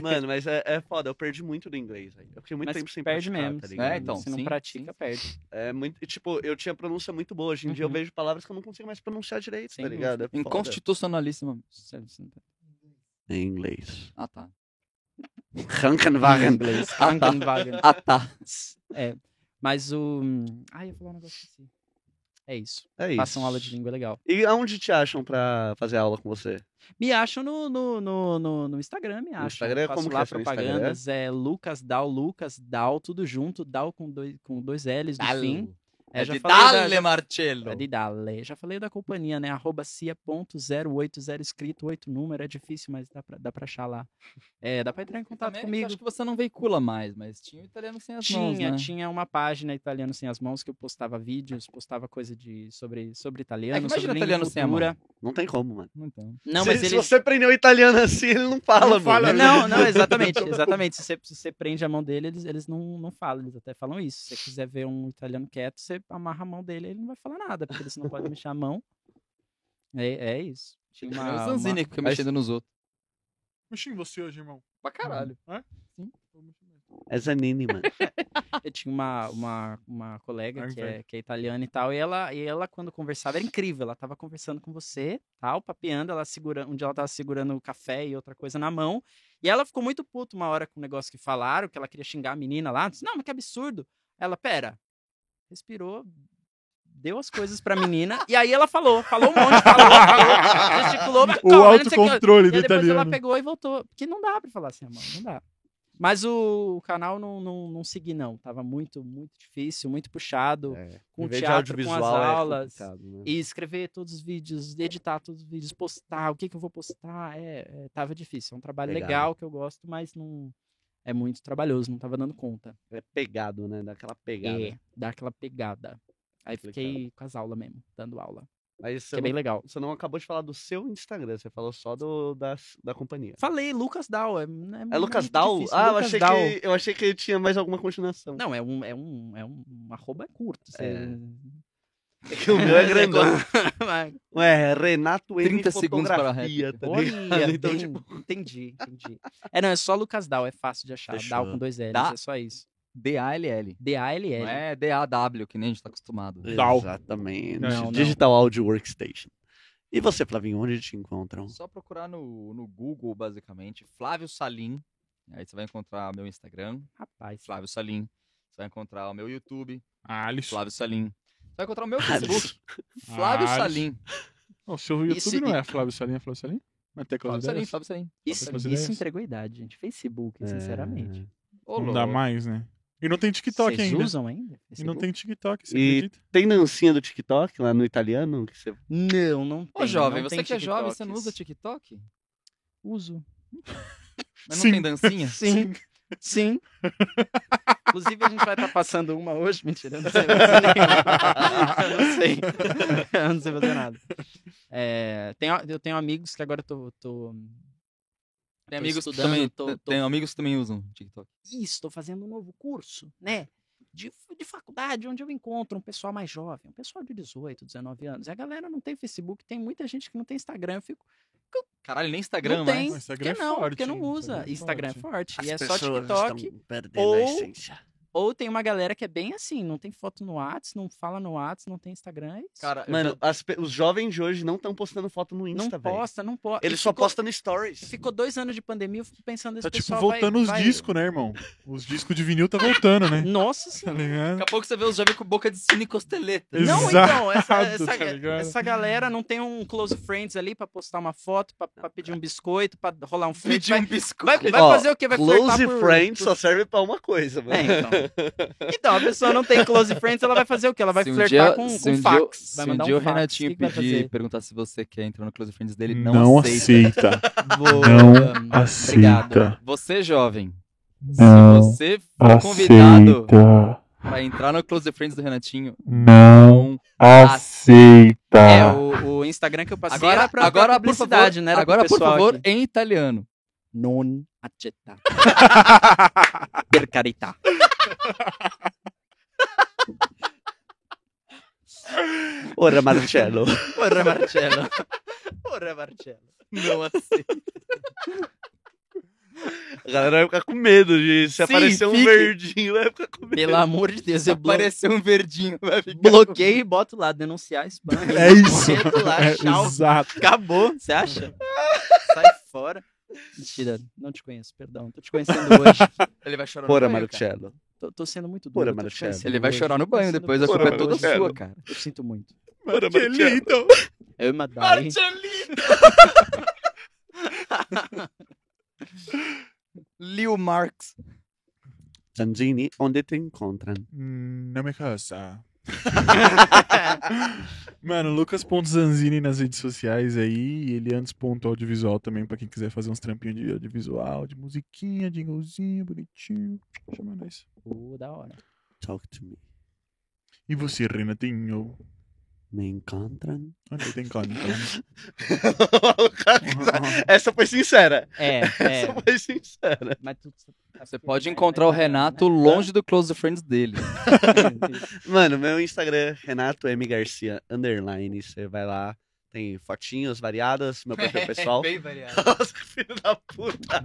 Speaker 1: Mano, mas é, é foda. Eu perdi muito do inglês, velho. Eu fiquei muito
Speaker 5: Mas
Speaker 1: tempo sem
Speaker 5: perde
Speaker 1: praticar,
Speaker 5: mesmo.
Speaker 1: tá ligado?
Speaker 2: É, então.
Speaker 5: se não
Speaker 2: sim,
Speaker 5: pratica,
Speaker 2: sim.
Speaker 5: perde.
Speaker 1: É muito, e, tipo, eu tinha pronúncia muito boa. Hoje em dia eu
Speaker 5: Uhum.
Speaker 1: vejo palavras que eu não consigo mais pronunciar direito,
Speaker 5: Sem
Speaker 1: tá
Speaker 5: dúvida.
Speaker 1: ligado? É foda.
Speaker 2: Inconstitucionalíssima.
Speaker 5: tá
Speaker 1: Em inglês.
Speaker 2: Ah, tá.
Speaker 1: Rankenwagen.
Speaker 5: Inglês. Krankenwagen.
Speaker 2: Ah, tá.
Speaker 5: É. Mas o. Ai, eu ia falar um negócio assim. É isso.
Speaker 1: É isso.
Speaker 5: Façam aula de língua é legal.
Speaker 1: E aonde te acham pra fazer aula com você?
Speaker 5: Me acham no, no, no, no, no Instagram, me acham.
Speaker 1: Instagram,
Speaker 5: Faço
Speaker 1: como que
Speaker 5: lá
Speaker 1: é seu Instagram?
Speaker 5: propagandas. É Lucas Dal, Lucas Dal, tudo junto. Dal com dois, com dois L's no fim. É,
Speaker 2: É
Speaker 5: já
Speaker 2: de
Speaker 5: falei da-
Speaker 2: Dalle Marcello.
Speaker 5: É de Dale. Já falei da companhia, né? Arroba cia.080 escrito, oito número, é difícil, mas dá pra, dá pra achar lá. É, dá pra entrar em contato
Speaker 2: Também,
Speaker 5: comigo.
Speaker 2: Acho que você não veicula mais, mas tinha o italiano sem as
Speaker 5: Tinha,
Speaker 2: mãos, né?
Speaker 5: tinha uma página italiano sem as mãos que eu postava vídeos, postava coisa de sobre sobre
Speaker 2: É
Speaker 5: italiano,
Speaker 2: que
Speaker 5: sobre
Speaker 2: imagina
Speaker 5: língua
Speaker 2: italiano
Speaker 5: e
Speaker 2: sem a mão.
Speaker 5: cultura.
Speaker 1: Não tem como, mano.
Speaker 2: Então.
Speaker 5: Não,
Speaker 1: se,
Speaker 5: mas
Speaker 1: se
Speaker 5: ele
Speaker 1: você prendeu o italiano assim, ele não fala,
Speaker 3: Não
Speaker 1: mano.
Speaker 2: né?
Speaker 3: fala,
Speaker 5: Não, não, exatamente, exatamente. Se você, se você prende a mão dele, eles, eles não, não falam, eles até falam isso. Se você quiser ver um italiano quieto, você amarra a mão dele, ele não vai falar nada, porque eles não podem mexer a mão. É, é isso. Tinha uma-
Speaker 2: Uma, o
Speaker 5: uma-
Speaker 2: Zanzini que fica
Speaker 1: Mas-
Speaker 2: mexendo nos outros. Hum.
Speaker 3: Mexi em você hoje, irmão.
Speaker 2: Pra caralho.
Speaker 1: É Zanini, mano.
Speaker 5: Eu tinha uma, uma, uma colega
Speaker 3: Ai,
Speaker 5: que é,
Speaker 3: velho.
Speaker 5: que é italiana e tal, e ela, e ela, quando conversava, era incrível. Ela tava conversando com você, tal, papeando, ela segura, um dia ela tava segurando o café e outra coisa na mão. E ela ficou muito puta uma hora com o negócio que falaram, que ela queria xingar a menina lá. Disse, não, mas que absurdo. Ela, pera, respirou, deu as coisas pra menina, e aí ela falou, falou um monte, falou, falou, gesticulou, mas
Speaker 3: O
Speaker 5: calma, não sei o que.
Speaker 3: autocontrole
Speaker 5: E
Speaker 3: do
Speaker 5: aí depois ela
Speaker 3: italiano.
Speaker 5: pegou e voltou. Porque não dá pra falar assim, mano. Não dá. Mas o, o canal não, não, não segui, não. Tava muito, muito difícil, muito puxado.
Speaker 1: É.
Speaker 5: Com
Speaker 1: Em
Speaker 5: o
Speaker 1: vez de
Speaker 5: teatro, com as
Speaker 1: audiovisual, é
Speaker 5: aulas.
Speaker 1: complicado, né?
Speaker 5: E escrever todos os vídeos, editar todos os vídeos, postar, o que, que eu vou postar. É, é, tava difícil. É um trabalho
Speaker 1: Legal.
Speaker 5: legal. que eu gosto, mas não. É muito trabalhoso, não tava dando conta.
Speaker 1: É pegado, né? Daquela pegada.
Speaker 5: É, dá aquela pegada. Aí fiquei com as aulas mesmo, dando aula.
Speaker 1: Mas
Speaker 5: Que
Speaker 1: você,
Speaker 5: é bem
Speaker 1: não,
Speaker 5: legal.
Speaker 1: você não acabou de falar do seu Instagram, você falou só do, da, da companhia.
Speaker 5: Falei, Lucas Dal. É,
Speaker 1: É Lucas Dal? Ah, eu achei, Que, eu achei que tinha mais alguma continuação.
Speaker 5: Não, é um, é um, é um, um arroba curto. Você...
Speaker 1: É. Que o meu é grandão.
Speaker 5: Mas-
Speaker 1: Ué, Renato N
Speaker 2: 30 segundos para a
Speaker 1: fotografia, tá
Speaker 5: Olha,
Speaker 1: ligado? Então,
Speaker 5: bem-
Speaker 1: tipo,
Speaker 5: entendi, entendi. É, não, é só Lucas Dal, é fácil de achar.
Speaker 1: Fechou.
Speaker 5: Dal com dois L's,
Speaker 2: Dá.
Speaker 5: é só isso.
Speaker 2: D-A-L-L.
Speaker 5: D-A-L-L.
Speaker 2: Não é D-A-W, que nem a gente tá acostumado.
Speaker 1: É.
Speaker 3: Dal.
Speaker 1: um Exatamente.
Speaker 3: Não,
Speaker 5: não.
Speaker 1: Digital Audio Workstation. E você, Flavinho, onde te encontram?
Speaker 2: Só procurar no, no Google, basicamente, Flávio Salim. Aí você vai encontrar meu Instagram,
Speaker 5: Rapaz,
Speaker 2: Flávio Salim. Você vai encontrar o meu YouTube,
Speaker 3: Ah, Alisson.
Speaker 2: Flávio Salim. Você vai encontrar o meu Facebook,
Speaker 3: Alisson.
Speaker 2: Flávio
Speaker 3: Alisson.
Speaker 2: Salim.
Speaker 3: Não, seu YouTube
Speaker 5: Isso-
Speaker 3: não é Flávio Salim, é Flávio Salim? Mas tem
Speaker 2: Flávio
Speaker 3: aquelas
Speaker 2: Salim,
Speaker 3: ideias?
Speaker 2: Flávio Salim.
Speaker 5: isso,
Speaker 3: fazer
Speaker 5: isso
Speaker 3: isso?
Speaker 5: entregou idade, gente. Facebook,
Speaker 2: É.
Speaker 5: sinceramente.
Speaker 2: Ô,
Speaker 3: Não dá
Speaker 2: louco.
Speaker 3: mais, né? E não tem TikTok
Speaker 5: Vocês
Speaker 3: ainda.
Speaker 5: usam ainda?
Speaker 3: E não
Speaker 5: Facebook?
Speaker 3: tem TikTok, você
Speaker 1: E-
Speaker 3: acredita?
Speaker 1: Tem Nancinha do TikTok lá no italiano? Que você...
Speaker 5: Não, não tem.
Speaker 2: Ô, jovem,
Speaker 5: não
Speaker 2: você
Speaker 5: tem
Speaker 2: que é jovem, você não
Speaker 5: TikToks.
Speaker 2: usa TikTok?
Speaker 5: Uso.
Speaker 2: Mas não
Speaker 3: Sim.
Speaker 2: tem dancinha?
Speaker 5: Sim, sim. Inclusive, a gente vai estar passando uma hoje. Mentira, eu não sei fazer nenhuma. Eu não sei. Eu não sei fazer nada. É, tenho- eu tenho amigos que agora eu tô. tô
Speaker 2: Tem
Speaker 5: Tô
Speaker 2: amigos que
Speaker 5: estudando,
Speaker 2: também,
Speaker 5: tô- tô-
Speaker 2: tem amigos que também usam TikTok.
Speaker 5: isso, tô fazendo um novo curso, né? De, de faculdade, onde eu encontro um pessoal mais jovem, um pessoal de 18, 19 anos. E a galera não tem Facebook, tem muita gente que não tem Instagram. Eu fico,
Speaker 2: Caralho, nem Instagram
Speaker 5: não
Speaker 2: mais.
Speaker 5: tem,
Speaker 3: Mas Instagram
Speaker 5: porque
Speaker 3: é
Speaker 5: não,
Speaker 3: forte,
Speaker 5: porque não
Speaker 3: hein?
Speaker 5: usa.
Speaker 3: Instagram
Speaker 5: Instagram
Speaker 3: é
Speaker 5: é forte,
Speaker 1: As
Speaker 5: e é só
Speaker 1: pessoas
Speaker 5: TikTok.
Speaker 1: estão perdendo
Speaker 5: ou-
Speaker 1: a essência.
Speaker 5: Ou tem uma galera que é bem assim, não tem foto no Whats, não fala no Whats, não tem Instagram. é isso.
Speaker 2: Cara, eu
Speaker 1: Mano,
Speaker 2: já-
Speaker 1: as pe- os jovens de hoje não estão postando foto no
Speaker 5: não
Speaker 1: Insta, velho.
Speaker 5: posta, não posta.
Speaker 1: Eles só postam no Stories.
Speaker 5: Ficou dois anos de pandemia, eu fico pensando esse
Speaker 3: Tá tipo
Speaker 5: pessoal vai-
Speaker 3: voltando os
Speaker 5: vai-
Speaker 3: discos, né, irmão? Os discos de vinil tá voltando, né?
Speaker 5: Nossa
Speaker 3: Tá
Speaker 5: senhora.
Speaker 3: ligado?
Speaker 2: daqui a pouco você vê os jovens com boca de cine e costeleta.
Speaker 3: Exato.
Speaker 5: Não, então, essa, essa,
Speaker 3: tá ligado?
Speaker 5: essa galera não tem um close friends ali pra postar uma foto, pra, pra pedir um biscoito, pra rolar um friend.
Speaker 2: Pedir
Speaker 5: Vai,
Speaker 2: um biscoito.
Speaker 5: vai, vai
Speaker 1: Ó,
Speaker 5: fazer o quê? Vai
Speaker 1: Close
Speaker 5: flertar por-
Speaker 1: Friends
Speaker 5: por-
Speaker 1: só serve pra uma coisa, mano.
Speaker 5: É, então. então, a pessoa não tem close friends, ela vai fazer o quê? Ela vai
Speaker 2: Se um
Speaker 5: flertar
Speaker 2: dia-
Speaker 5: com,
Speaker 2: se
Speaker 5: com
Speaker 2: um dia eu-
Speaker 5: fax.
Speaker 2: Se
Speaker 5: vai
Speaker 2: um
Speaker 5: mandar
Speaker 2: dia o
Speaker 5: fax.
Speaker 2: Renatinho
Speaker 5: que que vai
Speaker 2: pedir
Speaker 5: fazer?
Speaker 2: perguntar se você quer entrar no Close Friends dele, não,
Speaker 3: Não
Speaker 2: aceita.
Speaker 3: aceita.
Speaker 2: Boa.
Speaker 3: Não aceita.
Speaker 2: Obrigado. Você, jovem,
Speaker 3: Não
Speaker 2: se você for
Speaker 5: Tá
Speaker 2: convidado
Speaker 3: aceita.
Speaker 2: pra entrar no Close Friends do Renatinho,
Speaker 3: Não
Speaker 2: não.
Speaker 3: aceita.
Speaker 5: É, o, o Instagram que eu passei
Speaker 2: Agora,
Speaker 5: era pra,
Speaker 2: agora
Speaker 5: pra
Speaker 2: por favor,
Speaker 5: publicidade, né? Era pro
Speaker 2: agora por
Speaker 5: pessoal
Speaker 2: favor,
Speaker 5: aqui.
Speaker 2: em italiano.
Speaker 5: Non accetta. per carità.
Speaker 1: Ora, Marcello.
Speaker 5: Porra, Marcello. Porra, Marcello.
Speaker 2: Não aceita.
Speaker 1: A galera vai ficar com medo de se
Speaker 2: Sim,
Speaker 1: aparecer um
Speaker 2: fique-
Speaker 1: verdinho, vai ficar com medo.
Speaker 5: Pelo amor de Deus, eu blo
Speaker 2: Apareceu um verdinho, vai ficar-
Speaker 5: bloqueio e boto lá, denunciar spam.
Speaker 3: É isso.
Speaker 5: Cedo lá,
Speaker 3: É,
Speaker 5: tchau.
Speaker 3: exato.
Speaker 5: Acabou, você acha? Sai fora. Mentira, não te conheço, perdão. Tô te conhecendo hoje.
Speaker 2: Ele vai chorar
Speaker 1: Ora,
Speaker 2: no banho, cara.
Speaker 1: Marcello.
Speaker 5: Tô, tô sendo muito
Speaker 1: Porra,
Speaker 5: duro. tô te
Speaker 1: Marcello.
Speaker 5: conhecendo
Speaker 2: Ele vai
Speaker 5: hoje.
Speaker 2: chorar no
Speaker 5: Tô
Speaker 2: banho
Speaker 5: sendo
Speaker 2: depois, a
Speaker 5: muito
Speaker 2: culpa é
Speaker 5: duro
Speaker 2: toda
Speaker 5: hoje.
Speaker 1: Marcello.
Speaker 2: sua, cara.
Speaker 5: Eu sinto muito.
Speaker 1: Ora,
Speaker 3: Que
Speaker 1: Marcello.
Speaker 3: lindo.
Speaker 5: Eu e Madai.
Speaker 2: Lil Marx.
Speaker 1: Zanzini, onde te encontram?
Speaker 3: Hum, Não me cansa. Mano, Lucas.zanzini nas redes sociais aí, e Eliandes.audiovisual também, pra quem quiser fazer uns trampinhos de audiovisual, de musiquinha, jinglezinho, bonitinho. Chama nós.
Speaker 5: Pô, da hora.
Speaker 1: Talk to me.
Speaker 3: E você, Renatinho?
Speaker 1: Me encontram.
Speaker 3: Onde Ah, tem claro, então.
Speaker 1: Essa foi Eh, sincera.
Speaker 5: É,
Speaker 1: Essa
Speaker 5: é.
Speaker 1: foi sincera.
Speaker 5: Mas tu, tá né?
Speaker 2: Você pode encontrar o
Speaker 5: é
Speaker 2: Renato longe do Close Friends dele.
Speaker 5: assim,
Speaker 1: Mano, meu Instagram, Renato M. Garcia, underline. Você vai lá, tem fotinhos variadas, meu perfil pessoal.
Speaker 2: Bem variado.
Speaker 1: Nossa, filho da puta.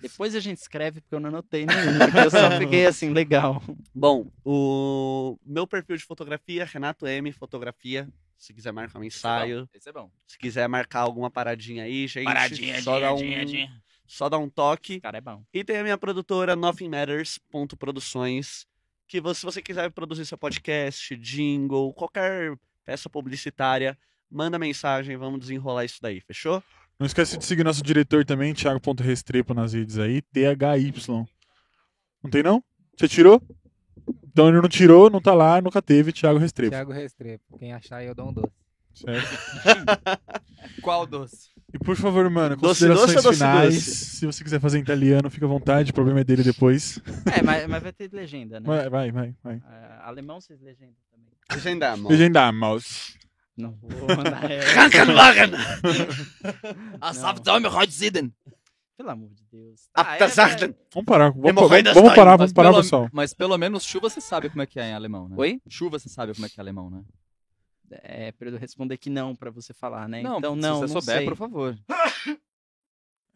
Speaker 5: Depois a gente escreve, porque eu não anotei nenhum. Porque eu só peguei assim, legal.
Speaker 1: Bom, o meu perfil de fotografia, Renato M. Fotografia. Se quiser marcar um ensaio,
Speaker 2: Esse é bom.
Speaker 1: se quiser marcar alguma paradinha aí, gente, só, dá um, só dá um toque.
Speaker 5: Cara, é bom.
Speaker 1: E tem a minha produtora, nothingmatters.produções, que vo- se você quiser produzir seu podcast, jingle, qualquer peça publicitária, manda mensagem, vamos desenrolar isso daí, fechou?
Speaker 3: Não esquece de seguir nosso diretor também, Thiago.restrepo nas redes aí, THY. Não tem não? Você tirou? Então ele não tirou, não tá lá, nunca teve, Thiago Restrepo.
Speaker 6: Thiago Restrepo. Quem achar, eu dou um doce.
Speaker 3: Certo?
Speaker 2: Qual doce?
Speaker 3: E por favor, mano,
Speaker 1: Doce,
Speaker 3: considerações
Speaker 1: doce ou doce,
Speaker 3: finais.
Speaker 1: doce?
Speaker 3: Se você quiser fazer em italiano, fica à vontade, o problema é dele depois.
Speaker 5: É, mas, mas vai ter legenda, né?
Speaker 3: Vai, vai, vai. vai.
Speaker 5: Ah, alemão vocês legendam também.
Speaker 1: Agendar, mano.
Speaker 3: Legenda, mouse.
Speaker 5: Não vou mandar ela.
Speaker 1: Krankenwagen!
Speaker 2: A
Speaker 5: Saftdaume
Speaker 2: Rodziden.
Speaker 5: Pelo amor de Deus. Ah, é,
Speaker 1: Abtasarten!
Speaker 3: Vamos parar, vamos,
Speaker 1: Hemorroidas
Speaker 3: vamos, vamos
Speaker 1: time.
Speaker 3: parar, vamos parar, pessoal.
Speaker 2: Mas pelo menos chuva você sabe como é que é em alemão, né?
Speaker 5: Oi?
Speaker 2: Chuva você sabe como é que é alemão, né?
Speaker 5: É, pra eu responder que não, pra você falar, né? então,
Speaker 2: se você
Speaker 5: não, não
Speaker 2: souber,
Speaker 5: sei.
Speaker 2: por favor.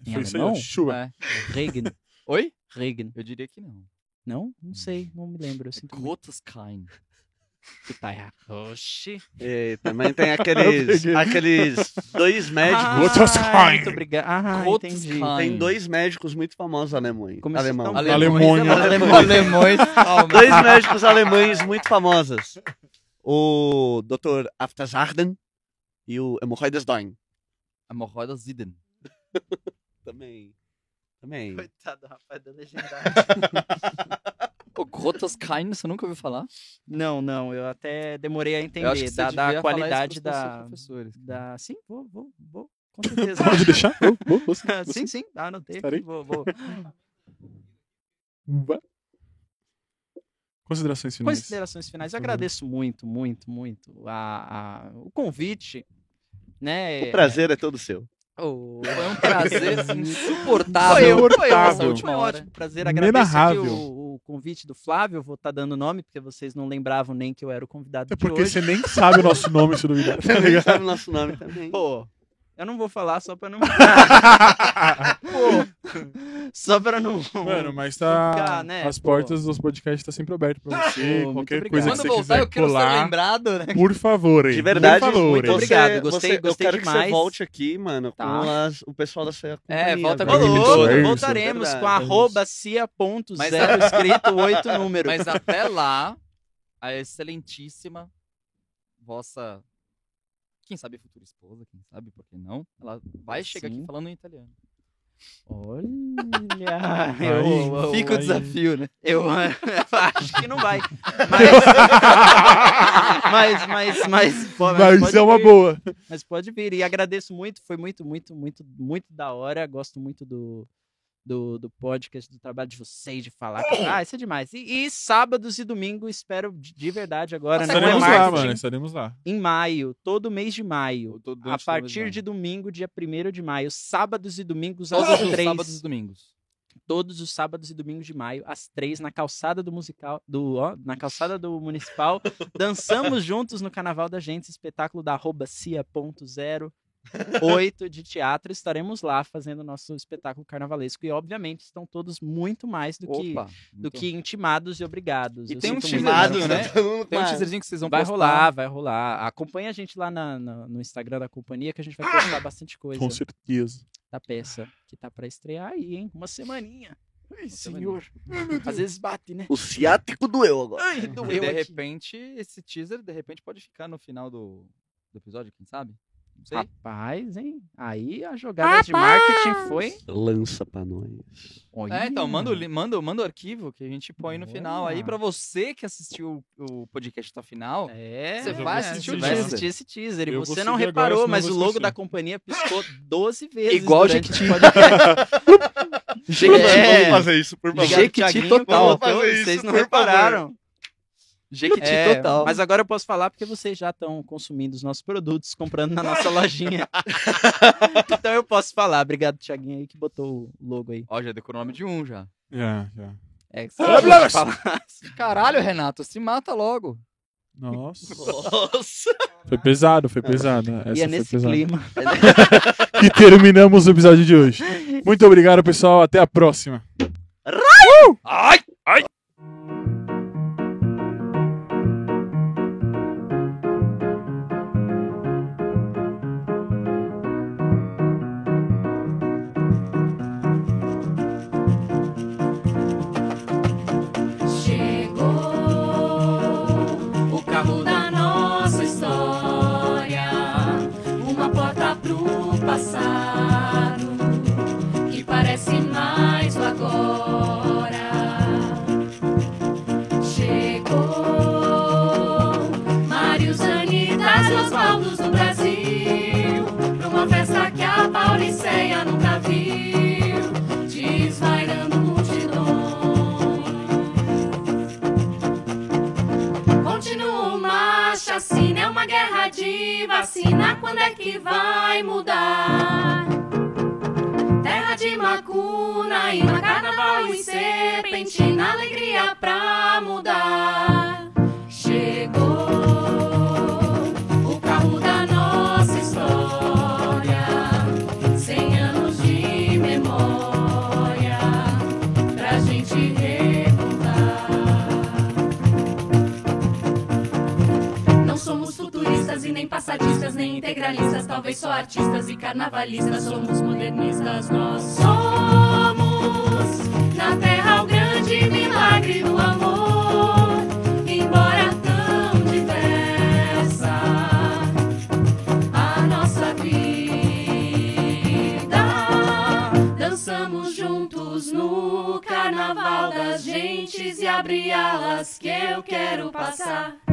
Speaker 5: Em
Speaker 3: Foi isso aí, ó,
Speaker 5: alemão?
Speaker 3: chuva.
Speaker 2: É.
Speaker 5: Regen.
Speaker 2: Oi?
Speaker 5: Regen.
Speaker 2: Eu diria que não.
Speaker 5: Não? Não sei, não me
Speaker 2: É
Speaker 5: lembro. Eu sinto muito
Speaker 2: Groteskind.
Speaker 5: que tá errado. Oxi.
Speaker 1: E também tem aqueles, aqueles dois
Speaker 5: É
Speaker 1: médicos.
Speaker 3: Gottes
Speaker 5: Ah,
Speaker 3: Heim.
Speaker 5: muito obrigado. Ah,
Speaker 2: Gottes
Speaker 5: entendi.
Speaker 2: Heim.
Speaker 1: Tem dois médicos muito famosos alemães.
Speaker 5: Como assim?
Speaker 1: alemão.
Speaker 5: vocês
Speaker 3: Alemanha.
Speaker 5: tão-
Speaker 2: Alemões.
Speaker 5: Alemão.
Speaker 2: Alemões. calma.
Speaker 1: Dois médicos alemães muito famosos. O Dr. Aftasarden e o Hemorroides Doin.
Speaker 2: Amorroida Ziden.
Speaker 1: Também. Também.
Speaker 5: Coitado, rapaz, da legenda.
Speaker 2: O Groteskind, você nunca ouviu falar?
Speaker 5: Não, não, eu até demorei a
Speaker 2: Eu acho
Speaker 5: entender
Speaker 2: que você
Speaker 5: da, da
Speaker 2: devia falar
Speaker 5: qualidade
Speaker 2: isso pros seus
Speaker 5: da,
Speaker 2: professores.
Speaker 5: da. Sim, vou, vou, vou. Com certeza.
Speaker 3: Pode deixar? Vou, vou, vou sim, vou
Speaker 5: sim,
Speaker 3: sim.
Speaker 5: sim, anotei.
Speaker 3: Estarei.
Speaker 5: aqui, Vou, vou.
Speaker 3: Vai. Considerações finais.
Speaker 5: Considerações finais. Eu
Speaker 3: Uhum.
Speaker 5: agradeço muito, muito, muito a, a- o convite. Né?
Speaker 1: O prazer é todo seu.
Speaker 5: Oh,
Speaker 2: Foi um prazer insuportável.
Speaker 5: Foi, eu, foi, eu,
Speaker 3: Insuportável.
Speaker 5: essa última é ótimo prazer. Agradeço aqui
Speaker 3: Inenarrável.
Speaker 5: o, o convite do Flávio. Vou estar dando nome, porque vocês não lembravam nem que eu era o convidado
Speaker 3: É
Speaker 5: de
Speaker 3: porque
Speaker 5: hoje.
Speaker 3: você nem sabe o nosso nome, se duvidar. Tá
Speaker 1: Também
Speaker 3: ligado?
Speaker 1: sabe o nosso nome também.
Speaker 5: Pô, eu não vou falar só pra não. Pô, só pra não.
Speaker 3: Mano, mas
Speaker 5: Ficar,
Speaker 3: tá.
Speaker 5: né,
Speaker 3: As
Speaker 5: pô.
Speaker 3: portas dos podcasts tá sempre aberto pra você.
Speaker 5: Pô, muito
Speaker 3: qualquer
Speaker 5: obrigado.
Speaker 3: coisa que
Speaker 2: Quando
Speaker 3: você
Speaker 2: voltar, eu
Speaker 3: quiser
Speaker 2: quero ser
Speaker 3: colar,
Speaker 2: lembrado, né?
Speaker 3: por favor. hein?
Speaker 1: De verdade,
Speaker 3: por favor,
Speaker 1: muito
Speaker 3: hein?
Speaker 5: obrigado.
Speaker 1: Você-
Speaker 5: Gostei-
Speaker 1: você-
Speaker 5: gostei
Speaker 1: Eu quero que
Speaker 5: demais.
Speaker 1: você volte aqui, mano,
Speaker 5: Tá.
Speaker 1: com as- o pessoal da sua
Speaker 2: É,
Speaker 1: companhia,
Speaker 2: volta
Speaker 1: velho.
Speaker 2: com
Speaker 5: Ô,
Speaker 2: Aquele
Speaker 5: louco,
Speaker 3: serviço.
Speaker 5: voltaremos
Speaker 1: É Verdade.
Speaker 5: com arroba cia ponto
Speaker 2: Mas-
Speaker 5: zero escrito oito número.
Speaker 2: Mas até lá, a excelentíssima vossa, quem sabe futura esposa, quem sabe, por que não? Ela vai chegar
Speaker 5: Sim.
Speaker 2: aqui falando em italiano.
Speaker 5: Olha,
Speaker 3: Aí,
Speaker 5: eu, eu,
Speaker 2: Fica o
Speaker 3: aí.
Speaker 2: desafio, né?
Speaker 5: eu acho que não vai. Mas, mas, mas, mas, pô,
Speaker 3: Mas
Speaker 5: pode
Speaker 3: é uma
Speaker 5: vir,
Speaker 3: boa.
Speaker 5: Mas pode vir. E agradeço muito, foi muito, muito, muito, muito da hora. Gosto muito do, do, do podcast, do trabalho de vocês, de falar. Ah, isso é demais. E, e sábados e domingo, espero de, de verdade agora, não é
Speaker 3: Estaremos lá,
Speaker 5: marketing.
Speaker 3: mano. Estaremos lá.
Speaker 5: Em maio, todo mês de maio.
Speaker 2: Eu tô doente
Speaker 5: A
Speaker 2: toda
Speaker 5: partir
Speaker 2: vez,
Speaker 5: de
Speaker 2: né?
Speaker 5: domingo, dia 1 de maio, sábados e domingos às
Speaker 2: todos os
Speaker 5: três.
Speaker 2: sábados e domingos.
Speaker 5: Todos os sábados e domingos de maio, às três, na calçada do musical, do, ó, na calçada do municipal. Dançamos juntos no Carnaval da Gente, espetáculo da arroba cia.08 de teatro. Estaremos lá fazendo nosso espetáculo carnavalesco. E, obviamente, estão todos muito mais do, que,
Speaker 2: Opa,
Speaker 5: do
Speaker 2: então.
Speaker 5: que intimados e obrigados.
Speaker 2: E
Speaker 5: Eu
Speaker 2: tem um
Speaker 5: sinto muito
Speaker 1: Animados,
Speaker 2: teaserzinho,
Speaker 5: isso.
Speaker 1: né?
Speaker 2: né?
Speaker 1: Todo mundo
Speaker 2: Tem um
Speaker 1: com a-
Speaker 2: teaserzinho que vocês vão
Speaker 5: Vai
Speaker 2: postar.
Speaker 5: rolar, vai rolar. Acompanha a gente lá na- na- no Instagram da companhia que a gente vai postar bastante coisa
Speaker 3: Com certeza.
Speaker 5: da peça que tá pra estrear aí, hein? Uma semaninha. Ai,
Speaker 2: senhor.
Speaker 5: Às vezes bate, né?
Speaker 1: O ciático doeu agora.
Speaker 5: Ai,
Speaker 2: E
Speaker 5: doeu
Speaker 2: de
Speaker 5: aqui.
Speaker 2: repente, esse teaser, de repente, pode ficar no final do, do episódio, quem sabe? Não sei.
Speaker 5: Rapaz, hein? Aí a jogada de marketing foi.
Speaker 1: Lança pra nós.
Speaker 2: É, então, manda o,
Speaker 5: Olha.
Speaker 2: li- manda, manda o arquivo que a gente põe no final aí
Speaker 5: Boa.
Speaker 2: pra você que assistiu o o podcast até o final.
Speaker 5: É,
Speaker 2: Você
Speaker 5: você
Speaker 2: vai
Speaker 5: vai
Speaker 2: assistir
Speaker 5: assistir,
Speaker 2: o
Speaker 5: vai
Speaker 2: teaser.
Speaker 5: assistir esse teaser. E
Speaker 3: Eu vou
Speaker 5: você não
Speaker 3: seguir agora,
Speaker 5: reparou,
Speaker 3: senão
Speaker 5: mas o
Speaker 3: eu vou
Speaker 5: logo
Speaker 3: esquecer.
Speaker 5: da companhia piscou 12 vezes.
Speaker 2: Igual
Speaker 5: durante
Speaker 2: Jequiti.
Speaker 5: o podcast.
Speaker 1: Gente,
Speaker 5: É.
Speaker 1: vamos fazer isso, por favor.
Speaker 5: Obrigado,
Speaker 2: Jequiti
Speaker 5: Thiaguinho,
Speaker 2: total.
Speaker 5: pelo apoio,
Speaker 1: Fazer isso,
Speaker 5: Vocês não
Speaker 1: por favor.
Speaker 5: repararam.
Speaker 2: Jequiti
Speaker 5: É,
Speaker 2: total.
Speaker 5: Mas agora eu posso falar porque vocês já estão consumindo os nossos produtos, comprando na nossa lojinha. então eu posso falar. Obrigado, Thiaguinho, aí que botou o logo aí.
Speaker 2: Ó, já decorou o nome de um já.
Speaker 3: É, já.
Speaker 5: É, que
Speaker 3: Blá,
Speaker 5: você
Speaker 3: blá, blá.
Speaker 5: pode falar.
Speaker 2: Caralho, Renato, se mata logo.
Speaker 3: Nossa.
Speaker 1: Nossa.
Speaker 3: Foi pesado, foi pesado. né? Essa
Speaker 5: E é
Speaker 3: foi
Speaker 5: nesse
Speaker 3: pesada.
Speaker 5: clima.
Speaker 3: E terminamos o episódio de hoje. Muito obrigado, pessoal. Até a próxima.
Speaker 2: Ai!
Speaker 7: Chegou o carro da nossa história, uma porta pro passado que parece mais o agora. Chegou Mário Zanitas e Oswaldos do Brasil Pra uma festa que a Pauliceia nunca viu Desvairando multidões Continua uma chacina, é uma guerra de vacina Quando é que vai mudar? Terra de Macunaíma, carnaval em serpentina, alegria pra mudar. Chegou o carro da nossa história, cem anos de memória, pra gente recontar. Não somos futuristas e nem passadistas, nem integralistas, talvez só artistas e carnavalistas. Somos modernistas, nós somos na terra o grande milagre do amor. Embora tão depressa, a nossa vida dançamos juntos no carnaval das gentes e abre alas que eu quero passar.